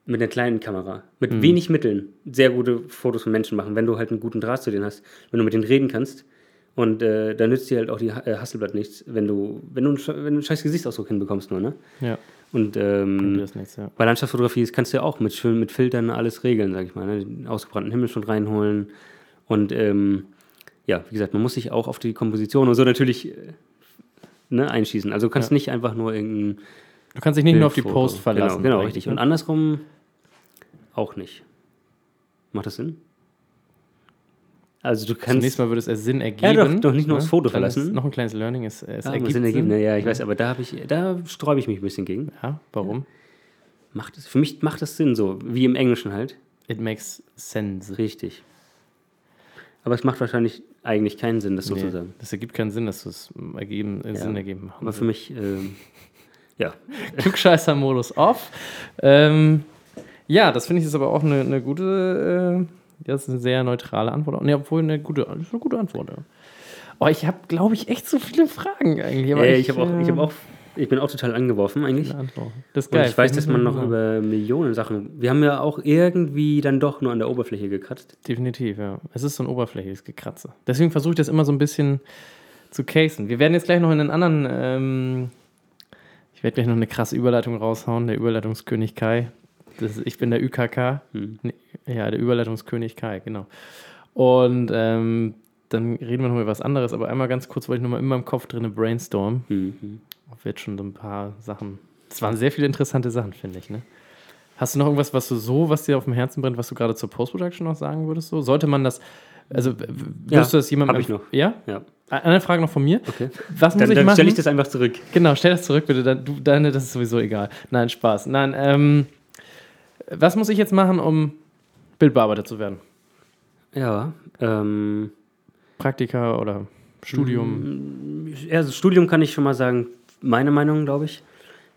[SPEAKER 3] mit einer kleinen Kamera, mit wenig Mitteln, sehr gute Fotos von Menschen machen, wenn du halt einen guten Draht zu denen hast, wenn du mit denen reden kannst. Und äh, da nützt dir halt auch die Ha- äh, Hasselblatt nichts, wenn du, wenn du, einen, sch- wenn du einen scheiß Gesichtsausdruck hinbekommst nur, ne?
[SPEAKER 2] Ja,
[SPEAKER 3] Und ähm,
[SPEAKER 2] du das nichts, ja.
[SPEAKER 3] bei Landschaftsfotografie das kannst du ja auch mit schön mit Filtern alles regeln, sag ich mal. Ne? Den ausgebrannten Himmel schon reinholen. Und ähm, ja, wie gesagt, man muss sich auch auf die Komposition und so natürlich äh, ne, einschießen. Also du kannst nicht einfach nur irgendein
[SPEAKER 2] Du kannst dich nicht nur auf die
[SPEAKER 3] Bildfoto-
[SPEAKER 2] Post verlassen.
[SPEAKER 3] Genau, genau
[SPEAKER 2] eigentlich,
[SPEAKER 3] richtig.
[SPEAKER 2] ne?
[SPEAKER 3] Und andersrum auch nicht. Macht das Sinn? Also du kannst.
[SPEAKER 2] Zunächst mal würde es erst Sinn
[SPEAKER 3] Ja,
[SPEAKER 2] ergeben.
[SPEAKER 3] doch, doch, nicht nur aufs Foto
[SPEAKER 2] Dann ist
[SPEAKER 3] verlassen.
[SPEAKER 2] Noch ein kleines Learning ist, es
[SPEAKER 3] Ah, muss
[SPEAKER 2] ergibt
[SPEAKER 3] Sinn ergeben.
[SPEAKER 2] Sinn.
[SPEAKER 3] Ja, ich weiß, aber da habe ich, da sträube ich mich ein bisschen gegen.
[SPEAKER 2] Ja, warum?
[SPEAKER 3] Macht es, für mich macht das Sinn so, wie im Englischen halt.
[SPEAKER 2] It makes sense.
[SPEAKER 3] Richtig. Aber es macht wahrscheinlich eigentlich keinen Sinn, das so zu
[SPEAKER 2] Nee,
[SPEAKER 3] sagen.
[SPEAKER 2] das ergibt keinen Sinn, dass du es ergeben, äh, Sinn ergeben machen
[SPEAKER 3] Aber für mich, ähm, ja.
[SPEAKER 2] Klugscheißer-Modus off. Ähm, ja, das finde ich ist aber auch eine, eine gute, äh, das ist eine sehr neutrale Antwort. Nee, obwohl eine gute, das ist eine gute Antwort. Ja. Oh, ich habe, glaube ich, echt so viele Fragen eigentlich. aber
[SPEAKER 3] Äh, ich, hab auch, ich, hab
[SPEAKER 2] äh,
[SPEAKER 3] auch, ich bin auch total angeworfen eigentlich.
[SPEAKER 2] eine Antwort. Das ist
[SPEAKER 3] Und
[SPEAKER 2] geil.
[SPEAKER 3] ich weiß, dass man noch
[SPEAKER 2] Ja,
[SPEAKER 3] über Millionen Sachen. Wir haben ja auch irgendwie dann doch nur an der Oberfläche gekratzt.
[SPEAKER 2] Definitiv, ja. Es ist so ein oberflächliches Gekratze. Deswegen versuche ich das immer so ein bisschen zu casen. Wir werden jetzt gleich noch in einen anderen. Ähm, ich werde gleich noch eine krasse Überleitung raushauen, der Überleitungskönig Kai. Das ist, ich bin der ÜKK. Nee, ja, der Überleitungskönig Kai, genau. Und ähm, dann reden wir noch über was anderes, aber einmal ganz kurz wollte ich nochmal in meinem Kopf drin brainstormen. Ob wir jetzt schon so ein paar Sachen. Es waren sehr viele interessante Sachen, finde ich, ne? Hast du noch irgendwas, was du so, was dir auf dem Herzen brennt, was du gerade zur Post-Production noch sagen würdest? So? Sollte man das, also w- w- würdest
[SPEAKER 3] Ja,
[SPEAKER 2] du das jemandem?
[SPEAKER 3] hab ich noch.
[SPEAKER 2] Ja?
[SPEAKER 3] Ja.
[SPEAKER 2] Eine Frage noch von mir.
[SPEAKER 3] Okay.
[SPEAKER 2] Was muss
[SPEAKER 3] Dann,
[SPEAKER 2] ich
[SPEAKER 3] dann
[SPEAKER 2] machen?
[SPEAKER 3] stelle ich das einfach zurück.
[SPEAKER 2] Genau, stell das zurück bitte. Dann, du, deine, das ist sowieso egal. Nein, Spaß. Nein, ähm, was muss ich jetzt machen, um Bildbearbeiter zu werden?
[SPEAKER 3] Ja. Ähm,
[SPEAKER 2] Praktika oder
[SPEAKER 3] Mm.
[SPEAKER 2] Studium?
[SPEAKER 3] ja, also Studium kann ich schon mal sagen, meine Meinung, glaube ich.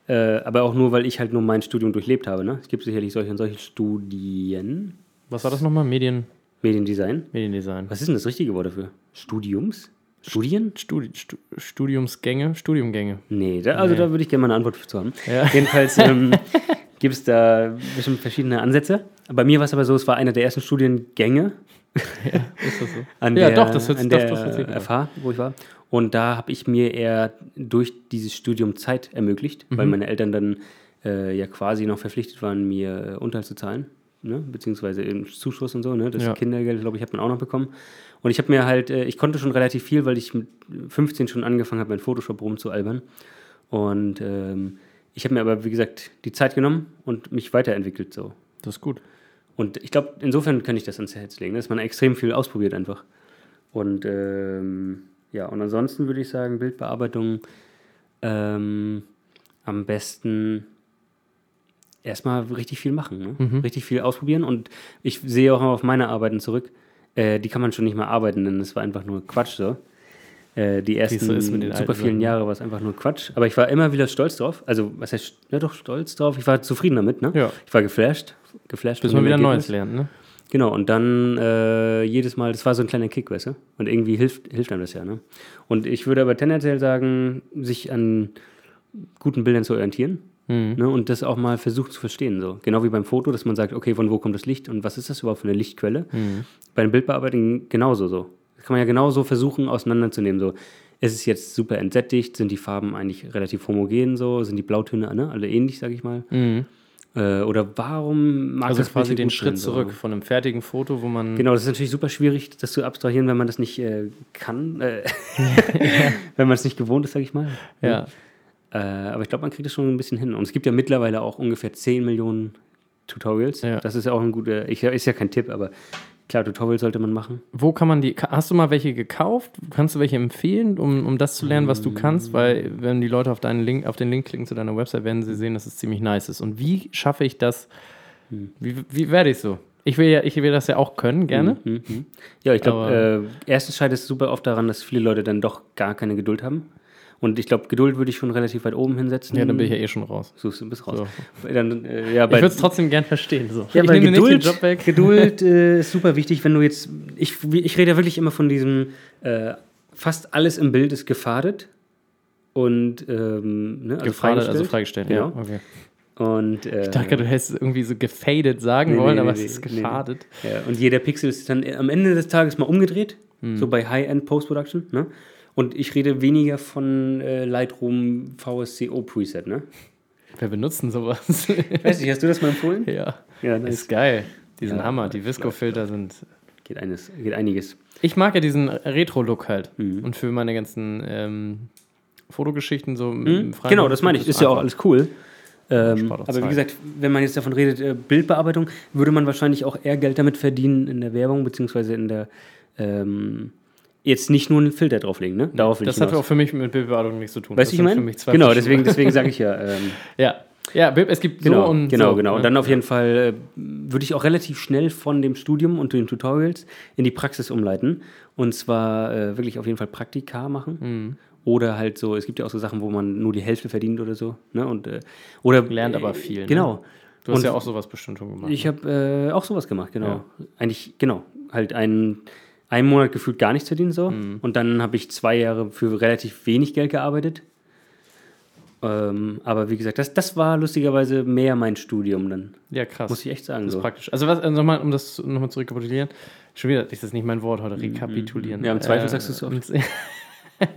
[SPEAKER 3] Äh, aber auch nur, weil ich halt nur mein Studium durchlebt habe. Ne? Es gibt sicherlich solche und solche Studien.
[SPEAKER 2] Was war das nochmal? Medien,
[SPEAKER 3] Mediendesign.
[SPEAKER 2] Mediendesign.
[SPEAKER 3] Was ist denn das richtige Wort dafür? Studiums? Studien?
[SPEAKER 2] Studi Stu- Studiumsgänge, Studiumgänge.
[SPEAKER 3] Nee, da, also
[SPEAKER 2] Nee.
[SPEAKER 3] da würde ich gerne mal eine Antwort zu haben.
[SPEAKER 2] Ja.
[SPEAKER 3] [LAUGHS]
[SPEAKER 2] [LAUGHS]
[SPEAKER 3] Jedenfalls ähm, gibt es da bestimmt verschiedene Ansätze. Bei mir war es aber so, es war einer der ersten Studiengänge
[SPEAKER 2] Ist das so?
[SPEAKER 3] an
[SPEAKER 2] Ja,
[SPEAKER 3] der,
[SPEAKER 2] doch, das hört-
[SPEAKER 3] an
[SPEAKER 2] doch,
[SPEAKER 3] der
[SPEAKER 2] das hört sich gut an.
[SPEAKER 3] FH, wo ich war. Und da habe ich mir eher durch dieses Studium Zeit ermöglicht, weil
[SPEAKER 2] Mhm.
[SPEAKER 3] meine Eltern dann äh, ja quasi noch verpflichtet waren, mir äh, Unterhalt zu zahlen. Ne? Beziehungsweise eben Zuschuss und so, ne? das
[SPEAKER 2] Ja.
[SPEAKER 3] Kindergeld, glaube ich, hat man auch noch bekommen. Und ich habe mir halt, äh, ich konnte schon relativ viel, weil ich mit 15 schon angefangen habe, mein Photoshop rumzualbern. Und ähm, ich habe mir aber, wie gesagt, die Zeit genommen und mich weiterentwickelt so.
[SPEAKER 2] Das ist gut.
[SPEAKER 3] Und ich glaube, insofern kann ich das ans Herz legen, ne, dass man extrem viel ausprobiert einfach. Und ähm, ja, und ansonsten würde ich sagen, Bildbearbeitung ähm, am besten erstmal richtig viel machen, ne?
[SPEAKER 2] Mhm.
[SPEAKER 3] richtig viel ausprobieren. Und ich sehe auch auf meine Arbeiten zurück, äh, die kann man schon nicht mehr arbeiten, denn es war einfach nur Quatsch so. Äh, die ersten
[SPEAKER 2] so ist mit den
[SPEAKER 3] super
[SPEAKER 2] alten
[SPEAKER 3] vielen
[SPEAKER 2] Sachen.
[SPEAKER 3] Jahre war es einfach nur Quatsch. Aber ich war immer wieder stolz drauf. Also, was heißt, ja doch, stolz drauf. Ich war zufrieden damit, ne?
[SPEAKER 2] Ja.
[SPEAKER 3] Ich war geflasht. geflasht
[SPEAKER 2] Bis
[SPEAKER 3] von
[SPEAKER 2] man
[SPEAKER 3] dem
[SPEAKER 2] wieder Neues
[SPEAKER 3] Ergebnis.
[SPEAKER 2] lernt, ne?
[SPEAKER 3] Genau, und dann äh, jedes Mal, das war so ein kleiner Kick, weißt du? Und irgendwie hilft, hilft einem das ja, ne? Und ich würde aber tendenziell sagen, sich an guten Bildern zu orientieren
[SPEAKER 2] Hm.
[SPEAKER 3] ne? und das auch mal versucht zu verstehen. So. Genau wie beim Foto, dass man sagt, okay, von wo kommt das Licht und was ist das überhaupt für eine Lichtquelle?
[SPEAKER 2] Mhm.
[SPEAKER 3] Bei den Bildbearbeitungen genauso so. Das kann man ja genauso versuchen, auseinanderzunehmen. So. Ist es jetzt super entsättigt? Sind die Farben eigentlich relativ homogen so? Sind die Blautöne ne? alle ähnlich, sag ich mal? Äh, oder warum mag
[SPEAKER 2] Mhm. Also
[SPEAKER 3] das
[SPEAKER 2] quasi
[SPEAKER 3] Bild hier
[SPEAKER 2] den
[SPEAKER 3] gut
[SPEAKER 2] Schritt
[SPEAKER 3] sein, so?
[SPEAKER 2] zurück von einem fertigen Foto, wo man.
[SPEAKER 3] Genau, das ist natürlich super schwierig, das zu abstrahieren, wenn man das nicht äh, kann,
[SPEAKER 2] [LAUGHS]
[SPEAKER 3] äh, [LAUGHS] wenn man es nicht gewohnt ist, sag ich mal.
[SPEAKER 2] Ja.
[SPEAKER 3] Äh, aber ich glaube, man kriegt das schon ein bisschen hin. Und es gibt ja mittlerweile auch ungefähr 10 Millionen Tutorials.
[SPEAKER 2] Ja.
[SPEAKER 3] Das ist ja auch ein guter, ich, ist ja kein Tipp, aber klar, Tutorials sollte man machen.
[SPEAKER 2] Wo kann man die. ka- Hast du mal welche gekauft? Kannst du welche empfehlen, um, um das zu lernen, was du kannst?
[SPEAKER 3] Mm.
[SPEAKER 2] Weil, wenn die Leute auf, deinen Link, auf den Link klicken zu deiner Website, werden sie sehen, dass es ziemlich nice ist. Und wie schaffe ich das?
[SPEAKER 3] Mm.
[SPEAKER 2] Wie, wie werde ich so? Ich will, ja, ich will das ja auch können, gerne.
[SPEAKER 3] Mhm, mhm. Ja, ich
[SPEAKER 2] Aber-
[SPEAKER 3] glaube, äh, erstens scheitert es super oft daran, dass viele Leute dann doch gar keine Geduld haben. Und ich glaube, Geduld würde ich schon relativ weit oben hinsetzen.
[SPEAKER 2] Ja, dann bin ich ja eh schon raus.
[SPEAKER 3] So, du bist raus.
[SPEAKER 2] So.
[SPEAKER 3] Dann, äh, ja,
[SPEAKER 2] Ich
[SPEAKER 3] bei,
[SPEAKER 2] würde es trotzdem gern verstehen. So.
[SPEAKER 3] Ja,
[SPEAKER 2] ich
[SPEAKER 3] weil
[SPEAKER 2] nehme
[SPEAKER 3] Geduld,
[SPEAKER 2] nicht den Job weg.
[SPEAKER 3] [LAUGHS] Geduld äh, ist super wichtig, wenn du jetzt. Ich, ich rede ja wirklich immer von diesem, äh, fast alles im Bild ist gefadet. Und ähm, ne, also
[SPEAKER 2] Gefragt, also freigestellt,
[SPEAKER 3] freigestellt. Genau.
[SPEAKER 2] ja. Okay.
[SPEAKER 3] Und, äh,
[SPEAKER 2] Ich dachte, du hättest irgendwie so gefadet sagen
[SPEAKER 3] Nee,
[SPEAKER 2] wollen,
[SPEAKER 3] nee,
[SPEAKER 2] aber
[SPEAKER 3] nee,
[SPEAKER 2] es ist
[SPEAKER 3] nee, nee.
[SPEAKER 2] geschadet.
[SPEAKER 3] ja, und jeder Pixel ist dann am Ende des Tages mal umgedreht, so bei High-End Post-Production. Ne? Und ich rede weniger von äh, Lightroom VSCO Preset, ne?
[SPEAKER 2] Wer benutzt denn sowas? [LAUGHS]
[SPEAKER 3] Ich weiß nicht, hast du das mal empfohlen?
[SPEAKER 2] ja.
[SPEAKER 3] Ja,
[SPEAKER 2] Ist
[SPEAKER 3] nice.
[SPEAKER 2] geil. Die sind
[SPEAKER 3] Ja,
[SPEAKER 2] Hammer. Die Visco-Filter sind.
[SPEAKER 3] geht, eines, geht einiges.
[SPEAKER 2] Ich mag ja diesen Retro-Look halt.
[SPEAKER 3] Mhm.
[SPEAKER 2] Und für meine ganzen ähm, Fotogeschichten so.
[SPEAKER 3] Hm? Genau, das meine ich. Ist ja auch alles cool. Ähm,
[SPEAKER 2] Spart auch
[SPEAKER 3] aber wie
[SPEAKER 2] Zeit.
[SPEAKER 3] gesagt, wenn man jetzt davon redet, äh, Bildbearbeitung, würde man wahrscheinlich auch eher Geld damit verdienen in der Werbung, beziehungsweise in der. Ähm, jetzt nicht nur einen Filter drauflegen, ne? Darauf will
[SPEAKER 2] Das
[SPEAKER 3] ich
[SPEAKER 2] hat
[SPEAKER 3] hinaus.
[SPEAKER 2] auch für mich mit Bildbearbeitung nichts zu tun.
[SPEAKER 3] Weißt
[SPEAKER 2] Das
[SPEAKER 3] du,
[SPEAKER 2] sind
[SPEAKER 3] ich
[SPEAKER 2] für
[SPEAKER 3] meine?
[SPEAKER 2] mich zwei
[SPEAKER 3] Genau,
[SPEAKER 2] verschiedene-
[SPEAKER 3] deswegen, deswegen sage ich ja. Ähm,
[SPEAKER 2] Ja. Ja, Bild- es gibt
[SPEAKER 3] genau,
[SPEAKER 2] so und
[SPEAKER 3] genau,
[SPEAKER 2] so,
[SPEAKER 3] genau.
[SPEAKER 2] ne?
[SPEAKER 3] Und dann auf jeden Fall äh, würde ich auch relativ schnell von dem Studium und den Tutorials in die Praxis umleiten. Und zwar äh, wirklich auf jeden Fall Praktika machen.
[SPEAKER 2] Mhm.
[SPEAKER 3] Oder halt so, es gibt ja auch so Sachen, wo man nur die Hälfte verdient oder so. Ne? Und, äh, oder,
[SPEAKER 2] Lernt aber viel, ne?
[SPEAKER 3] Genau.
[SPEAKER 2] Du hast
[SPEAKER 3] Und-
[SPEAKER 2] ja auch sowas bestimmt schon gemacht.
[SPEAKER 3] ich habe äh, auch sowas gemacht, genau. Eigentlich, genau. Halt einen, einen Monat gefühlt gar nichts verdient so.
[SPEAKER 2] Mhm.
[SPEAKER 3] Und dann habe ich zwei Jahre für relativ wenig Geld gearbeitet. Ähm, aber wie gesagt, das, das war lustigerweise mehr mein Studium dann.
[SPEAKER 2] ja, krass.
[SPEAKER 3] Muss ich echt sagen.
[SPEAKER 2] Das
[SPEAKER 3] So.
[SPEAKER 2] ist praktisch. Also, was, also nochmal, um das nochmal zu rekapitulieren. Schon wieder, ist das nicht mein Wort heute, rekapitulieren.
[SPEAKER 3] Ja, im Zweifel sagst du es oft.
[SPEAKER 2] und- [LAUGHS]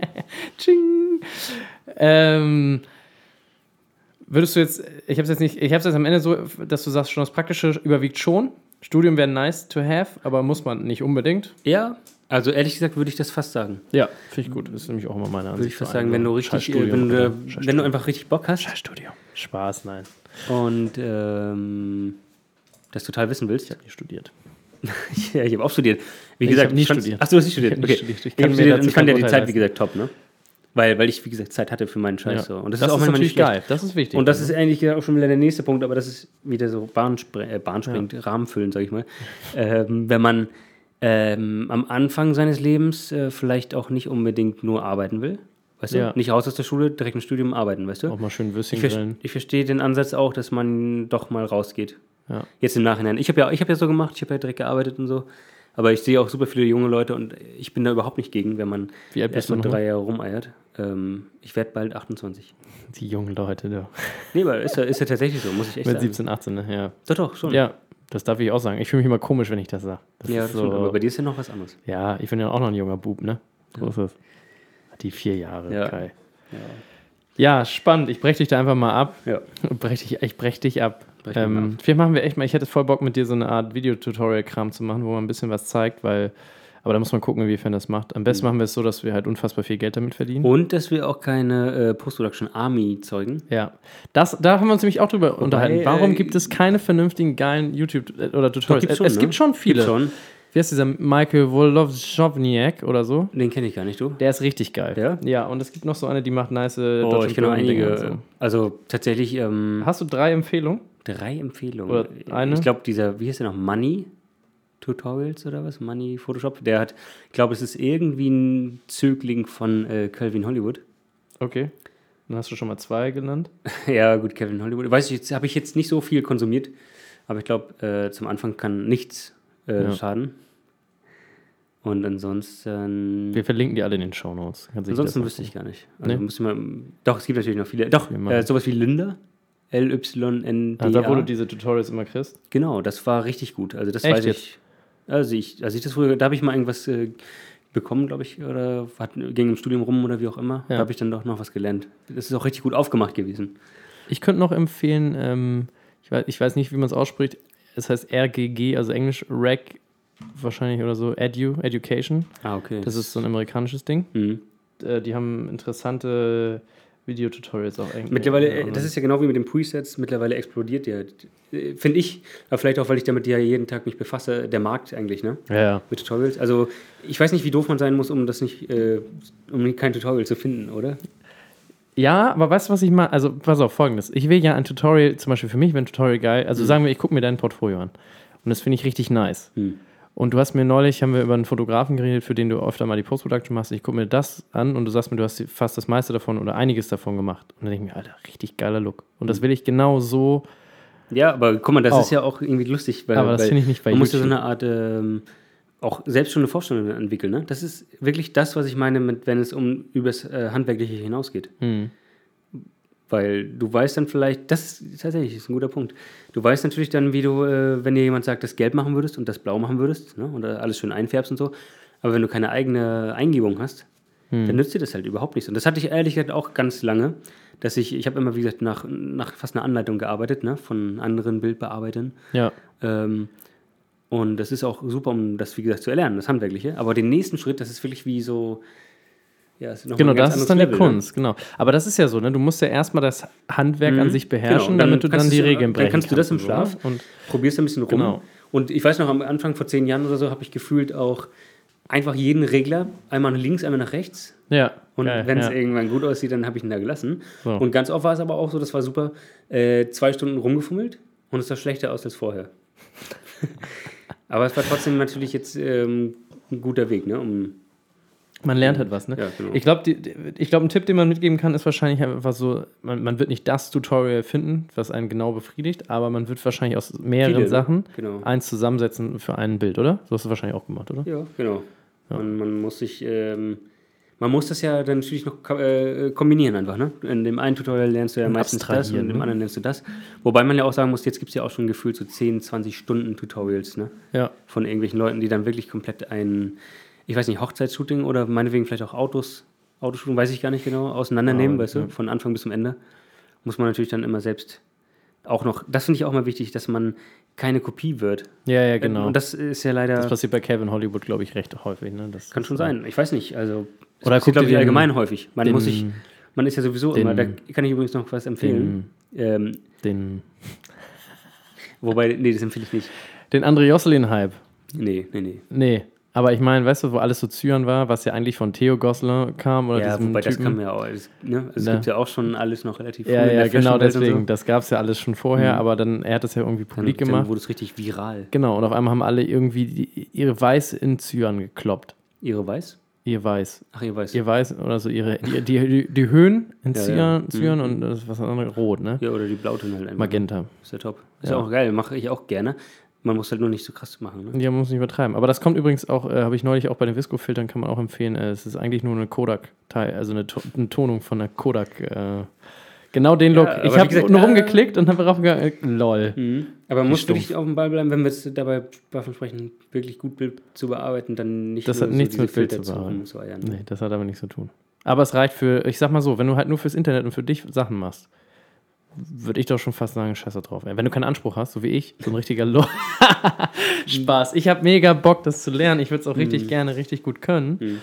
[SPEAKER 2] Tsching. Ähm, würdest du jetzt, ich habe es jetzt nicht, ich habe es jetzt am Ende so, dass du sagst, schon das Praktische überwiegt schon. Studium wäre nice to have, aber muss man nicht unbedingt.
[SPEAKER 3] Ja, also ehrlich gesagt würde ich das fast sagen.
[SPEAKER 2] Ja, finde ich gut. Das ist nämlich auch immer meine Ansicht.
[SPEAKER 3] Würde ich fast
[SPEAKER 2] vor allem
[SPEAKER 3] sagen, wenn du
[SPEAKER 2] so.
[SPEAKER 3] richtig,
[SPEAKER 2] Scheiß
[SPEAKER 3] äh, wenn
[SPEAKER 2] Studium,
[SPEAKER 3] du,
[SPEAKER 2] Alter. Scheiß
[SPEAKER 3] wenn du einfach richtig Bock hast
[SPEAKER 2] Studium. Spaß, nein.
[SPEAKER 3] und ähm, das total wissen willst,
[SPEAKER 2] Ich habe nicht studiert.
[SPEAKER 3] Ja, ich habe auch studiert. Wie
[SPEAKER 2] Ich
[SPEAKER 3] gesagt,
[SPEAKER 2] hab nie
[SPEAKER 3] fand's-
[SPEAKER 2] studiert.
[SPEAKER 3] Ach so, du hast nicht studiert.
[SPEAKER 2] Ich hab
[SPEAKER 3] okay.
[SPEAKER 2] nicht studiert. Ich
[SPEAKER 3] Ich,
[SPEAKER 2] kann
[SPEAKER 3] hab
[SPEAKER 2] mir
[SPEAKER 3] studiert und
[SPEAKER 2] dazu
[SPEAKER 3] ich fand ja
[SPEAKER 2] kein
[SPEAKER 3] die
[SPEAKER 2] Urteil
[SPEAKER 3] Zeit, wie gesagt, top, ne? Weil, weil ich, wie gesagt, Zeit hatte für meinen Scheiß. So. Und das, ist auch manchmal
[SPEAKER 2] natürlich
[SPEAKER 3] nicht geil.
[SPEAKER 2] geil. Das ist wichtig.
[SPEAKER 3] Und das ist eigentlich ja auch schon wieder der nächste Punkt, aber das ist wieder so Bahnspre äh, bahnspringend, Rahmen füllen, sag ich mal. ähm, wenn man ähm, am Anfang seines Lebens äh, vielleicht auch nicht unbedingt nur arbeiten will, weißt
[SPEAKER 2] Ja.
[SPEAKER 3] du? Nicht raus aus der Schule, direkt ein Studium arbeiten, weißt du?
[SPEAKER 2] auch mal schön Würstchen
[SPEAKER 3] Ich, ver
[SPEAKER 2] grillen.
[SPEAKER 3] ich verstehe den Ansatz auch, dass man doch mal rausgeht.
[SPEAKER 2] Ja.
[SPEAKER 3] Jetzt im Nachhinein. Ich habe ja, ich hab ja so gemacht, ich habe ja direkt gearbeitet und so. Aber ich sehe auch super viele junge Leute und ich bin da überhaupt nicht gegen, wenn man
[SPEAKER 2] Wie alt bist du
[SPEAKER 3] erstmal
[SPEAKER 2] nochmal?
[SPEAKER 3] drei Jahre rumeiert. Ähm, ich werde bald 28.
[SPEAKER 2] Die jungen Leute, da.
[SPEAKER 3] Nee, aber ist ja, ist ja tatsächlich so, muss ich echt
[SPEAKER 2] Mit
[SPEAKER 3] sagen.
[SPEAKER 2] 17, 18, ne? Ja.
[SPEAKER 3] Doch, doch, schon.
[SPEAKER 2] Ja, das darf ich auch sagen. Ich fühle mich immer komisch, wenn ich das sage. Das
[SPEAKER 3] Hm. ja
[SPEAKER 2] ist
[SPEAKER 3] das stimmt, aber bei dir ist ja noch was anderes.
[SPEAKER 2] ja, ich bin ja auch noch ein junger Bub, ne? So ist es. Die vier Jahre,
[SPEAKER 3] Ja.
[SPEAKER 2] geil. Ja. spannend. Ich breche dich da einfach mal ab.
[SPEAKER 3] Ja.
[SPEAKER 2] Brech dich, ich brech dich ab.
[SPEAKER 3] Brech mich mal
[SPEAKER 2] ähm, vielleicht machen wir echt mal, ich hätte voll Bock mit dir so eine Art Videotutorial-Kram zu machen, wo man ein bisschen was zeigt, weil, aber da muss man gucken, inwiefern das macht. Am
[SPEAKER 3] Mhm.
[SPEAKER 2] besten machen wir es so, dass wir halt unfassbar viel Geld damit verdienen.
[SPEAKER 3] Und dass wir auch keine äh, Post-Production Army zeugen.
[SPEAKER 2] Ja, das, da haben wir uns nämlich auch drüber unterhalten. Warum
[SPEAKER 3] äh,
[SPEAKER 2] gibt es keine vernünftigen, geilen YouTube- äh, oder Tutorials?
[SPEAKER 3] gibt's
[SPEAKER 2] Es,
[SPEAKER 3] schon,
[SPEAKER 2] es
[SPEAKER 3] ne?
[SPEAKER 2] gibt schon viele.
[SPEAKER 3] Gibt's schon.
[SPEAKER 2] Wie heißt dieser Michael Wolowschowniak oder so?
[SPEAKER 3] Den kenne ich gar nicht, du.
[SPEAKER 2] Der ist richtig geil.
[SPEAKER 3] Ja?
[SPEAKER 2] Ja, und es gibt noch so eine, die macht nice äh,
[SPEAKER 3] Oh,
[SPEAKER 2] Dodge
[SPEAKER 3] ich kenne auch
[SPEAKER 2] and Burn-Dinger
[SPEAKER 3] einige.
[SPEAKER 2] und
[SPEAKER 3] Also tatsächlich ähm,
[SPEAKER 2] so. Hast du drei Empfehlungen?
[SPEAKER 3] drei Empfehlungen. Äh,
[SPEAKER 2] Oder eine?
[SPEAKER 3] Ich glaube, dieser, wie heißt der noch? Money Tutorials oder was? Money Photoshop. Der hat, ich glaube, es ist irgendwie ein Zögling von äh, Calvin Hollywood. [LAUGHS]
[SPEAKER 2] Okay. Dann hast du schon mal zwei genannt.
[SPEAKER 3] ja, gut, Calvin Hollywood. Weiß ich, jetzt habe ich jetzt nicht so viel konsumiert, aber ich glaube, äh, zum Anfang kann nichts äh,
[SPEAKER 2] Ja.
[SPEAKER 3] schaden. Und ansonsten.
[SPEAKER 2] Wir verlinken die alle in den Shownotes. Kann sich
[SPEAKER 3] Ansonsten
[SPEAKER 2] das-
[SPEAKER 3] wüsste ich gar nicht. Also
[SPEAKER 2] Nee.
[SPEAKER 3] muss ich mal, doch, es gibt natürlich noch viele. Doch,
[SPEAKER 2] Wir machen-
[SPEAKER 3] äh, sowas wie Linda. L-Y-N-D.
[SPEAKER 2] Ah, da, wo du diese Tutorials immer kriegst.
[SPEAKER 3] Genau, das war richtig gut. Also das
[SPEAKER 2] Echt
[SPEAKER 3] weiß ich. Also ich, also ich das früher, da habe ich mal irgendwas äh, bekommen, glaube ich, oder hat, ging im Studium rum oder wie auch immer. Da
[SPEAKER 2] Ja.
[SPEAKER 3] habe ich dann doch noch was gelernt. Das ist auch richtig gut aufgemacht gewesen.
[SPEAKER 2] Ich könnte noch empfehlen, ähm, ich, weiß, ich weiß nicht, wie man es ausspricht. Es heißt RGG, also Englisch REC wahrscheinlich oder so, Edu, Education.
[SPEAKER 3] Ah, okay.
[SPEAKER 2] Das ist so ein amerikanisches Ding.
[SPEAKER 3] mhm.
[SPEAKER 2] Äh, die haben interessante Videotutorials auch eigentlich.
[SPEAKER 3] Mittlerweile, äh, das ist ja genau wie mit den Presets, mittlerweile explodiert ja, äh, finde ich, aber vielleicht auch, weil ich damit ja jeden Tag mich befasse, der Markt eigentlich, ne?
[SPEAKER 2] ja, ja.
[SPEAKER 3] Mit Tutorials? Also, ich weiß nicht, wie doof man sein muss, um das nicht, äh, um kein Tutorial zu finden, oder?
[SPEAKER 2] Ja, aber weißt du, was ich mal, also pass auf, folgendes. Ich will ja ein Tutorial, zum Beispiel für mich wäre ein Tutorial geil, also sagen wir, ich gucke mir dein Portfolio an. Und das finde ich richtig nice.
[SPEAKER 3] Hm.
[SPEAKER 2] Und du hast mir neulich, haben wir über einen Fotografen geredet, für den du öfter mal die Post-Production machst. Ich gucke mir das an und du sagst mir, du hast die- fast das meiste davon oder einiges davon gemacht. Und dann denke ich mir, Alter, richtig geiler Look. Und
[SPEAKER 3] Hm.
[SPEAKER 2] das will ich genau so.
[SPEAKER 3] Ja, aber guck mal, das
[SPEAKER 2] Auch.
[SPEAKER 3] ist ja auch irgendwie lustig, weil,
[SPEAKER 2] Aber das
[SPEAKER 3] weil
[SPEAKER 2] finde ich nicht bei
[SPEAKER 3] man muss ja so
[SPEAKER 2] YouTube.
[SPEAKER 3] eine Art ähm, auch selbst schon eine Vorstellung entwickeln. Ne? Das ist wirklich das, was ich meine, mit, wenn es um übers äh, handwerkliche hinausgeht.
[SPEAKER 2] Hm.
[SPEAKER 3] Weil du weißt dann vielleicht, das ist tatsächlich ist ein guter Punkt. Du weißt natürlich dann, wie du, äh, wenn dir jemand sagt, das Gelb machen würdest und das Blau machen würdest ne? und äh, alles schön einfärbst und so. Aber wenn du keine eigene Eingebung hast,
[SPEAKER 2] Hm.
[SPEAKER 3] dann nützt dir das halt überhaupt nichts. Und das hatte ich ehrlich gesagt auch ganz lange, dass ich, ich habe immer, wie gesagt, nach, nach fast einer Anleitung gearbeitet, ne? von anderen Bildbearbeitern.
[SPEAKER 2] Ja.
[SPEAKER 3] Ähm, und das ist auch super, um das, wie gesagt, zu erlernen, das Handwerkliche. Aber den nächsten Schritt, das ist wirklich wie so. Ja, es ist noch mal
[SPEAKER 2] Genau,
[SPEAKER 3] ein ganz
[SPEAKER 2] das
[SPEAKER 3] anderes
[SPEAKER 2] ist dann
[SPEAKER 3] Level,
[SPEAKER 2] die
[SPEAKER 3] ne?
[SPEAKER 2] Kunst, genau. Aber das ist ja so, ne? Du musst ja erstmal das Handwerk an sich beherrschen,
[SPEAKER 3] Genau, dann
[SPEAKER 2] damit du
[SPEAKER 3] kannst
[SPEAKER 2] dann die
[SPEAKER 3] du's-
[SPEAKER 2] Regeln
[SPEAKER 3] dann
[SPEAKER 2] brechen
[SPEAKER 3] kannst du das im
[SPEAKER 2] und so, ne?
[SPEAKER 3] Schlaf.
[SPEAKER 2] Und
[SPEAKER 3] probierst ein bisschen rum.
[SPEAKER 2] Genau.
[SPEAKER 3] Und ich weiß noch, am Anfang vor zehn Jahren oder so habe ich gefühlt auch einfach jeden Regler einmal nach links, einmal nach rechts.
[SPEAKER 2] ja.
[SPEAKER 3] Und
[SPEAKER 2] geil,
[SPEAKER 3] wenn es
[SPEAKER 2] ja.
[SPEAKER 3] irgendwann gut aussieht, dann habe ich ihn da gelassen.
[SPEAKER 2] So.
[SPEAKER 3] Und ganz oft war es aber auch so, das war super, äh, zwei Stunden rumgefummelt und es sah schlechter aus als vorher.
[SPEAKER 2] [LAUGHS]
[SPEAKER 3] aber es war trotzdem natürlich jetzt ähm, ein guter Weg, ne? Um,
[SPEAKER 2] Man lernt halt was, ne?
[SPEAKER 3] Ja, genau.
[SPEAKER 2] Ich glaube, ich glaub, ein Tipp, den man mitgeben kann, ist wahrscheinlich einfach so, man, man wird nicht das Tutorial finden, was einen genau befriedigt, aber man wird wahrscheinlich aus mehreren
[SPEAKER 3] Viele, ne?
[SPEAKER 2] Sachen
[SPEAKER 3] Genau.
[SPEAKER 2] eins zusammensetzen für ein Bild, oder? So hast du wahrscheinlich auch gemacht, oder?
[SPEAKER 3] Ja, genau. Man, man muss sich, ähm, man muss das ja dann natürlich noch ko- äh, kombinieren einfach, ne? In dem einen Tutorial lernst du ja meistens das und
[SPEAKER 2] abstrahieren,
[SPEAKER 3] in dem
[SPEAKER 2] ne?
[SPEAKER 3] anderen lernst du das. Wobei man ja auch sagen muss, jetzt gibt es ja auch schon gefühlt so 10, 20 Stunden Tutorials, ne?
[SPEAKER 2] Ja.
[SPEAKER 3] Von irgendwelchen Leuten, die dann wirklich komplett ein, ich weiß nicht, Hochzeitsshooting oder meinetwegen vielleicht auch Autos, Autoshooting, weiß ich gar nicht genau, auseinandernehmen,
[SPEAKER 2] Aber,
[SPEAKER 3] weißt du, von Anfang bis zum Ende. Muss man natürlich dann immer selbst auch noch, das finde ich auch mal wichtig, dass man keine Kopie wird.
[SPEAKER 2] Ja, ja, genau.
[SPEAKER 3] Und
[SPEAKER 2] das,
[SPEAKER 3] das ist ja leider.
[SPEAKER 2] passiert bei Kevin Hollywood, glaube ich, recht häufig, ne? Das
[SPEAKER 3] Kann schon sein. Ich weiß nicht. Also, das
[SPEAKER 2] Oder guck
[SPEAKER 3] passiert, glaube
[SPEAKER 2] dir
[SPEAKER 3] ich,
[SPEAKER 2] den-
[SPEAKER 3] allgemein häufig. Man
[SPEAKER 2] den-
[SPEAKER 3] muss sich, man ist ja sowieso
[SPEAKER 2] den-
[SPEAKER 3] immer, da kann ich übrigens noch was empfehlen. Ähm,
[SPEAKER 2] Den,
[SPEAKER 3] wobei, nee, das empfehle ich nicht.
[SPEAKER 2] den André Josselin-Hype.
[SPEAKER 3] Nee, nee, nee.
[SPEAKER 2] Nee. Aber ich meine, weißt du, wo alles so Zyan war, was ja eigentlich von Theo Gosselin kam oder
[SPEAKER 3] Ja,
[SPEAKER 2] diesem
[SPEAKER 3] wobei das
[SPEAKER 2] Typen.
[SPEAKER 3] kann man ja auch. Das, ne?
[SPEAKER 2] Ne.
[SPEAKER 3] also, Es gibt ja auch schon alles noch relativ
[SPEAKER 2] ja,
[SPEAKER 3] in
[SPEAKER 2] ja,
[SPEAKER 3] der
[SPEAKER 2] genau
[SPEAKER 3] Fashionwelt und
[SPEAKER 2] deswegen.
[SPEAKER 3] So. Mhm.
[SPEAKER 2] Das gab es ja alles schon vorher, aber dann, er hat das ja irgendwie publik
[SPEAKER 3] Dann,
[SPEAKER 2] gemacht.
[SPEAKER 3] dann wurde es richtig viral.
[SPEAKER 2] Genau, und auf einmal haben alle irgendwie die, ihre Weiß in Zyan gekloppt.
[SPEAKER 3] Ihre Weiß?
[SPEAKER 2] Ihr Weiß.
[SPEAKER 3] Ach, ihr Weiß.
[SPEAKER 2] Ihr Weiß oder so ihre, die, die, die, die Höhen in
[SPEAKER 3] Ja, Mhm.
[SPEAKER 2] Zyan,
[SPEAKER 3] ja.
[SPEAKER 2] Zyan und das, was andere, Rot, ne?
[SPEAKER 3] ja, oder die Blautöne halt einfach.
[SPEAKER 2] Magenta.
[SPEAKER 3] Ist ja top. Ist
[SPEAKER 2] Ja.
[SPEAKER 3] ja auch geil. Mache ich auch gerne. Man muss halt nur nicht so krass machen. Ne?
[SPEAKER 2] Ja, man muss nicht übertreiben. Aber das kommt übrigens auch, äh, habe ich neulich auch bei den Visco-Filtern, kann man auch empfehlen. Äh, es ist eigentlich nur eine Kodak-Teil, also eine, To- eine Tonung von einer Kodak. Äh, genau den Look.
[SPEAKER 3] aber
[SPEAKER 2] ich
[SPEAKER 3] wie
[SPEAKER 2] habe
[SPEAKER 3] gesagt,
[SPEAKER 2] nur
[SPEAKER 3] äh,
[SPEAKER 2] rumgeklickt und habe raufgegangen. Äh, lol.
[SPEAKER 3] Aber man muss
[SPEAKER 2] Stumpf.
[SPEAKER 3] wirklich auf dem Ball bleiben, wenn wir jetzt dabei davon sprechen, wirklich gut Bild zu bearbeiten, dann nicht
[SPEAKER 2] Das
[SPEAKER 3] nur
[SPEAKER 2] hat
[SPEAKER 3] so
[SPEAKER 2] nichts
[SPEAKER 3] diese
[SPEAKER 2] mit Bild zu
[SPEAKER 3] Filter
[SPEAKER 2] bearbeiten.
[SPEAKER 3] rumzueiern.
[SPEAKER 2] Nee, das hat aber nichts zu tun. Aber es reicht für, ich sag mal so, wenn du halt nur fürs Internet und für dich Sachen machst, würde ich doch schon fast sagen, scheiße drauf. Ey. Wenn du keinen Anspruch hast, so wie ich, so ein richtiger Lo Spaß. Ich habe mega Bock, das zu lernen. Ich würde es auch richtig gerne, richtig gut können.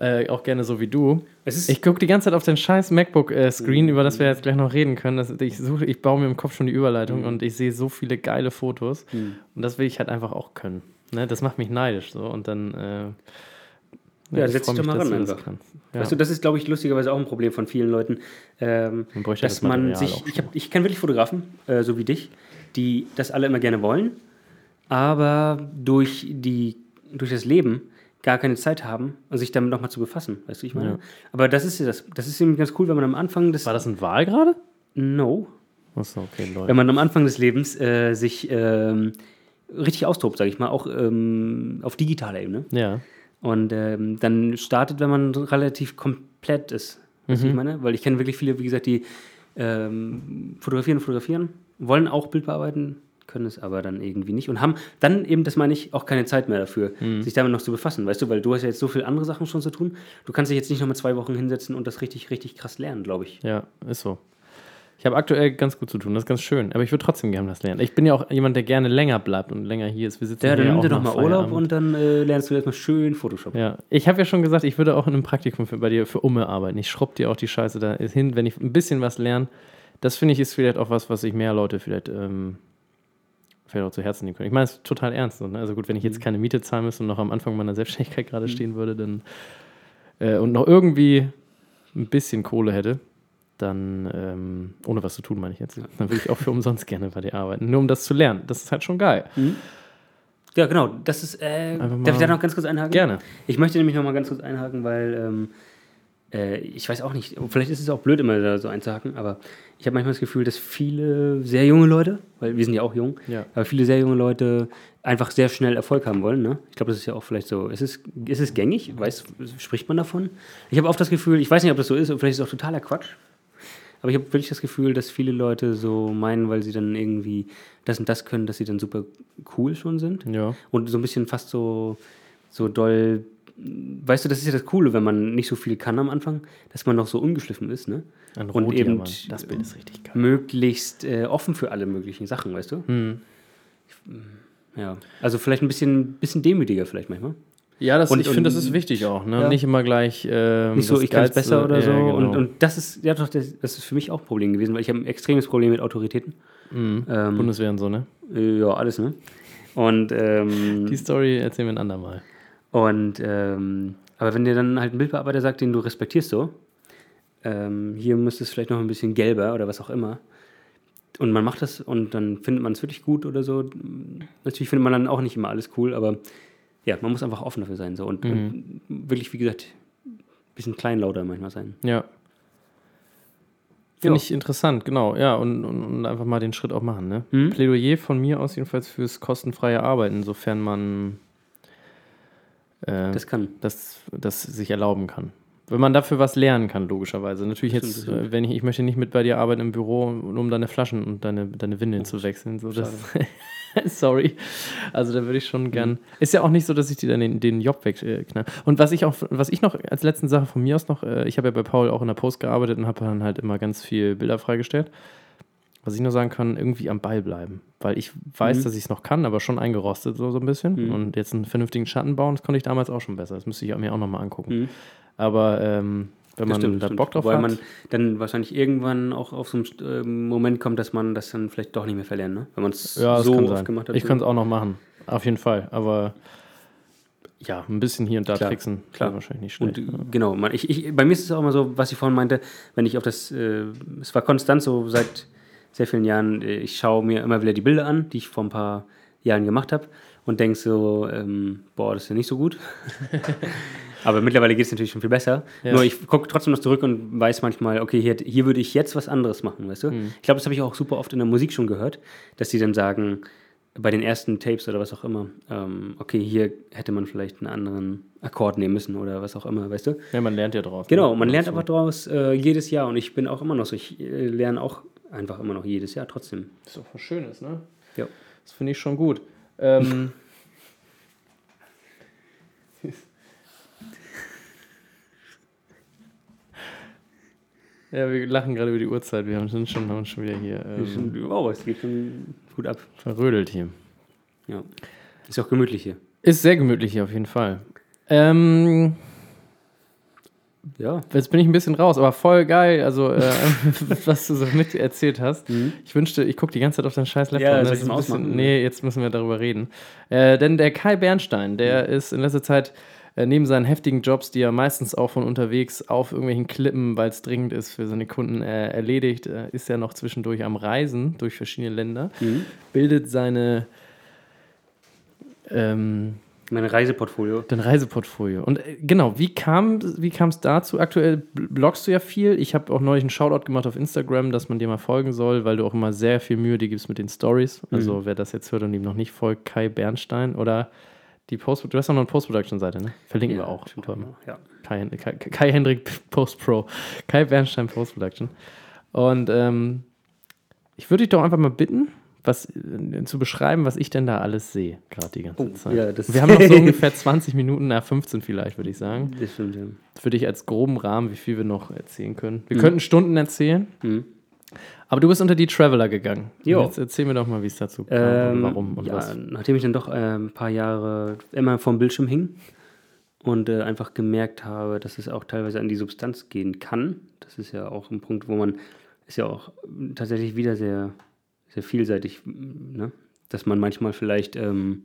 [SPEAKER 2] Äh, auch gerne so wie du.
[SPEAKER 3] Es ist-
[SPEAKER 2] ich gucke die ganze Zeit auf den scheiß MacBook-Screen, über das wir jetzt gleich noch reden können. Das, ich, suche, ich baue mir im Kopf schon die Überleitung
[SPEAKER 3] Mhm.
[SPEAKER 2] und ich sehe so viele geile Fotos. Und das will ich halt einfach auch können. Ne? Das macht mich neidisch. So. Und dann. Äh,
[SPEAKER 3] Ja,
[SPEAKER 2] ich
[SPEAKER 3] setz
[SPEAKER 2] freu
[SPEAKER 3] dich
[SPEAKER 2] mich,
[SPEAKER 3] doch mal
[SPEAKER 2] dass
[SPEAKER 3] ran
[SPEAKER 2] du das
[SPEAKER 3] einfach.
[SPEAKER 2] kannst. Ja.
[SPEAKER 3] Weißt du, das ist, glaube ich, lustigerweise auch ein Problem von vielen Leuten, ähm,
[SPEAKER 2] Man bräuchte
[SPEAKER 3] dass
[SPEAKER 2] das
[SPEAKER 3] man
[SPEAKER 2] Material
[SPEAKER 3] sich,
[SPEAKER 2] auch
[SPEAKER 3] ich, hab- ich kenne wirklich Fotografen, äh, so wie dich, die das alle immer gerne wollen, aber durch, die, durch das Leben gar keine Zeit haben, um sich damit nochmal zu befassen, weißt du, ich meine.
[SPEAKER 2] Ja.
[SPEAKER 3] Aber das ist ja das, das ist eben ganz cool, wenn man am Anfang des,
[SPEAKER 2] War das ein Wahl gerade?
[SPEAKER 3] no,
[SPEAKER 2] Achso, okay,
[SPEAKER 3] wenn
[SPEAKER 2] Leute.
[SPEAKER 3] man am Anfang des Lebens äh, sich ähm, richtig austobt, sage ich mal, auch ähm, auf digitaler Ebene.
[SPEAKER 2] Ja.
[SPEAKER 3] Und ähm, dann startet, wenn man relativ komplett ist.
[SPEAKER 2] Mhm.
[SPEAKER 3] Weißt du, wie ich meine? Weil ich kenne wirklich viele, wie gesagt, die ähm, fotografieren, fotografieren, wollen auch Bild bearbeiten, können es aber dann irgendwie nicht und haben dann eben, das meine ich, auch keine Zeit mehr dafür,
[SPEAKER 2] Mhm.
[SPEAKER 3] sich damit noch zu befassen. Weißt du, weil du hast ja jetzt so viele andere Sachen schon zu tun. Du kannst dich jetzt nicht nochmal zwei Wochen hinsetzen und das richtig, richtig krass lernen, glaube ich.
[SPEAKER 2] Ja, ist so. Ich habe aktuell ganz gut zu tun, das ist ganz schön. Aber ich würde trotzdem gerne das lernen. Ich bin ja auch jemand, der gerne länger bleibt und länger hier ist. Wir sitzen
[SPEAKER 3] Ja, dann
[SPEAKER 2] hier
[SPEAKER 3] nimm dir
[SPEAKER 2] auch
[SPEAKER 3] doch
[SPEAKER 2] nach
[SPEAKER 3] mal Urlaub
[SPEAKER 2] Feierabend.
[SPEAKER 3] und dann äh, lernst du erstmal schön Photoshop.
[SPEAKER 2] Ja, ich habe ja schon gesagt, ich würde auch in einem Praktikum für, bei dir für Umme arbeiten. Ich schrubb dir auch die Scheiße da hin, wenn ich ein bisschen was lerne. Das finde ich ist vielleicht auch was, was sich mehr Leute vielleicht, ähm, vielleicht auch zu Herzen nehmen können. Ich meine, es ist total ernst. Ne? Also gut, wenn ich jetzt
[SPEAKER 3] Mhm.
[SPEAKER 2] keine Miete zahlen müsste und noch am Anfang meiner Selbstständigkeit gerade stehen würde, dann äh, und noch irgendwie ein bisschen Kohle hätte, dann ähm, ohne was zu tun, meine ich jetzt, dann würde ich auch für umsonst gerne bei dir arbeiten, nur um das zu lernen. Das ist halt schon geil.
[SPEAKER 3] Mhm. Ja, genau. Das ist. Äh,
[SPEAKER 2] Einfach mal-
[SPEAKER 3] darf ich da noch ganz kurz einhaken?
[SPEAKER 2] Gerne.
[SPEAKER 3] Ich möchte nämlich noch mal ganz kurz einhaken, weil ähm, äh, ich weiß auch nicht. Vielleicht ist es auch blöd, immer da so einzuhaken, aber ich habe manchmal das Gefühl, dass viele sehr junge Leute, weil wir sind ja auch jung,
[SPEAKER 2] Ja.
[SPEAKER 3] aber viele sehr junge Leute einfach sehr schnell Erfolg haben wollen. Ne? Ich glaube, das ist ja auch vielleicht so. Ist es, ist es gängig? Weiß, spricht man davon? Ich habe oft das Gefühl, ich weiß nicht, ob das so ist, und vielleicht ist es auch totaler Quatsch. Aber ich habe wirklich das Gefühl, dass viele Leute so meinen, weil sie dann irgendwie das und das können, dass sie dann super cool schon sind.
[SPEAKER 2] Ja.
[SPEAKER 3] Und so ein bisschen fast so, so doll. Weißt du, das ist ja das Coole, wenn man nicht so viel kann am Anfang, dass man noch so ungeschliffen ist, ne?
[SPEAKER 2] Ein
[SPEAKER 3] und eben
[SPEAKER 2] Rotdiamant. das Bild ist richtig geil. Hm.
[SPEAKER 3] möglichst äh, offen für alle möglichen Sachen, weißt du? Ich- Ja. Also vielleicht ein bisschen, bisschen demütiger vielleicht manchmal.
[SPEAKER 2] Ja, das,
[SPEAKER 3] Und-
[SPEAKER 2] ich finde, das
[SPEAKER 3] und-
[SPEAKER 2] ist wichtig auch. Ne?
[SPEAKER 3] ja.
[SPEAKER 2] Nicht immer gleich. Ähm,
[SPEAKER 3] Nicht so,
[SPEAKER 2] das
[SPEAKER 3] ich kann es
[SPEAKER 2] Geilste-
[SPEAKER 3] besser oder
[SPEAKER 2] ja,
[SPEAKER 3] so.
[SPEAKER 2] Genau.
[SPEAKER 3] Und, und das ist, ja doch, das, das ist für mich auch ein Problem gewesen, weil ich habe ein extremes Problem mit Autoritäten.
[SPEAKER 2] Mhm.
[SPEAKER 3] Ähm,
[SPEAKER 2] Bundeswehr und so, ne?
[SPEAKER 3] äh, ja, alles, ne? Und ähm,
[SPEAKER 2] Die Story erzählen wir ein andermal.
[SPEAKER 3] Und ähm, aber wenn dir dann halt ein Bildbearbeiter sagt, den du respektierst so, ähm, hier müsste es vielleicht noch ein bisschen gelber oder was auch immer. Und man macht das und dann findet man es wirklich gut oder so. Natürlich findet man dann auch nicht immer alles cool, aber ja, man muss einfach offen dafür sein. So. Und,
[SPEAKER 2] Mhm.
[SPEAKER 3] und wirklich, wie gesagt, ein bisschen kleinlauter manchmal sein.
[SPEAKER 2] Ja. Finde
[SPEAKER 3] Ja.
[SPEAKER 2] ich interessant, genau. Ja, und, und, und einfach mal den Schritt auch machen. Ne?
[SPEAKER 3] Mhm.
[SPEAKER 2] Plädoyer von mir aus jedenfalls fürs kostenfreie Arbeiten, sofern man äh,
[SPEAKER 3] Das
[SPEAKER 2] das,
[SPEAKER 3] kann.
[SPEAKER 2] das, sich erlauben kann. Wenn man dafür was lernen kann, logischerweise. Natürlich jetzt,
[SPEAKER 3] Stimmt,
[SPEAKER 2] äh, wenn ich, ich möchte nicht mit bei dir arbeiten im Büro, um deine Flaschen und deine, deine Windeln
[SPEAKER 3] Oh,
[SPEAKER 2] zu wechseln. So, das, [LAUGHS] Sorry. Also da würde ich
[SPEAKER 3] Mhm.
[SPEAKER 2] schon gern. Ist ja auch nicht so, dass ich dir dann den, den Job wegknall. Und was ich auch, was ich noch als letzten Sache von mir aus noch, äh, ich habe ja bei Paul auch in der Post gearbeitet und habe dann halt immer ganz viel Bilder freigestellt. Was ich nur sagen kann, irgendwie am Ball bleiben. Weil ich
[SPEAKER 3] Mhm.
[SPEAKER 2] weiß, dass ich es noch kann, aber schon eingerostet so, so ein bisschen. Und jetzt einen vernünftigen Schatten bauen, das konnte ich damals auch schon besser. Das müsste ich mir auch nochmal angucken.
[SPEAKER 3] Mhm.
[SPEAKER 2] Aber ähm, wenn man da Bock drauf
[SPEAKER 3] Weil
[SPEAKER 2] hat.
[SPEAKER 3] man dann wahrscheinlich irgendwann auch auf so einen äh, Moment kommt, dass man das dann vielleicht doch nicht mehr verlernt, ne? Wenn man es
[SPEAKER 2] Ja, das
[SPEAKER 3] so
[SPEAKER 2] kann
[SPEAKER 3] oft
[SPEAKER 2] sein.
[SPEAKER 3] gemacht hat.
[SPEAKER 2] Ich kann es auch noch machen. Auf jeden Fall. Aber ja, ein bisschen hier und da
[SPEAKER 3] Klar,
[SPEAKER 2] tricksen.
[SPEAKER 3] klar.
[SPEAKER 2] wäre Wahrscheinlich nicht
[SPEAKER 3] Und
[SPEAKER 2] schlecht.
[SPEAKER 3] äh, genau, man, ich, ich, bei mir ist es auch immer so, was ich vorhin meinte, wenn ich auf das, äh, es war konstant so seit sehr vielen Jahren, äh, ich schaue mir immer wieder die Bilder an, die ich vor ein paar Jahren gemacht habe und denke so, ähm, boah, das ist ja nicht so gut. Aber mittlerweile geht es natürlich schon viel besser.
[SPEAKER 2] Ja.
[SPEAKER 3] Nur ich gucke trotzdem noch zurück und weiß manchmal, okay, hier, hier würde ich jetzt was anderes machen, weißt du? Ich glaube, das habe ich auch super oft in der Musik schon gehört, dass die dann sagen, bei den ersten Tapes oder was auch immer, ähm, okay, hier hätte man vielleicht einen anderen Akkord nehmen müssen oder was auch immer, weißt du?
[SPEAKER 2] Ja, man lernt ja draus. ne?
[SPEAKER 3] Genau, man lernt einfach draus äh, jedes Jahr und ich bin auch immer noch so, ich äh, lerne auch einfach immer noch jedes Jahr trotzdem.
[SPEAKER 2] Das ist doch was Schönes, ne?
[SPEAKER 3] Ja.
[SPEAKER 2] Das finde ich schon gut. Ähm, ja, wir lachen gerade über die Uhrzeit. Wir haben sind schon, haben uns schon wieder hier ähm,
[SPEAKER 3] Wow, es geht schon gut ab.
[SPEAKER 2] verrödelt hier.
[SPEAKER 3] Ja. Ist auch gemütlich hier.
[SPEAKER 2] Ist sehr gemütlich hier auf jeden Fall. Ähm,
[SPEAKER 3] Ja.
[SPEAKER 2] jetzt bin ich ein bisschen raus, aber voll geil, also äh, [LAUGHS] was du so mit erzählt hast. Ich wünschte, ich gucke die ganze Zeit auf deinen scheiß Laptop.
[SPEAKER 3] Mhm. Ja,
[SPEAKER 2] ne?
[SPEAKER 3] soll
[SPEAKER 2] Das
[SPEAKER 3] ich
[SPEAKER 2] ist
[SPEAKER 3] mal
[SPEAKER 2] ein bisschen-
[SPEAKER 3] ausmachen?
[SPEAKER 2] Nee, jetzt müssen wir darüber reden. Äh, denn der Kai Bernstein, der
[SPEAKER 3] Mhm.
[SPEAKER 2] ist in letzter Zeit äh, neben seinen heftigen Jobs, die er meistens auch von unterwegs auf irgendwelchen Klippen, weil es dringend ist, für seine Kunden äh, erledigt, äh, ist er noch zwischendurch am Reisen durch verschiedene Länder,
[SPEAKER 3] Mhm.
[SPEAKER 2] bildet seine ähm,
[SPEAKER 3] Mein Reiseportfolio.
[SPEAKER 2] Dein Reiseportfolio. Und äh, genau, wie kam wie kam es dazu? Aktuell bl- bloggst du ja viel. Ich habe auch neulich einen Shoutout gemacht auf Instagram, dass man dir mal folgen soll, weil du auch immer sehr viel Mühe dir gibst mit den Stories.
[SPEAKER 3] Mhm.
[SPEAKER 2] Also wer das jetzt hört und ihm noch nicht folgt, Kai Bernstein oder die Post du hast auch noch eine Post-Production-Seite, ne? Verlinken wir auch.
[SPEAKER 3] stimmt
[SPEAKER 2] Ähm,
[SPEAKER 3] Ja.
[SPEAKER 2] Kai, Kai, Kai Hendrik Post Pro. Kai Bernstein Post Production. Und ähm, ich würde dich doch einfach mal bitten, was äh, zu beschreiben, was ich denn da alles sehe, gerade die ganze
[SPEAKER 3] Oh,
[SPEAKER 2] Zeit.
[SPEAKER 3] ja, das-
[SPEAKER 2] Wir haben noch
[SPEAKER 3] [LAUGHS]
[SPEAKER 2] so ungefähr 20 Minuten, na 15 vielleicht, würde ich sagen.
[SPEAKER 3] Das stimmt, ja.
[SPEAKER 2] Für dich als groben Rahmen, wie viel wir noch erzählen können.
[SPEAKER 3] Mhm.
[SPEAKER 2] Wir könnten Stunden erzählen. Aber du bist unter die Traveler gegangen. Und
[SPEAKER 3] Jo.
[SPEAKER 2] Jetzt erzähl mir doch mal, wie es dazu kam und
[SPEAKER 3] Ähm,
[SPEAKER 2] warum und
[SPEAKER 3] ja,
[SPEAKER 2] was.
[SPEAKER 3] Nachdem ich dann doch äh, ein paar Jahre immer vom Bildschirm hing und äh, einfach gemerkt habe, dass es auch teilweise an die Substanz gehen kann. Das ist ja auch ein Punkt, wo man, ist ja auch äh, tatsächlich wieder sehr, sehr vielseitig, ne? dass man manchmal vielleicht ähm,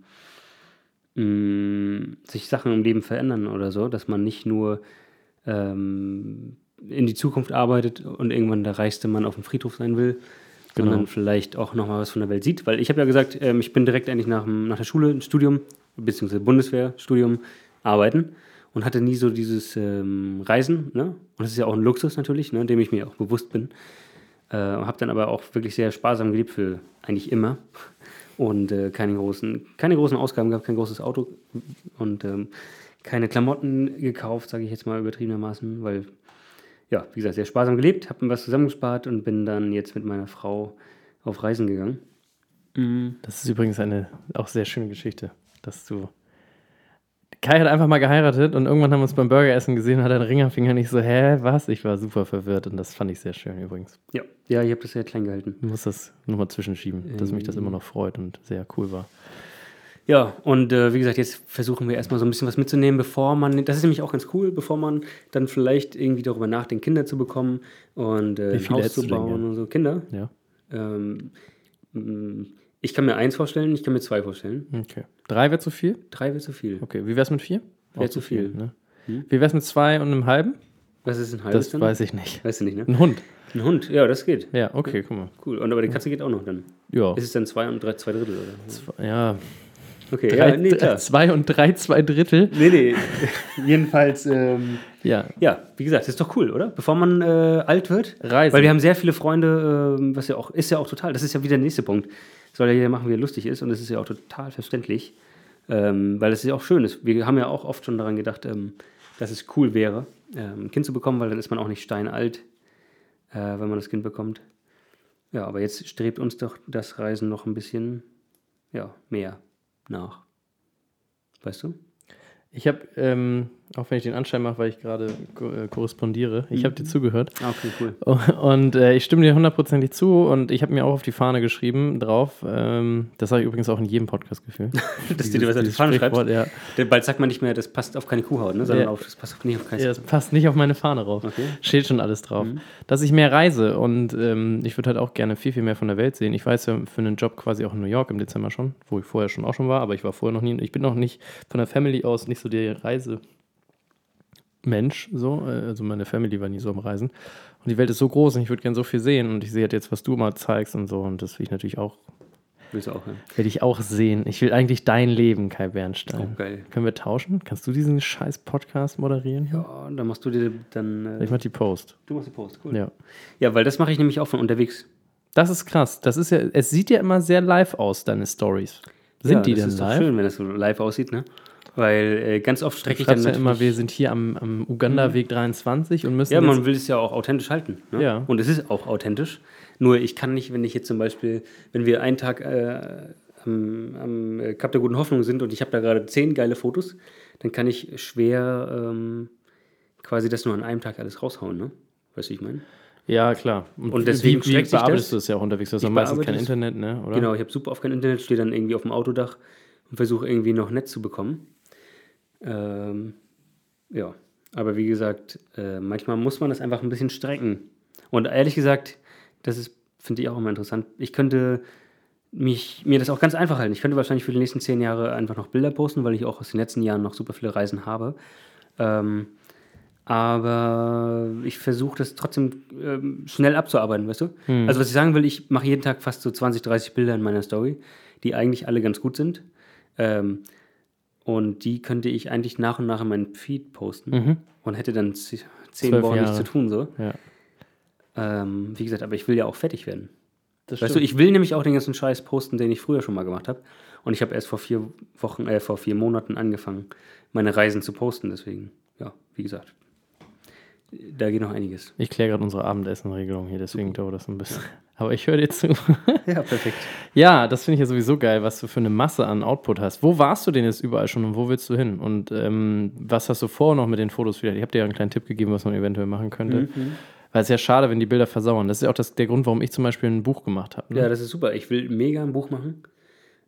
[SPEAKER 3] mh, sich Sachen im Leben verändern oder so, dass man nicht nur ähm, in die Zukunft arbeitet und irgendwann der reichste Mann auf dem Friedhof sein will, sondern vielleicht auch nochmal was von der Welt sieht. Weil ich habe ja gesagt, ähm, ich bin direkt eigentlich nach, dem- nach der Schule, ein Studium, beziehungsweise Bundeswehrstudium, arbeiten und hatte nie so dieses ähm, Reisen. Ne? Und das ist ja auch ein Luxus natürlich, ne, dem ich mir auch bewusst bin. Äh, habe dann aber auch wirklich sehr sparsam gelebt für eigentlich immer. [LAUGHS] Und äh, keine, großen, keine großen Ausgaben gehabt, kein großes Auto und ähm, keine Klamotten gekauft, sage ich jetzt mal übertriebenermaßen, weil, ja, wie gesagt, sehr sparsam gelebt, habe mir was zusammengespart und bin dann jetzt mit meiner Frau auf Reisen gegangen.
[SPEAKER 2] Das ist übrigens eine auch sehr schöne Geschichte, dass du. Kai hat einfach mal geheiratet und irgendwann haben wir uns beim Burgeressen gesehen, hat einen Ringerfinger nicht so, hä, was? Ich war super verwirrt und das fand ich sehr schön übrigens.
[SPEAKER 3] Ja, ja ich habe das sehr klein gehalten.
[SPEAKER 2] Ich muss das nochmal zwischenschieben, dass mich das immer noch freut und sehr cool war.
[SPEAKER 3] Ja, und äh, wie gesagt, jetzt versuchen wir erstmal so ein bisschen was mitzunehmen, bevor man, das ist nämlich auch ganz cool, bevor man dann vielleicht irgendwie darüber nachdenkt, Kinder zu bekommen und äh, ein
[SPEAKER 2] viele
[SPEAKER 3] Haus
[SPEAKER 2] hättest
[SPEAKER 3] zu
[SPEAKER 2] du denn
[SPEAKER 3] bauen
[SPEAKER 2] gern?
[SPEAKER 3] und so. Kinder?
[SPEAKER 2] Ja,
[SPEAKER 3] Ähm, mh, ich kann mir eins vorstellen, ich kann mir zwei vorstellen.
[SPEAKER 2] okay. Drei wäre zu viel?
[SPEAKER 3] Drei wäre zu viel.
[SPEAKER 2] Okay, wie wär's mit vier?
[SPEAKER 3] Wär
[SPEAKER 2] Auch
[SPEAKER 3] zu viel. Hm?
[SPEAKER 2] ne? Wie wär's mit zwei und einem halben?
[SPEAKER 3] Was ist ein halbes
[SPEAKER 2] Das weiß ich nicht.
[SPEAKER 3] Weißt du nicht, ne?
[SPEAKER 2] Ein Hund?
[SPEAKER 3] Ein Hund, ja, das geht.
[SPEAKER 2] Ja, Oh. okay, guck mal.
[SPEAKER 3] Cool. Und aber die Katze geht auch noch dann.
[SPEAKER 2] Ja,
[SPEAKER 3] Ist es dann zwei und drei, zwei Drittel, oder?
[SPEAKER 2] ja.
[SPEAKER 3] Okay,
[SPEAKER 2] Drei,
[SPEAKER 3] ja, nee, klar.
[SPEAKER 2] zwei und drei, zwei Drittel.
[SPEAKER 3] Nee, nee. [LAUGHS] Jedenfalls, ähm,
[SPEAKER 2] Ja,
[SPEAKER 3] ja, wie gesagt, ist doch cool, oder? Bevor man äh, alt wird.
[SPEAKER 2] Reisen.
[SPEAKER 3] Weil wir haben sehr viele Freunde, ähm, was ja auch, ist ja auch total, das ist ja wieder der nächste Punkt. Soll ja jeder machen, wie er lustig ist und das ist ja auch total verständlich. Ähm, weil es ja auch schön ist. Wir haben ja auch oft schon daran gedacht, ähm, dass es cool wäre, ähm, ein Kind zu bekommen, weil dann ist man auch nicht steinalt, äh, wenn man das Kind bekommt. Ja, aber jetzt strebt uns doch das Reisen noch ein bisschen ja, mehr nach. Weißt du?
[SPEAKER 2] Ich habe, ähm, auch wenn ich den Anschein mache, weil ich gerade ko äh, korrespondiere, ich habe dir zugehört [LAUGHS]
[SPEAKER 3] Ah, Okay, cool.
[SPEAKER 2] und äh, ich stimme dir hundertprozentig zu und ich habe mir auch auf die Fahne geschrieben drauf. Ähm, das sage ich übrigens auch in jedem
[SPEAKER 3] [LAUGHS]
[SPEAKER 2] Podcast-Gefühl.
[SPEAKER 3] Dass du dir was auf die Fahne schreibst.
[SPEAKER 2] Ja.
[SPEAKER 3] Denn bald sagt man nicht mehr, das passt auf keine Kuhhaut, ne? sondern
[SPEAKER 2] Ja.
[SPEAKER 3] auf, das passt auf, nicht auf keine
[SPEAKER 2] ja, das passt nicht auf meine Fahne drauf.
[SPEAKER 3] Okay. Mhm.
[SPEAKER 2] Steht schon alles drauf. Dass ich mehr reise und ähm, ich würde halt auch gerne viel, viel mehr von der Welt sehen. Ich weiß ja für einen Job quasi auch in New York im Dezember schon, wo ich vorher schon auch schon war, aber ich war vorher noch nie, ich bin noch nicht von der Family aus nicht so der Reise. Mensch, so, äh, also meine Family war nie so am Reisen. Und die Welt ist so groß und ich würde gerne so viel sehen. Und ich sehe halt jetzt, was du mal zeigst und so. Und das will ich natürlich auch,
[SPEAKER 3] Willst du auch, ja.
[SPEAKER 2] will ich auch sehen. Ich will eigentlich dein Leben, Kai Bernstein.
[SPEAKER 3] Oh, geil.
[SPEAKER 2] Können wir tauschen? Kannst du diesen scheiß Podcast moderieren?
[SPEAKER 3] Ja, dann machst du dir dann.
[SPEAKER 2] Ich
[SPEAKER 3] Äh,
[SPEAKER 2] mach die Post.
[SPEAKER 3] du machst die Post, cool. Ja,
[SPEAKER 2] Ja.
[SPEAKER 3] weil das mache ich nämlich auch von unterwegs.
[SPEAKER 2] Das ist krass. Das ist ja, es sieht ja immer sehr live aus, deine Stories. Sind
[SPEAKER 3] ja,
[SPEAKER 2] die
[SPEAKER 3] das
[SPEAKER 2] denn
[SPEAKER 3] ist
[SPEAKER 2] live?
[SPEAKER 3] Doch schön, wenn das so live aussieht, ne? Weil äh, ganz oft strecke ich dann
[SPEAKER 2] Schreibst ja immer,
[SPEAKER 3] natürlich- Mhm.
[SPEAKER 2] wir sind hier am, am Uganda-Weg 23 und müssen
[SPEAKER 3] Ja, man
[SPEAKER 2] jetzt,
[SPEAKER 3] will es ja auch authentisch halten. Ne?
[SPEAKER 2] Ja.
[SPEAKER 3] Und es ist auch authentisch. Nur ich kann nicht, wenn ich jetzt zum Beispiel, wenn wir einen Tag äh, am, am äh, Kap der guten Hoffnung sind und ich habe da gerade zehn geile Fotos, dann kann ich schwer ähm, quasi das nur an einem Tag alles raushauen. Ne? Weißt du, wie ich meine?
[SPEAKER 2] ja klar.
[SPEAKER 3] Und deswegen
[SPEAKER 2] wie, wie
[SPEAKER 3] streckt sich
[SPEAKER 2] bearbeitest
[SPEAKER 3] das?
[SPEAKER 2] du das ja auch unterwegs? Du hast ja
[SPEAKER 3] Ich
[SPEAKER 2] meistens
[SPEAKER 3] bearbeite
[SPEAKER 2] kein
[SPEAKER 3] das-
[SPEAKER 2] Internet, ne? Oder?
[SPEAKER 3] Genau, ich habe super auf kein Internet, stehe dann irgendwie auf dem Autodach und versuche irgendwie noch nett zu bekommen. Ähm, ja, aber wie gesagt, äh, manchmal muss man das einfach ein bisschen strecken. Und ehrlich gesagt, das ist, finde ich auch immer interessant. Ich könnte mich, mir das auch ganz einfach halten. Ich könnte wahrscheinlich für die nächsten zehn Jahre einfach noch Bilder posten, weil ich auch aus den letzten Jahren noch super viele Reisen habe. Ähm, aber ich versuche das trotzdem ähm, schnell abzuarbeiten, weißt du?
[SPEAKER 2] Hm.
[SPEAKER 3] Also, was ich sagen will, ich mache jeden Tag fast so 20, 30 Bilder in meiner Story, die eigentlich alle ganz gut sind. Ähm, und die könnte ich eigentlich nach und nach in meinen Feed posten und hätte dann z- zehn
[SPEAKER 2] Hm. Zwölf
[SPEAKER 3] Wochen nichts
[SPEAKER 2] Jahre.
[SPEAKER 3] zu tun, so.
[SPEAKER 2] Mhm. Ja.
[SPEAKER 3] Ähm, wie gesagt, aber ich will ja auch fertig werden.
[SPEAKER 2] Das
[SPEAKER 3] Weißt du, ich will nämlich auch den ganzen Scheiß posten, den ich früher schon mal gemacht habe. Und ich habe erst vor vier Wochen, äh, vor vier Monaten angefangen, meine Reisen zu posten. Deswegen, ja, wie gesagt, da geht noch einiges.
[SPEAKER 2] Ich kläre gerade unsere Abendessenregelung hier, deswegen dauert das ein bisschen. [LAUGHS] Aber ich höre dir zu.
[SPEAKER 3] [LAUGHS] Ja, perfekt.
[SPEAKER 2] ja, das finde ich ja sowieso geil, was du für eine Masse an Output hast. Wo warst du denn jetzt überall schon und wo willst du hin? Und ähm, was hast du vor noch mit den Fotos wieder? Ich habe dir ja einen kleinen Tipp gegeben, was man eventuell machen
[SPEAKER 3] Mhm,
[SPEAKER 2] könnte. Weil es ist ja schade, wenn die Bilder versauern. Das ist ja auch das, der Grund, warum ich zum Beispiel ein Buch gemacht habe. Ne?
[SPEAKER 3] Ja, das ist super. Ich will mega ein Buch machen.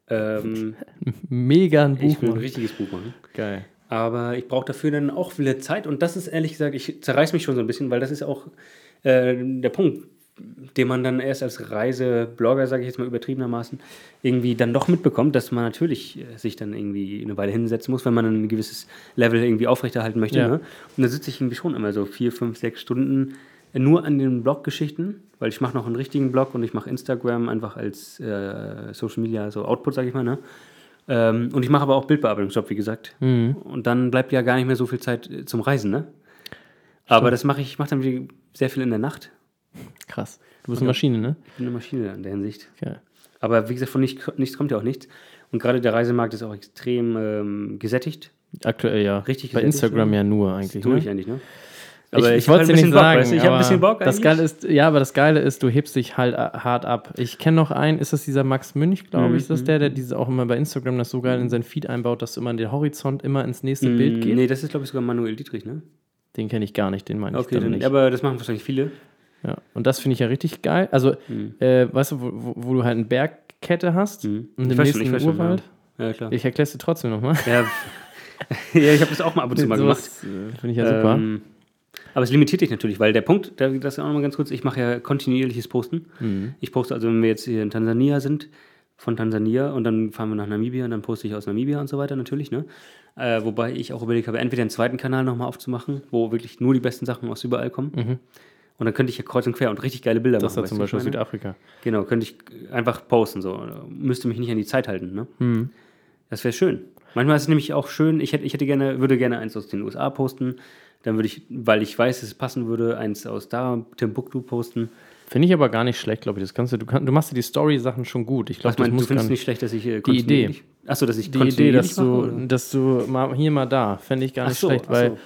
[SPEAKER 3] Ähm,
[SPEAKER 2] Mega ein Buch.
[SPEAKER 3] ich will ein
[SPEAKER 2] Mann.
[SPEAKER 3] richtiges Buch machen.
[SPEAKER 2] Geil.
[SPEAKER 3] Aber ich brauche dafür dann auch wieder Zeit. Und das ist ehrlich gesagt, ich zerreiß mich schon so ein bisschen, weil das ist auch äh, der Punkt, den man dann erst als Reiseblogger, sage ich jetzt mal übertriebenermaßen, irgendwie dann doch mitbekommt, dass man natürlich äh, sich dann irgendwie eine Weile hinsetzen muss, wenn man ein gewisses Level irgendwie aufrechterhalten möchte.
[SPEAKER 2] Ja.
[SPEAKER 3] Ne? Und da sitze ich irgendwie schon immer so vier, fünf, sechs Stunden äh, nur an den Blog-Geschichten, weil ich mache noch einen richtigen Blog und ich mache Instagram einfach als äh, Social Media, so Output, sage ich mal. Ne? Ähm, und ich mache aber auch Bildbearbeitungsjob, wie gesagt.
[SPEAKER 2] Mhm.
[SPEAKER 3] Und dann bleibt ja gar nicht mehr so viel Zeit äh, zum Reisen, ne? Aber das mache ich, ich mache dann wieder sehr viel in der Nacht.
[SPEAKER 2] Krass. Du bist eine Maschine, ne?
[SPEAKER 3] Ich bin eine Maschine in der Hinsicht.
[SPEAKER 2] Geil.
[SPEAKER 3] Aber wie gesagt, von nicht, nichts kommt ja auch nichts. Und gerade der Reisemarkt ist auch extrem ähm, gesättigt.
[SPEAKER 2] Aktuell ja.
[SPEAKER 3] Richtig
[SPEAKER 2] Bei
[SPEAKER 3] gesättigt,
[SPEAKER 2] Instagram
[SPEAKER 3] oder?
[SPEAKER 2] ja nur eigentlich.
[SPEAKER 3] Tue
[SPEAKER 2] ne?
[SPEAKER 3] ich eigentlich, ne? hab
[SPEAKER 2] wollt's
[SPEAKER 3] halt ein bisschen Bock, weißt du? Ich habe
[SPEAKER 2] aber
[SPEAKER 3] ein bisschen Bock
[SPEAKER 2] Das
[SPEAKER 3] eigentlich.
[SPEAKER 2] Geile ist, ja, aber das Geile ist, du hebst dich halt äh, hart ab. Ich kenne noch einen, ist das dieser Max Münch, glaube
[SPEAKER 3] Mhm,
[SPEAKER 2] ich, ist das der, der diese auch immer bei Instagram das so geil in sein Feed einbaut, dass du immer in den Horizont immer ins nächste Bild
[SPEAKER 3] Mm,
[SPEAKER 2] geht?
[SPEAKER 3] Nee, das ist, glaube ich, sogar Manuel Dietrich, ne?
[SPEAKER 2] Den kenne ich gar nicht, den meine ich
[SPEAKER 3] Okay,
[SPEAKER 2] dann
[SPEAKER 3] dann,
[SPEAKER 2] nicht.
[SPEAKER 3] aber das machen wahrscheinlich viele.
[SPEAKER 2] Ja. Und das finde ich ja richtig geil. Also,
[SPEAKER 3] Mhm.
[SPEAKER 2] äh, weißt du, wo, wo- wo du halt eine Bergkette hast und
[SPEAKER 3] Ich
[SPEAKER 2] den Hm.
[SPEAKER 3] weiß schon,
[SPEAKER 2] nächsten
[SPEAKER 3] ich weiß schon,
[SPEAKER 2] Urwald.
[SPEAKER 3] Ja, ja klar.
[SPEAKER 2] Ich erkläre es dir trotzdem nochmal. [LAUGHS]
[SPEAKER 3] ja, [LAUGHS] ja, ich habe das auch mal ab und zu mal gemacht.
[SPEAKER 2] Finde äh, ich ja super.
[SPEAKER 3] Ähm, aber es limitiert dich natürlich, weil der Punkt, da- das auch nochmal ganz kurz, ich mache ja kontinuierliches Posten.
[SPEAKER 2] Mhm.
[SPEAKER 3] Ich poste, also wenn wir jetzt hier in Tansania sind, von Tansania und dann fahren wir nach Namibia und dann poste ich aus Namibia und so weiter natürlich, ne? Äh, wobei ich auch überlegt habe, entweder einen zweiten Kanal nochmal aufzumachen, wo wirklich nur die besten Sachen aus überall kommen. Und dann könnte ich ja kreuz und quer und richtig geile Bilder
[SPEAKER 2] das ist
[SPEAKER 3] machen.
[SPEAKER 2] ja Mhm. zum
[SPEAKER 3] weißt du,
[SPEAKER 2] Beispiel
[SPEAKER 3] was ich meine?
[SPEAKER 2] Südafrika.
[SPEAKER 3] Genau, könnte ich einfach posten, so. Müsste mich nicht an die Zeit halten, ne?
[SPEAKER 2] Hm.
[SPEAKER 3] Das wäre schön. Manchmal ist es nämlich auch schön, ich hätte, ich hätte gerne, würde gerne eins aus den USA posten, dann würde ich, weil ich weiß, dass es passen würde, eins aus da, Timbuktu posten.
[SPEAKER 2] Finde ich aber gar nicht schlecht, glaube ich. Das kannst du, du, kann, du machst dir die Story-Sachen schon gut. Ich glaube,
[SPEAKER 3] Was
[SPEAKER 2] das
[SPEAKER 3] meinst du,
[SPEAKER 2] muss gar
[SPEAKER 3] findest
[SPEAKER 2] nicht.
[SPEAKER 3] nicht schlecht, dass ich äh,
[SPEAKER 2] Die Idee.
[SPEAKER 3] Achso, dass ich
[SPEAKER 2] die Idee, dass
[SPEAKER 3] mache,
[SPEAKER 2] du,
[SPEAKER 3] oder?
[SPEAKER 2] dass du mal hier mal da, fände ich gar
[SPEAKER 3] Ach
[SPEAKER 2] nicht
[SPEAKER 3] so,
[SPEAKER 2] schlecht,
[SPEAKER 3] ach
[SPEAKER 2] weil
[SPEAKER 3] so.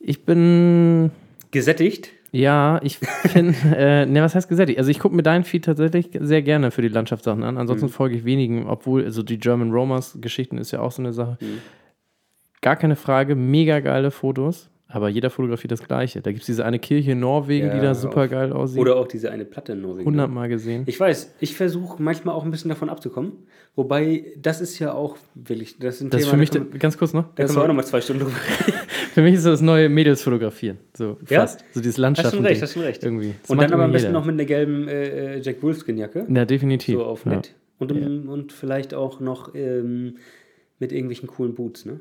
[SPEAKER 2] ich bin
[SPEAKER 3] Gesättigt?
[SPEAKER 2] ja, ich
[SPEAKER 3] [LAUGHS]
[SPEAKER 2] bin, äh, ne, was heißt gesättigt? Also ich gucke mir deinen Feed tatsächlich sehr gerne für die Landschaftssachen an.
[SPEAKER 3] Mhm.
[SPEAKER 2] Ansonsten folge ich wenigen, obwohl, also die German Romers Geschichten ist ja auch so eine Sache.
[SPEAKER 3] Mhm.
[SPEAKER 2] Gar keine Frage, mega geile Fotos, aber jeder fotografiert das Gleiche. Da gibt es diese eine Kirche in Norwegen,
[SPEAKER 3] Ja,
[SPEAKER 2] die
[SPEAKER 3] hör
[SPEAKER 2] da
[SPEAKER 3] auf.
[SPEAKER 2] super geil aussieht.
[SPEAKER 3] Oder auch diese eine Platte in Norwegen. ne?
[SPEAKER 2] hundertmal gesehen.
[SPEAKER 3] Ich weiß, ich versuche manchmal auch ein bisschen davon abzukommen. Wobei, das ist ja auch wirklich, das ist ein
[SPEAKER 2] Das ist
[SPEAKER 3] Thema,
[SPEAKER 2] für mich,
[SPEAKER 3] da
[SPEAKER 2] da,
[SPEAKER 3] können, wir-
[SPEAKER 2] ganz kurz noch,
[SPEAKER 3] da
[SPEAKER 2] das
[SPEAKER 3] können wir auch nochmal zwei Stunden drüber
[SPEAKER 2] für mich ist das neue Mädels fotografieren. So
[SPEAKER 3] Ja?
[SPEAKER 2] fast. So dieses Landschaften.
[SPEAKER 3] Hast du recht, hast du recht.
[SPEAKER 2] Irgendwie. Das
[SPEAKER 3] Und
[SPEAKER 2] macht
[SPEAKER 3] dann aber am
[SPEAKER 2] irgendwie
[SPEAKER 3] besten
[SPEAKER 2] jeder.
[SPEAKER 3] noch mit einer gelben äh, äh, Jack Wolfskin-Jacke.
[SPEAKER 2] Ja, definitiv.
[SPEAKER 3] So auf
[SPEAKER 2] ja.
[SPEAKER 3] nett. Und, um, und vielleicht auch noch ähm, mit irgendwelchen coolen Boots, ne?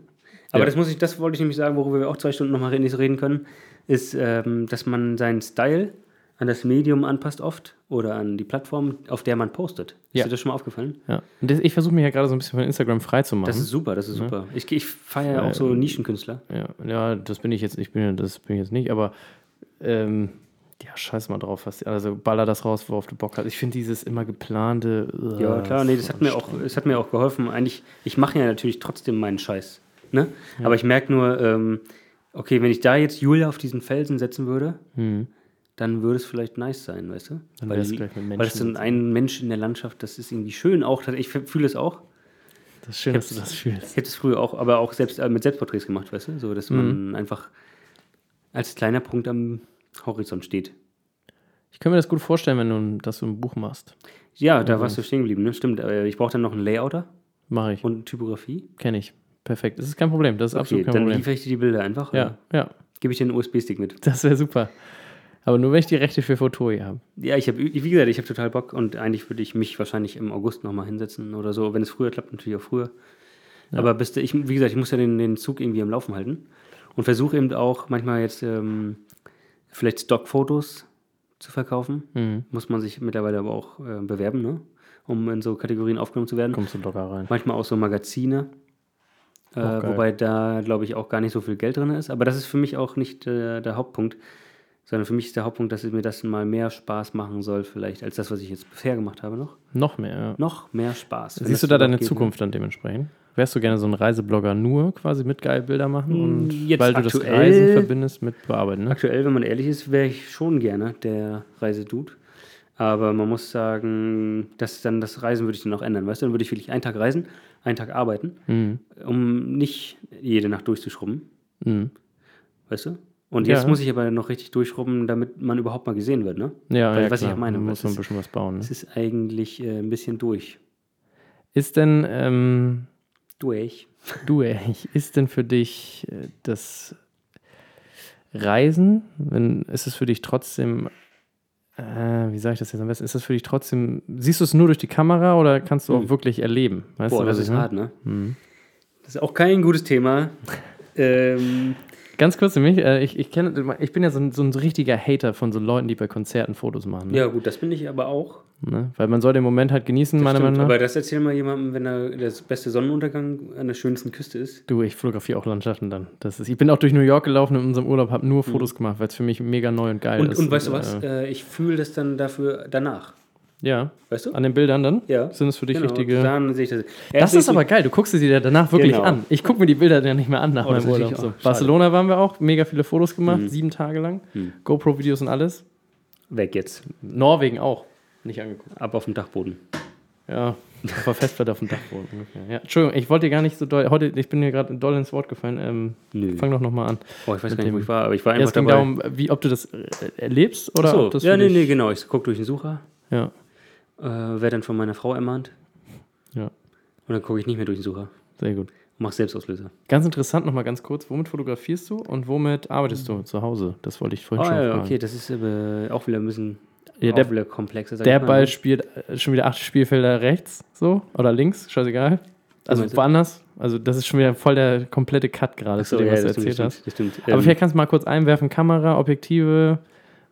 [SPEAKER 3] Aber
[SPEAKER 2] Ja.
[SPEAKER 3] das muss ich, das wollte ich nämlich sagen, worüber wir auch zwei Stunden nochmal nicht reden können, ist, ähm, dass man seinen Style an das Medium anpasst oft oder an die Plattform, auf der man postet.
[SPEAKER 2] Ja.
[SPEAKER 3] Ist dir das schon mal aufgefallen?
[SPEAKER 2] Ja. Und das, ich versuche mich ja gerade so ein bisschen von Instagram frei zu machen.
[SPEAKER 3] Das ist super, das ist
[SPEAKER 2] Mhm.
[SPEAKER 3] super. Ich, ich feiere ja auch so Nischenkünstler.
[SPEAKER 2] ja, ja, das bin ich jetzt, ich bin ja, das bin ich jetzt nicht, aber ähm, Ja, scheiß mal drauf, was also baller das raus, worauf du Bock hast. Ich finde dieses immer geplante. äh,
[SPEAKER 3] Ja, klar, nee, das hat mir auch, das hat mir auch geholfen. Eigentlich, ich mache ja natürlich trotzdem meinen Scheiß. Ne? Aber ich merke nur, ähm, okay, wenn ich da jetzt Julia auf diesen Felsen setzen würde,
[SPEAKER 2] Hm.
[SPEAKER 3] dann würde es vielleicht nice sein, weißt du?
[SPEAKER 2] Dann
[SPEAKER 3] weil,
[SPEAKER 2] wär's
[SPEAKER 3] die-
[SPEAKER 2] gleich mit
[SPEAKER 3] weil
[SPEAKER 2] Menschen
[SPEAKER 3] das dann ein Mensch in der Landschaft, das ist irgendwie schön auch. Ich fühle es auch.
[SPEAKER 2] Das ist schön, dass du das
[SPEAKER 3] Ich
[SPEAKER 2] fühlst.
[SPEAKER 3] habe das früher auch, aber auch selbst äh, mit Selbstporträts gemacht, weißt du? So, dass
[SPEAKER 2] Mhm.
[SPEAKER 3] man einfach als kleiner Punkt am Horizont steht.
[SPEAKER 2] Ich kann mir das gut vorstellen, wenn du ein- dass du ein Buch machst.
[SPEAKER 3] Ja, da warst du stehen geblieben, ne? Stimmt. Aber ich brauche dann noch einen Layouter
[SPEAKER 2] Mache ich.
[SPEAKER 3] und eine Typografie.
[SPEAKER 2] Kenne ich. Perfekt. Das ist kein Problem. Das ist
[SPEAKER 3] Okay,
[SPEAKER 2] absolut kein
[SPEAKER 3] dann
[SPEAKER 2] Problem.
[SPEAKER 3] liefere ich dir die Bilder einfach.
[SPEAKER 2] Ja, ja.
[SPEAKER 3] Gebe ich dir einen USB-Stick mit.
[SPEAKER 2] Das wäre super. Aber nur wenn ich die Rechte für Fotoi habe.
[SPEAKER 3] Ja, ich habe, wie gesagt, ich habe total Bock und eigentlich würde ich mich wahrscheinlich im August nochmal hinsetzen oder so. Wenn es früher klappt, natürlich auch früher. Aber bis, ich, wie gesagt, ich muss ja den, den Zug irgendwie am Laufen halten und versuche eben auch manchmal jetzt ähm, vielleicht Stockfotos zu verkaufen.
[SPEAKER 2] Hm.
[SPEAKER 3] Muss man sich mittlerweile aber auch äh, bewerben, ne? um in so Kategorien aufgenommen zu werden.
[SPEAKER 2] Kommst du locker rein.
[SPEAKER 3] Manchmal auch so Magazine. Äh,
[SPEAKER 2] geil.
[SPEAKER 3] wobei da, glaube ich, auch gar nicht so viel Geld drin ist. Aber das ist für mich auch nicht äh, der Hauptpunkt, sondern für mich ist der Hauptpunkt, dass es mir das mal mehr Spaß machen soll, vielleicht, als das, was ich jetzt bisher gemacht habe noch.
[SPEAKER 2] Noch mehr. Ja.
[SPEAKER 3] Noch mehr Spaß. wenn
[SPEAKER 2] Siehst du
[SPEAKER 3] das
[SPEAKER 2] da
[SPEAKER 3] überhaupt
[SPEAKER 2] deine
[SPEAKER 3] geht, ne?
[SPEAKER 2] Zukunft dann dementsprechend? Wärst du gerne so ein Reiseblogger nur quasi mit geil Bilder machen und
[SPEAKER 3] Hm, jetzt
[SPEAKER 2] weil du das
[SPEAKER 3] aktuell-
[SPEAKER 2] Reisen verbindest mit Bearbeiten, ne?
[SPEAKER 3] Aktuell, wenn man ehrlich ist, wäre ich schon gerne der Reisedude. Aber man muss sagen, dass dann das Reisen würde ich dann auch ändern. Weißt du, dann würde ich wirklich einen Tag reisen, einen Tag arbeiten,
[SPEAKER 2] Hm.
[SPEAKER 3] um nicht jede Nacht durchzuschrubben.
[SPEAKER 2] Mhm.
[SPEAKER 3] Weißt du? Und
[SPEAKER 2] Ja.
[SPEAKER 3] jetzt muss ich aber noch richtig durchschrubben, damit man überhaupt mal gesehen wird, ne?
[SPEAKER 2] Ja,
[SPEAKER 3] Weil,
[SPEAKER 2] ja
[SPEAKER 3] Was ich
[SPEAKER 2] klar.
[SPEAKER 3] auch meine,
[SPEAKER 2] Man muss
[SPEAKER 3] muss es,
[SPEAKER 2] man ein
[SPEAKER 3] ist,
[SPEAKER 2] bisschen was bauen. Ne?
[SPEAKER 3] es ist eigentlich äh, ein bisschen durch.
[SPEAKER 2] Ist denn ähm,
[SPEAKER 3] Durch.
[SPEAKER 2] Du, ehrlich, ist denn für dich äh, das Reisen, wenn, ist es für dich trotzdem, äh, wie sage ich das jetzt am besten, ist es für dich trotzdem, siehst du es nur durch die Kamera oder kannst du auch wirklich erleben? Weißt
[SPEAKER 3] Hm. Boah,
[SPEAKER 2] du,
[SPEAKER 3] das
[SPEAKER 2] was
[SPEAKER 3] ist
[SPEAKER 2] ich meine?
[SPEAKER 3] hart, ne?
[SPEAKER 2] Mhm.
[SPEAKER 3] Das ist auch kein
[SPEAKER 2] [LAUGHS]
[SPEAKER 3] gutes Thema. ähm,
[SPEAKER 2] Ganz kurz nämlich, äh, ich, ich, kenn, ich bin ja so ein, so ein richtiger Hater von so Leuten, die bei Konzerten Fotos machen. Ne?
[SPEAKER 3] ja, gut, das bin ich aber auch.
[SPEAKER 2] Ne? Weil man soll den Moment halt genießen, meiner
[SPEAKER 3] Stimmt,
[SPEAKER 2] Meinung nach.
[SPEAKER 3] aber das erzähl mal jemandem, wenn er das beste Sonnenuntergang an der schönsten Küste ist.
[SPEAKER 2] Du, ich fotografiere auch Landschaften dann. Das ist, ich bin auch durch New York gelaufen in unserem Urlaub, habe nur Fotos gemacht, weil es für mich mega neu und geil
[SPEAKER 3] Hm. Und,
[SPEAKER 2] ist.
[SPEAKER 3] und weißt du was?
[SPEAKER 2] Äh,
[SPEAKER 3] Äh, ich fühle das dann dafür danach.
[SPEAKER 2] ja.
[SPEAKER 3] Weißt du?
[SPEAKER 2] An den Bildern dann?
[SPEAKER 3] Ja.
[SPEAKER 2] Sind es für dich
[SPEAKER 3] Genau,
[SPEAKER 2] richtige.
[SPEAKER 3] Dann sehe ich das.
[SPEAKER 2] Das
[SPEAKER 3] Erst
[SPEAKER 2] ist aber geil, du guckst sie dir danach wirklich
[SPEAKER 3] Genau.
[SPEAKER 2] an. Ich gucke mir die Bilder ja nicht mehr an nach
[SPEAKER 3] Oh, das
[SPEAKER 2] meinem
[SPEAKER 3] ist
[SPEAKER 2] Urlaub.
[SPEAKER 3] natürlich
[SPEAKER 2] So.
[SPEAKER 3] auch schade.
[SPEAKER 2] Barcelona waren wir auch, mega viele Fotos gemacht,
[SPEAKER 3] Mhm.
[SPEAKER 2] sieben Tage lang. GoPro-Videos und alles.
[SPEAKER 3] weg jetzt.
[SPEAKER 2] Norwegen auch, nicht angeguckt.
[SPEAKER 3] Ab auf dem Dachboden.
[SPEAKER 2] Ja, auf der Festplatte auf dem Dachboden. ungefähr. Ja. Entschuldigung, ich wollte dir gar nicht so doll, heute, ich bin dir gerade doll ins Wort gefallen. Ähm,
[SPEAKER 3] Nö.
[SPEAKER 2] Fang doch nochmal an.
[SPEAKER 3] Oh, ich weiß
[SPEAKER 2] Mit
[SPEAKER 3] gar nicht, wo
[SPEAKER 2] dem-
[SPEAKER 3] ich war, aber ich war
[SPEAKER 2] Ja,
[SPEAKER 3] einfach
[SPEAKER 2] es ging
[SPEAKER 3] dabei.
[SPEAKER 2] darum, wie, ob du das äh, erlebst oder
[SPEAKER 3] Ach so,
[SPEAKER 2] ob das
[SPEAKER 3] ja,
[SPEAKER 2] für
[SPEAKER 3] nee,
[SPEAKER 2] dich,
[SPEAKER 3] nee, genau. Ich gucke durch den Sucher,
[SPEAKER 2] Ja,
[SPEAKER 3] äh, werde dann von meiner Frau ermahnt
[SPEAKER 2] ja,
[SPEAKER 3] und dann gucke ich nicht mehr durch den Sucher.
[SPEAKER 2] sehr gut.
[SPEAKER 3] Mach Selbstauslöser.
[SPEAKER 2] Ganz interessant nochmal ganz kurz, womit fotografierst du und womit arbeitest du zu Hause? Das wollte ich
[SPEAKER 3] Oh,
[SPEAKER 2] vorhin schon
[SPEAKER 3] ja,
[SPEAKER 2] fragen.
[SPEAKER 3] okay, das ist äh, auch wieder ein bisschen
[SPEAKER 2] Ja,
[SPEAKER 3] auch
[SPEAKER 2] der-
[SPEAKER 3] wieder komplexer. sag
[SPEAKER 2] Der
[SPEAKER 3] ich mal,
[SPEAKER 2] Ball
[SPEAKER 3] ne?
[SPEAKER 2] spielt äh, schon wieder acht Spielfelder rechts, so oder links, scheißegal. Also
[SPEAKER 3] meinst du?
[SPEAKER 2] woanders. Also das ist schon wieder voll der komplette Cut gerade,
[SPEAKER 3] Achso,
[SPEAKER 2] zu dem,
[SPEAKER 3] ja,
[SPEAKER 2] was du
[SPEAKER 3] das stimmt,
[SPEAKER 2] erzählt
[SPEAKER 3] das
[SPEAKER 2] hast.
[SPEAKER 3] stimmt, das stimmt.
[SPEAKER 2] Aber
[SPEAKER 3] Ähm,
[SPEAKER 2] vielleicht kannst du mal kurz einwerfen: Kamera, Objektive.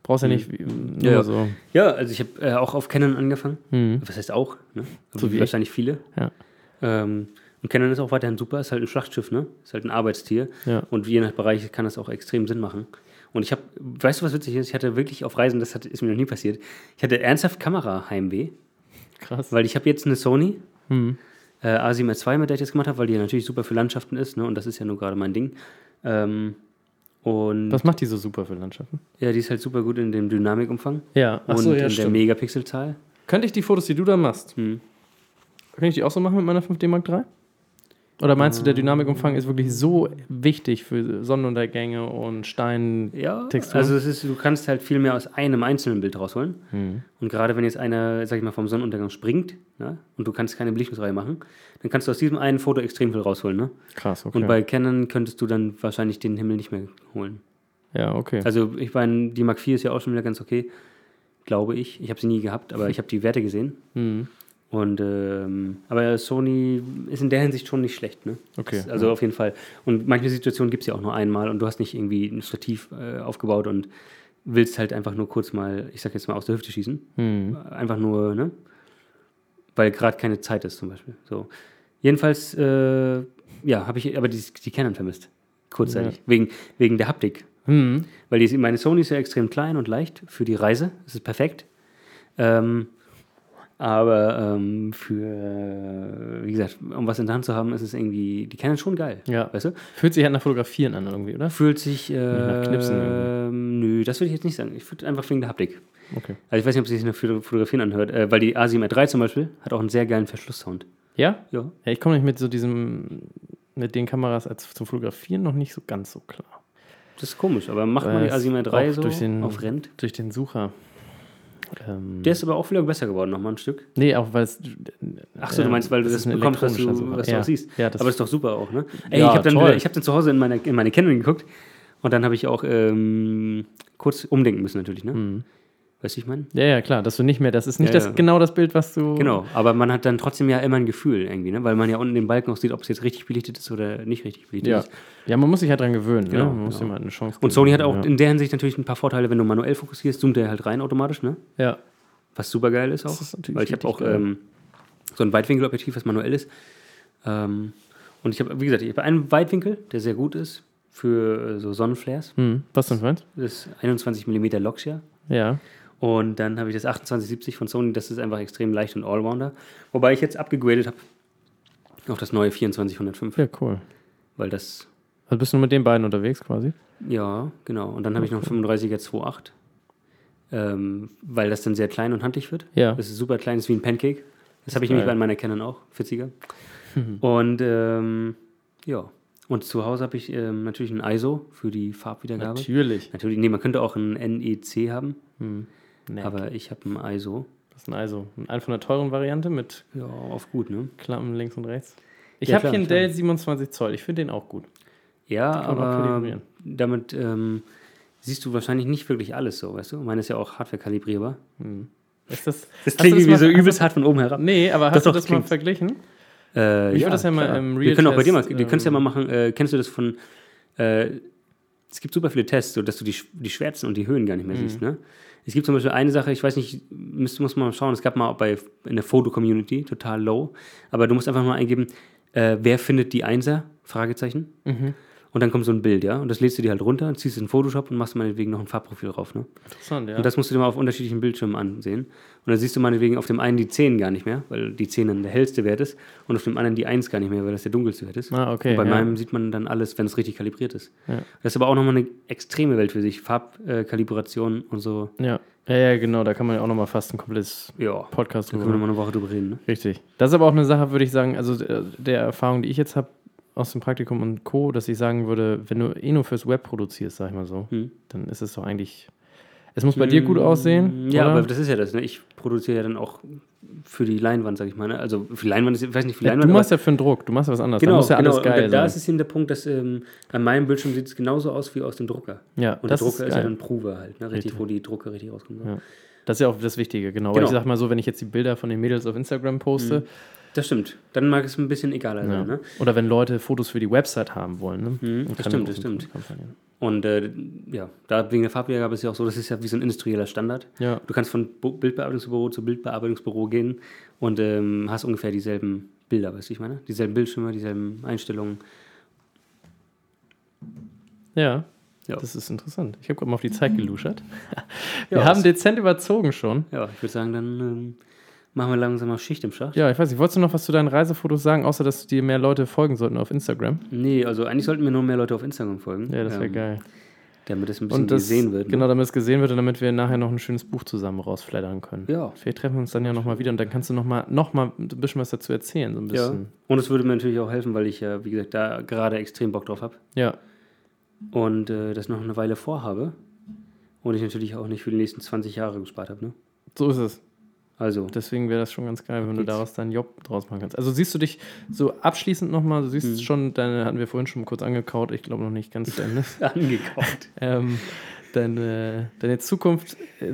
[SPEAKER 2] Brauchst ja nicht wie- nur
[SPEAKER 3] hm. ja.
[SPEAKER 2] so. Hm.
[SPEAKER 3] Ja, also ich habe äh, auch auf Canon angefangen. Was heißt auch? Ne?
[SPEAKER 2] So wie ich.
[SPEAKER 3] wahrscheinlich viele.
[SPEAKER 2] Ja.
[SPEAKER 3] Ähm, und Canon ist auch weiterhin super, ist halt ein Schlachtschiff, ne? Ist halt ein Arbeitstier.
[SPEAKER 2] Ja.
[SPEAKER 3] Und je nach Bereich kann das auch extrem Sinn machen. Und ich habe, weißt du, was witzig ist? Ich hatte wirklich auf Reisen, das hat, ist mir noch nie passiert, ich hatte ernsthaft Kamera-Heimweh.
[SPEAKER 2] Krass. Hm.
[SPEAKER 3] Weil ich habe jetzt eine Sony äh, A7R2, mit der ich das gemacht habe, weil die ja natürlich super für Landschaften ist, ne? Und das ist ja nur gerade mein Ding. Ähm, und
[SPEAKER 2] Was macht die so super für Landschaften?
[SPEAKER 3] ja, die ist halt super gut in dem Dynamikumfang
[SPEAKER 2] Ja,
[SPEAKER 3] und
[SPEAKER 2] achso, ja,
[SPEAKER 3] in der Hm.
[SPEAKER 2] stimmt.
[SPEAKER 3] Megapixelzahl.
[SPEAKER 2] Könnte ich die Fotos, die du da machst, könnte ich die auch so machen mit meiner 5D Mark III? Oder meinst
[SPEAKER 3] Ah.
[SPEAKER 2] du, der Dynamikumfang ist wirklich so wichtig für Sonnenuntergänge und Stein?
[SPEAKER 3] Ja,
[SPEAKER 2] Textur?
[SPEAKER 3] also es ist, du kannst halt viel mehr aus einem einzelnen Bild rausholen.
[SPEAKER 2] Mhm.
[SPEAKER 3] Und gerade wenn jetzt einer, sag ich mal, vom Sonnenuntergang springt ne, und du kannst keine Belichtungsreihe machen, dann kannst du aus diesem einen Foto extrem viel rausholen. Ne?
[SPEAKER 2] Krass, okay.
[SPEAKER 3] Und bei Canon könntest du dann wahrscheinlich den Himmel nicht mehr holen.
[SPEAKER 2] ja, okay.
[SPEAKER 3] Also ich meine, die Mark IV ist ja auch schon wieder ganz okay, glaube ich. Ich habe sie nie gehabt, aber ich habe die Werte gesehen. Und ähm, aber Sony ist in der Hinsicht schon nicht schlecht, ne?
[SPEAKER 2] Okay,
[SPEAKER 3] Ist- Also auf jeden Fall. Und manche Situationen gibt es ja auch nur einmal und du hast nicht irgendwie ein Stativ äh, aufgebaut und willst halt einfach nur kurz mal, ich sag jetzt mal, aus der Hüfte schießen.
[SPEAKER 2] Hm.
[SPEAKER 3] Einfach nur, ne? Weil gerade keine Zeit ist zum Beispiel. So. Jedenfalls, äh, ja, habe ich aber die, die Canon vermisst. Kurzzeitig. Wegen, wegen der Haptik. Weil die, meine Sony ist ja extrem klein und leicht für die Reise. Das ist perfekt. Ähm, aber ähm, für, äh, wie gesagt, um was in der Hand zu haben, ist es irgendwie, die Canon ist schon geil.
[SPEAKER 2] Ja.
[SPEAKER 3] Weißt du?
[SPEAKER 2] Fühlt sich halt nach Fotografieren an irgendwie, oder?
[SPEAKER 3] Fühlt sich. Äh,
[SPEAKER 2] nach Knipsen
[SPEAKER 3] nö, das würde ich jetzt nicht sagen. Ich würde einfach wegen der Haptik.
[SPEAKER 2] Okay.
[SPEAKER 3] Also ich weiß nicht, ob es sich nach Foto- Fotografieren anhört, äh, weil die A7R3 zum Beispiel hat auch einen sehr geilen Verschlusssound.
[SPEAKER 2] Ja?
[SPEAKER 3] Ja.
[SPEAKER 2] Ja, ich komme nicht mit so diesem, mit den Kameras als zum Fotografieren noch nicht so ganz so klar.
[SPEAKER 3] Das ist komisch, aber macht
[SPEAKER 2] Weil
[SPEAKER 3] man die
[SPEAKER 2] es
[SPEAKER 3] A7R3
[SPEAKER 2] auch
[SPEAKER 3] so
[SPEAKER 2] durch den-
[SPEAKER 3] auf Rent.
[SPEAKER 2] Durch den Sucher. Ähm,
[SPEAKER 3] Der ist aber auch wieder besser geworden, nochmal ein Stück.
[SPEAKER 2] nee, auch weil es.
[SPEAKER 3] Ach so, du
[SPEAKER 2] ähm,
[SPEAKER 3] meinst, weil du
[SPEAKER 2] es
[SPEAKER 3] das
[SPEAKER 2] ist ein
[SPEAKER 3] bekommst, was
[SPEAKER 2] elektronischer
[SPEAKER 3] du,
[SPEAKER 2] Sucher.
[SPEAKER 3] was du
[SPEAKER 2] ja.
[SPEAKER 3] auch siehst.
[SPEAKER 2] Ja, das
[SPEAKER 3] aber ist doch super auch, ne? Ey,
[SPEAKER 2] Ja,
[SPEAKER 3] ich habe dann,
[SPEAKER 2] toll.
[SPEAKER 3] wieder- ich hab dann zu Hause in meine, in meine Canon geguckt und dann habe ich auch ähm, kurz umdenken müssen natürlich, ne?
[SPEAKER 2] Mhm.
[SPEAKER 3] Weißt du, ich meine?
[SPEAKER 2] ja, ja, klar, dass du nicht mehr, das ist nicht
[SPEAKER 3] Ja,
[SPEAKER 2] das,
[SPEAKER 3] ja.
[SPEAKER 2] genau das Bild, was du.
[SPEAKER 3] Genau, aber man hat dann trotzdem ja immer ein Gefühl irgendwie, ne? Weil man ja unten den Balken auch sieht, ob es jetzt richtig belichtet ist oder nicht richtig belichtet
[SPEAKER 2] Ja.
[SPEAKER 3] ist.
[SPEAKER 2] ja, man muss sich halt dran gewöhnen.
[SPEAKER 3] Genau,
[SPEAKER 2] ne? Man muss
[SPEAKER 3] genau.
[SPEAKER 2] dem halt eine Chance geben.
[SPEAKER 3] Und Sony hat auch
[SPEAKER 2] Ja.
[SPEAKER 3] in der Hinsicht natürlich ein paar Vorteile, wenn du manuell fokussierst, zoomt er halt rein automatisch, ne?
[SPEAKER 2] ja.
[SPEAKER 3] Was super geil ist auch.
[SPEAKER 2] Das ist natürlich
[SPEAKER 3] weil ich habe
[SPEAKER 2] richtig
[SPEAKER 3] auch
[SPEAKER 2] geil.
[SPEAKER 3] ähm, so ein Weitwinkelobjektiv, was manuell ist. Ähm, und ich habe, wie gesagt, ich habe einen Weitwinkel, der sehr gut ist für äh, so Sonnenflares.
[SPEAKER 2] Hm. Was denn, Freund?
[SPEAKER 3] Das ist 21 mm Loxia.
[SPEAKER 2] Ja.
[SPEAKER 3] Und dann habe ich das 2870 von Sony, das ist einfach extrem leicht und Allrounder. Wobei ich jetzt abgegradet habe auf das neue 2405,
[SPEAKER 2] Ja, cool.
[SPEAKER 3] weil das,
[SPEAKER 2] Also bist du nur mit den beiden unterwegs quasi?
[SPEAKER 3] ja, genau. Und dann habe ich noch einen 35er 2.8, ähm, weil das dann sehr klein und handlich wird.
[SPEAKER 2] Ja.
[SPEAKER 3] Das ist super klein, ist wie ein Pancake. Das habe ich nämlich
[SPEAKER 2] geil. Mhm.
[SPEAKER 3] bei meiner Canon auch, 40er. Und ähm, ja. Und zu Hause habe ich ähm, natürlich ein ISO für die Farbwiedergabe. Natürlich.
[SPEAKER 2] Natürlich.
[SPEAKER 3] nee, man könnte auch ein NEC haben,
[SPEAKER 2] Nee.
[SPEAKER 3] aber ich habe ein ISO.
[SPEAKER 2] Das ist ein ISO. Ein also? von der teuren Variante mit
[SPEAKER 3] Ja, auf gut, ne?
[SPEAKER 2] Klappen links und rechts. Ich
[SPEAKER 3] Ja,
[SPEAKER 2] habe
[SPEAKER 3] klar,
[SPEAKER 2] hier einen
[SPEAKER 3] klar.
[SPEAKER 2] Dell 27 Zoll. Ich finde den auch gut.
[SPEAKER 3] Ja,
[SPEAKER 2] Kann man auch
[SPEAKER 3] aber
[SPEAKER 2] kalibrieren.
[SPEAKER 3] damit ähm, siehst du wahrscheinlich nicht wirklich alles so, weißt du? Meine ist ja auch hardware kalibrierbar.
[SPEAKER 2] Ist das,
[SPEAKER 3] Das
[SPEAKER 2] hast du
[SPEAKER 3] klingt irgendwie
[SPEAKER 2] mal-
[SPEAKER 3] so
[SPEAKER 2] hast du-
[SPEAKER 3] übelst hart von oben herab.
[SPEAKER 2] Nee, aber
[SPEAKER 3] Das
[SPEAKER 2] hast du
[SPEAKER 3] doch
[SPEAKER 2] das mal
[SPEAKER 3] klingt-
[SPEAKER 2] verglichen?
[SPEAKER 3] Äh,
[SPEAKER 2] Ich würd das ja mal im
[SPEAKER 3] Wir können auch bei dir mal,
[SPEAKER 2] Real-Test, ähm,
[SPEAKER 3] du kannst ja mal machen, äh, kennst du das von, äh, es gibt super viele Tests, so dass du die, Sch- die Schwärzen und die Höhen gar nicht
[SPEAKER 2] Mhm.
[SPEAKER 3] mehr siehst, ne? Es gibt zum Beispiel eine Sache, ich weiß nicht, müsste, muss man mal schauen, es gab mal bei, in der Foto-Community, total low, aber du musst einfach mal eingeben, äh, wer findet die Einser? Fragezeichen.
[SPEAKER 2] Mhm.
[SPEAKER 3] Und dann kommt so ein Bild, ja? Und das lädst du dir halt runter, ziehst es in Photoshop und machst meinetwegen noch ein Farbprofil drauf, ne?
[SPEAKER 2] Interessant, ja.
[SPEAKER 3] Und das musst du dir mal auf unterschiedlichen Bildschirmen ansehen. Und dann siehst du meinetwegen auf dem einen die 10 gar nicht mehr, weil die 10 dann der hellste Wert ist und auf dem anderen die 1 gar nicht mehr, weil das der dunkelste Wert ist.
[SPEAKER 2] Ah, okay,
[SPEAKER 3] Und bei
[SPEAKER 2] ja.
[SPEAKER 3] meinem sieht man dann alles, wenn es richtig kalibriert ist.
[SPEAKER 2] Ja.
[SPEAKER 3] Das ist aber auch nochmal eine extreme Welt für sich. Farbkalibration und so.
[SPEAKER 2] ja. ja, ja, genau. Da kann man ja auch nochmal fast ein komplettes
[SPEAKER 3] Ja,
[SPEAKER 2] Podcast
[SPEAKER 3] da können wir
[SPEAKER 2] drüber.
[SPEAKER 3] nochmal eine Woche drüber reden. Ne?
[SPEAKER 2] Richtig. Das ist aber auch eine Sache, würde ich sagen, also der, der Erfahrung, die ich jetzt habe aus dem Praktikum und Co., dass ich sagen würde, wenn du eh nur fürs Web produzierst, sag ich mal so,
[SPEAKER 3] Hm.
[SPEAKER 2] dann ist es doch eigentlich. Es muss bei dir gut aussehen.
[SPEAKER 3] Mm, Ja,
[SPEAKER 2] oder?
[SPEAKER 3] aber das ist ja das. Ne? Ich produziere ja dann auch für die Leinwand, sag ich mal. Ne? Also für die Leinwand, ist, ich weiß nicht, für die
[SPEAKER 2] ja,
[SPEAKER 3] Leinwand.
[SPEAKER 2] du
[SPEAKER 3] aber-
[SPEAKER 2] machst ja für einen Druck, du machst ja was anderes. da
[SPEAKER 3] Genau,
[SPEAKER 2] muss ja
[SPEAKER 3] genau.
[SPEAKER 2] alles geil
[SPEAKER 3] und da, da ist
[SPEAKER 2] sein.
[SPEAKER 3] es eben der Punkt, dass ähm, an meinem Bildschirm sieht es genauso aus wie aus dem Drucker.
[SPEAKER 2] Ja,
[SPEAKER 3] Und
[SPEAKER 2] das
[SPEAKER 3] der Drucker
[SPEAKER 2] ist
[SPEAKER 3] ist, ja
[SPEAKER 2] geil.
[SPEAKER 3] dann Prover halt, ne? richtig, wo die Drucker richtig rauskommen.
[SPEAKER 2] Ja. Das ist ja auch das Wichtige, genau. Weil
[SPEAKER 3] Genau.
[SPEAKER 2] ich sag mal so, wenn ich jetzt die Bilder von den Mädels auf Instagram poste,
[SPEAKER 3] Das stimmt. Dann mag es ein bisschen egaler
[SPEAKER 2] Ja.
[SPEAKER 3] sein. Ne?
[SPEAKER 2] Oder wenn Leute Fotos für die Website haben wollen. Ne?
[SPEAKER 3] Mhm,
[SPEAKER 2] Und
[SPEAKER 3] das
[SPEAKER 2] keine
[SPEAKER 3] stimmt, das
[SPEAKER 2] großen
[SPEAKER 3] stimmt.
[SPEAKER 2] Kampagnen.
[SPEAKER 3] Und äh, ja, da wegen der Farbwiedergabe ist ja auch so, das ist ja wie so ein industrieller Standard.
[SPEAKER 2] Ja.
[SPEAKER 3] Du kannst von Bo- Bildbearbeitungsbüro zu Bildbearbeitungsbüro gehen und ähm, hast ungefähr dieselben Bilder, weißt du, ich meine? Dieselben Bildschirme, dieselben Einstellungen.
[SPEAKER 2] Ja,
[SPEAKER 3] Ja, Mhm.
[SPEAKER 2] das ist interessant. Ich habe gerade mal auf die Zeit geluschert. Wir
[SPEAKER 3] [LAUGHS] Ja,
[SPEAKER 2] haben
[SPEAKER 3] das-
[SPEAKER 2] dezent überzogen schon.
[SPEAKER 3] ja ich würde sagen, dann ähm, machen wir langsam mal Schicht im Schacht.
[SPEAKER 2] Ja, ich weiß nicht. Wolltest du noch was zu deinen Reisefotos sagen, außer dass dir mehr Leute folgen sollten auf Instagram?
[SPEAKER 3] Nee, also eigentlich sollten mir nur mehr Leute auf Instagram folgen.
[SPEAKER 2] Ja, das wäre
[SPEAKER 3] ähm,
[SPEAKER 2] geil.
[SPEAKER 3] Damit das ein bisschen
[SPEAKER 2] Und das,
[SPEAKER 3] gesehen wird. ne?
[SPEAKER 2] Genau, damit es gesehen wird und damit wir nachher noch ein schönes Buch zusammen rausflattern können.
[SPEAKER 3] Ja.
[SPEAKER 2] Vielleicht treffen wir uns dann ja nochmal wieder und dann kannst du nochmal noch mal ein bisschen was dazu erzählen. So ein
[SPEAKER 3] Ja.
[SPEAKER 2] bisschen.
[SPEAKER 3] Und es würde mir natürlich auch helfen, weil ich ja, wie gesagt, da gerade extrem Bock drauf habe
[SPEAKER 2] Ja.
[SPEAKER 3] und äh, das noch eine Weile vorhabe. Und ich natürlich auch nicht für die nächsten 20 Jahre gespart habe. Ne?
[SPEAKER 2] so ist es.
[SPEAKER 3] Also,
[SPEAKER 2] Deswegen wäre das schon ganz geil, wenn du
[SPEAKER 3] geht's.
[SPEAKER 2] daraus deinen Job draus machen kannst. Also siehst du dich so abschließend nochmal, du siehst schon, deine hatten wir vorhin schon kurz angekaut, ich glaube noch nicht ganz zu [LAUGHS] Ende.
[SPEAKER 3] angekauft.
[SPEAKER 2] ähm, deine, deine Zukunft, äh,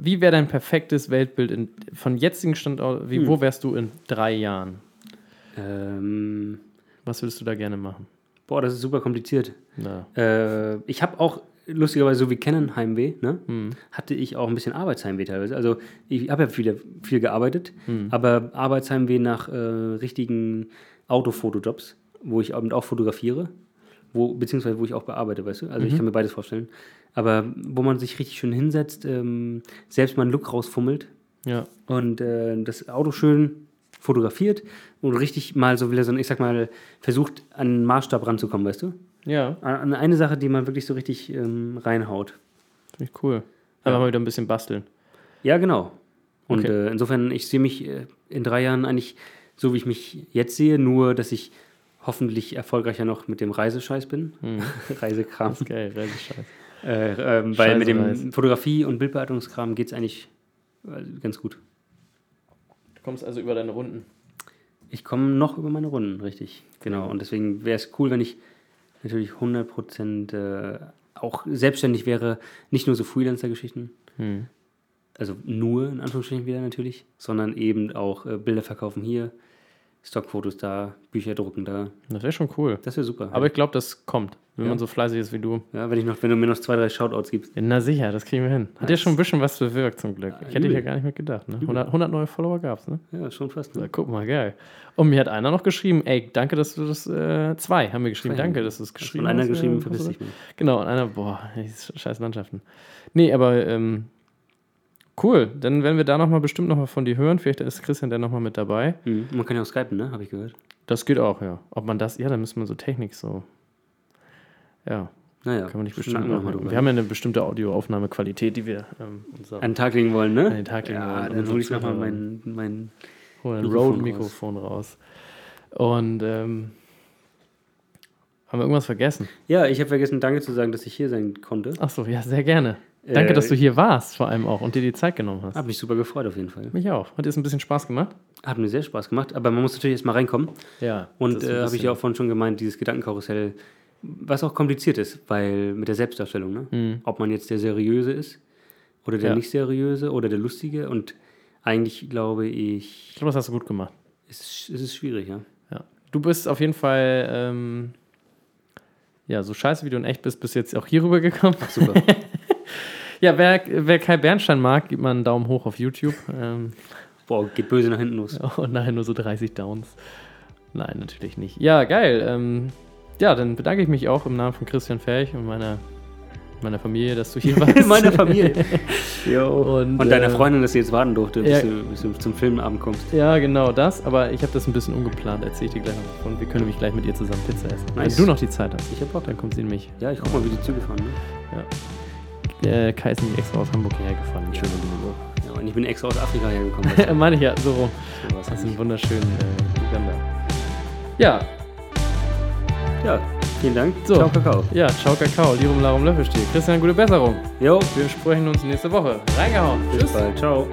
[SPEAKER 2] wie wäre dein perfektes Weltbild in, von jetzigem Standort, wie, wo wärst du in drei Jahren?
[SPEAKER 3] [LAUGHS] ähm,
[SPEAKER 2] Was würdest du da gerne machen?
[SPEAKER 3] boah, das ist super kompliziert.
[SPEAKER 2] Na,
[SPEAKER 3] Äh, ich habe auch, lustigerweise, so wie Canon Heimweh, ne? hatte ich auch ein bisschen Arbeitsheimweh teilweise. Also, ich habe ja viel, viel gearbeitet, aber Arbeitsheimweh nach äh, richtigen Autofotojobs, wo ich eben auch fotografiere. wo, beziehungsweise wo ich auch bearbeite, weißt du? Also ich kann mir beides vorstellen. Aber wo man sich richtig schön hinsetzt, ähm, selbst mal einen Look rausfummelt
[SPEAKER 2] Ja.
[SPEAKER 3] und äh, das Auto schön fotografiert und richtig mal so wieder so, ein, ich sag mal, versucht, an einen Maßstab ranzukommen, weißt du?
[SPEAKER 2] Ja,
[SPEAKER 3] An- An eine Sache, die man wirklich so richtig ähm, reinhaut.
[SPEAKER 2] finde ich cool. Einfach mal wieder ein bisschen [LAUGHS] basteln.
[SPEAKER 3] Ja, genau. Und
[SPEAKER 2] Okay.
[SPEAKER 3] äh, insofern, ich sehe mich äh, in drei Jahren eigentlich so, wie ich mich jetzt sehe, nur dass ich hoffentlich erfolgreicher noch mit dem Reisescheiß bin. [LAUGHS] Reisekram.
[SPEAKER 2] Geil, richtig scheiße.
[SPEAKER 3] Äh, ähm, weil mit dem
[SPEAKER 2] Scheißereis.
[SPEAKER 3] Fotografie- und Bildbearbeitungskram geht es eigentlich äh, ganz gut.
[SPEAKER 2] Du kommst also über deine Runden.
[SPEAKER 3] Ich komme noch über meine Runden, richtig. Genau. Und deswegen wäre es cool, wenn ich natürlich 100% äh, auch selbstständig wäre. Nicht nur so Freelancer-Geschichten.
[SPEAKER 2] Hm.
[SPEAKER 3] Also nur in Anführungsstrichen wieder natürlich. Sondern eben auch äh, Bilder verkaufen hier, Stockfotos da, Bücher drucken da.
[SPEAKER 2] Das wäre schon cool.
[SPEAKER 3] Das wäre super.
[SPEAKER 2] Aber ich glaube, das kommt, wenn
[SPEAKER 3] Ja.
[SPEAKER 2] man so fleißig ist wie du.
[SPEAKER 3] ja, wenn, ich noch, wenn du mir noch zwei, drei Shoutouts gibst.
[SPEAKER 2] Na sicher, das kriegen wir hin. Hat ja
[SPEAKER 3] Nice.
[SPEAKER 2] schon ein bisschen was bewirkt zum Glück. Ich hätte
[SPEAKER 3] übel.
[SPEAKER 2] ja gar nicht mitgedacht. Ne? 100, 100 neue Follower gab es, ne?
[SPEAKER 3] Ja, schon fast.
[SPEAKER 2] Na,
[SPEAKER 3] Ne?
[SPEAKER 2] guck mal, geil. Und mir hat einer noch geschrieben, ey, danke, dass du das, äh, zwei haben mir geschrieben, danke, dass du es geschrieben
[SPEAKER 3] Und einer
[SPEAKER 2] hast.
[SPEAKER 3] geschrieben,
[SPEAKER 2] äh,
[SPEAKER 3] verpiss
[SPEAKER 2] hast du
[SPEAKER 3] dich mal.
[SPEAKER 2] das? Genau, und einer, boah, ey, diese scheiß Landschaften. Nee, aber ähm, cool, dann werden wir da nochmal bestimmt nochmal von dir hören. Vielleicht ist Christian dann nochmal mit dabei.
[SPEAKER 3] Mhm. Man kann ja auch skypen, ne? Habe ich gehört.
[SPEAKER 2] Das geht auch, ja. Ob man das, ja, da müssen wir so Technik so, ja,
[SPEAKER 3] Naja,
[SPEAKER 2] kann man nicht bestimmen. ne?
[SPEAKER 3] schnacken wir noch mal
[SPEAKER 2] Wir,
[SPEAKER 3] drüber.
[SPEAKER 2] haben ja eine bestimmte Audioaufnahmequalität, die wir ähm, unser
[SPEAKER 3] an den Tag legen wollen, ne?
[SPEAKER 2] An den Tag legen
[SPEAKER 3] ja,
[SPEAKER 2] wollen, um
[SPEAKER 3] Dann
[SPEAKER 2] unsere
[SPEAKER 3] hole ich nochmal
[SPEAKER 2] Zuhörer-
[SPEAKER 3] mein, mein.
[SPEAKER 2] Hol ein
[SPEAKER 3] Mikrofon
[SPEAKER 2] Rode-Mikrofon raus. Und ähm, haben wir irgendwas vergessen?
[SPEAKER 3] Ja, ich habe vergessen, Danke zu sagen, dass ich hier sein konnte.
[SPEAKER 2] Achso, ja, sehr gerne. Danke,
[SPEAKER 3] Äh,
[SPEAKER 2] dass du hier warst, vor allem auch und dir die Zeit genommen hast.
[SPEAKER 3] Hat mich super gefreut auf jeden Fall.
[SPEAKER 2] Mich auch. Hat dir es ein bisschen Spaß gemacht?
[SPEAKER 3] Hat mir sehr Spaß gemacht, aber man muss natürlich erst mal reinkommen.
[SPEAKER 2] Ja.
[SPEAKER 3] Und äh, habe ich ja auch vorhin schon gemeint, dieses Gedankenkarussell, was auch kompliziert ist, weil mit der Selbstdarstellung, ne? Ob man jetzt der Seriöse ist oder der
[SPEAKER 2] Ja.
[SPEAKER 3] nicht Seriöse oder der Lustige und eigentlich glaube ich,
[SPEAKER 2] Ich glaube, das hast du gut gemacht.
[SPEAKER 3] es ist, es ist schwierig, ja.
[SPEAKER 2] Ja. Du bist auf jeden Fall, ähm, ja, so scheiße wie du in echt bist, bist jetzt auch hier rüber gekommen.
[SPEAKER 3] [LAUGHS] Super.
[SPEAKER 2] [LAUGHS] Ja, wer, wer Kai Bernstein mag, gibt mal einen Daumen hoch auf YouTube. Ähm,
[SPEAKER 3] Boah, geht böse nach hinten [LAUGHS] los.
[SPEAKER 2] [LAUGHS] Oh nein, nur so 30 Downs. Nein, natürlich nicht. Ja, geil. Ähm, ja, dann bedanke ich mich auch im Namen von Christian Ferch und meiner, meiner Familie, dass du
[SPEAKER 3] [LAUGHS]
[SPEAKER 2] hier warst.
[SPEAKER 3] In meiner Familie. Jo.
[SPEAKER 2] Und,
[SPEAKER 3] Und, deiner
[SPEAKER 2] äh,
[SPEAKER 3] Freundin, dass sie jetzt warten durfte,
[SPEAKER 2] ja.
[SPEAKER 3] bis, du, bis du zum Filmabend kommst.
[SPEAKER 2] [LAUGHS] Ja, genau das. Aber ich habe das ein bisschen umgeplant. Erzähle ich dir gleich noch. Und wir können nämlich gleich mit ihr zusammen Pizza essen.
[SPEAKER 3] Nice.
[SPEAKER 2] Wenn du noch die Zeit hast,
[SPEAKER 3] Ich hab Bock.
[SPEAKER 2] dann kommt sie in mich.
[SPEAKER 3] Ja, ich guck mal, wie die Züge fahren. Ne?
[SPEAKER 2] Äh, Kai ist nämlich extra aus Hamburg hierher gefahren. Schön.
[SPEAKER 3] Ja, und ich bin extra aus Afrika hergekommen. [LAUGHS]
[SPEAKER 2] [LAUGHS]
[SPEAKER 3] Das
[SPEAKER 2] Meine ich ja, so rum.
[SPEAKER 3] ist sowas.
[SPEAKER 2] Das ist ein wunderschönen äh, Uganda. Ja,
[SPEAKER 3] Ja, vielen Dank.
[SPEAKER 2] so.
[SPEAKER 3] Ciao, Kakao.
[SPEAKER 2] Ja, ciao, Kakao. Lirum, Larum, Löffelstiel. Christian, gute Besserung.
[SPEAKER 3] Jo,
[SPEAKER 2] Wir sprechen uns nächste Woche. Reingehauen.
[SPEAKER 3] bis bald. Ciao.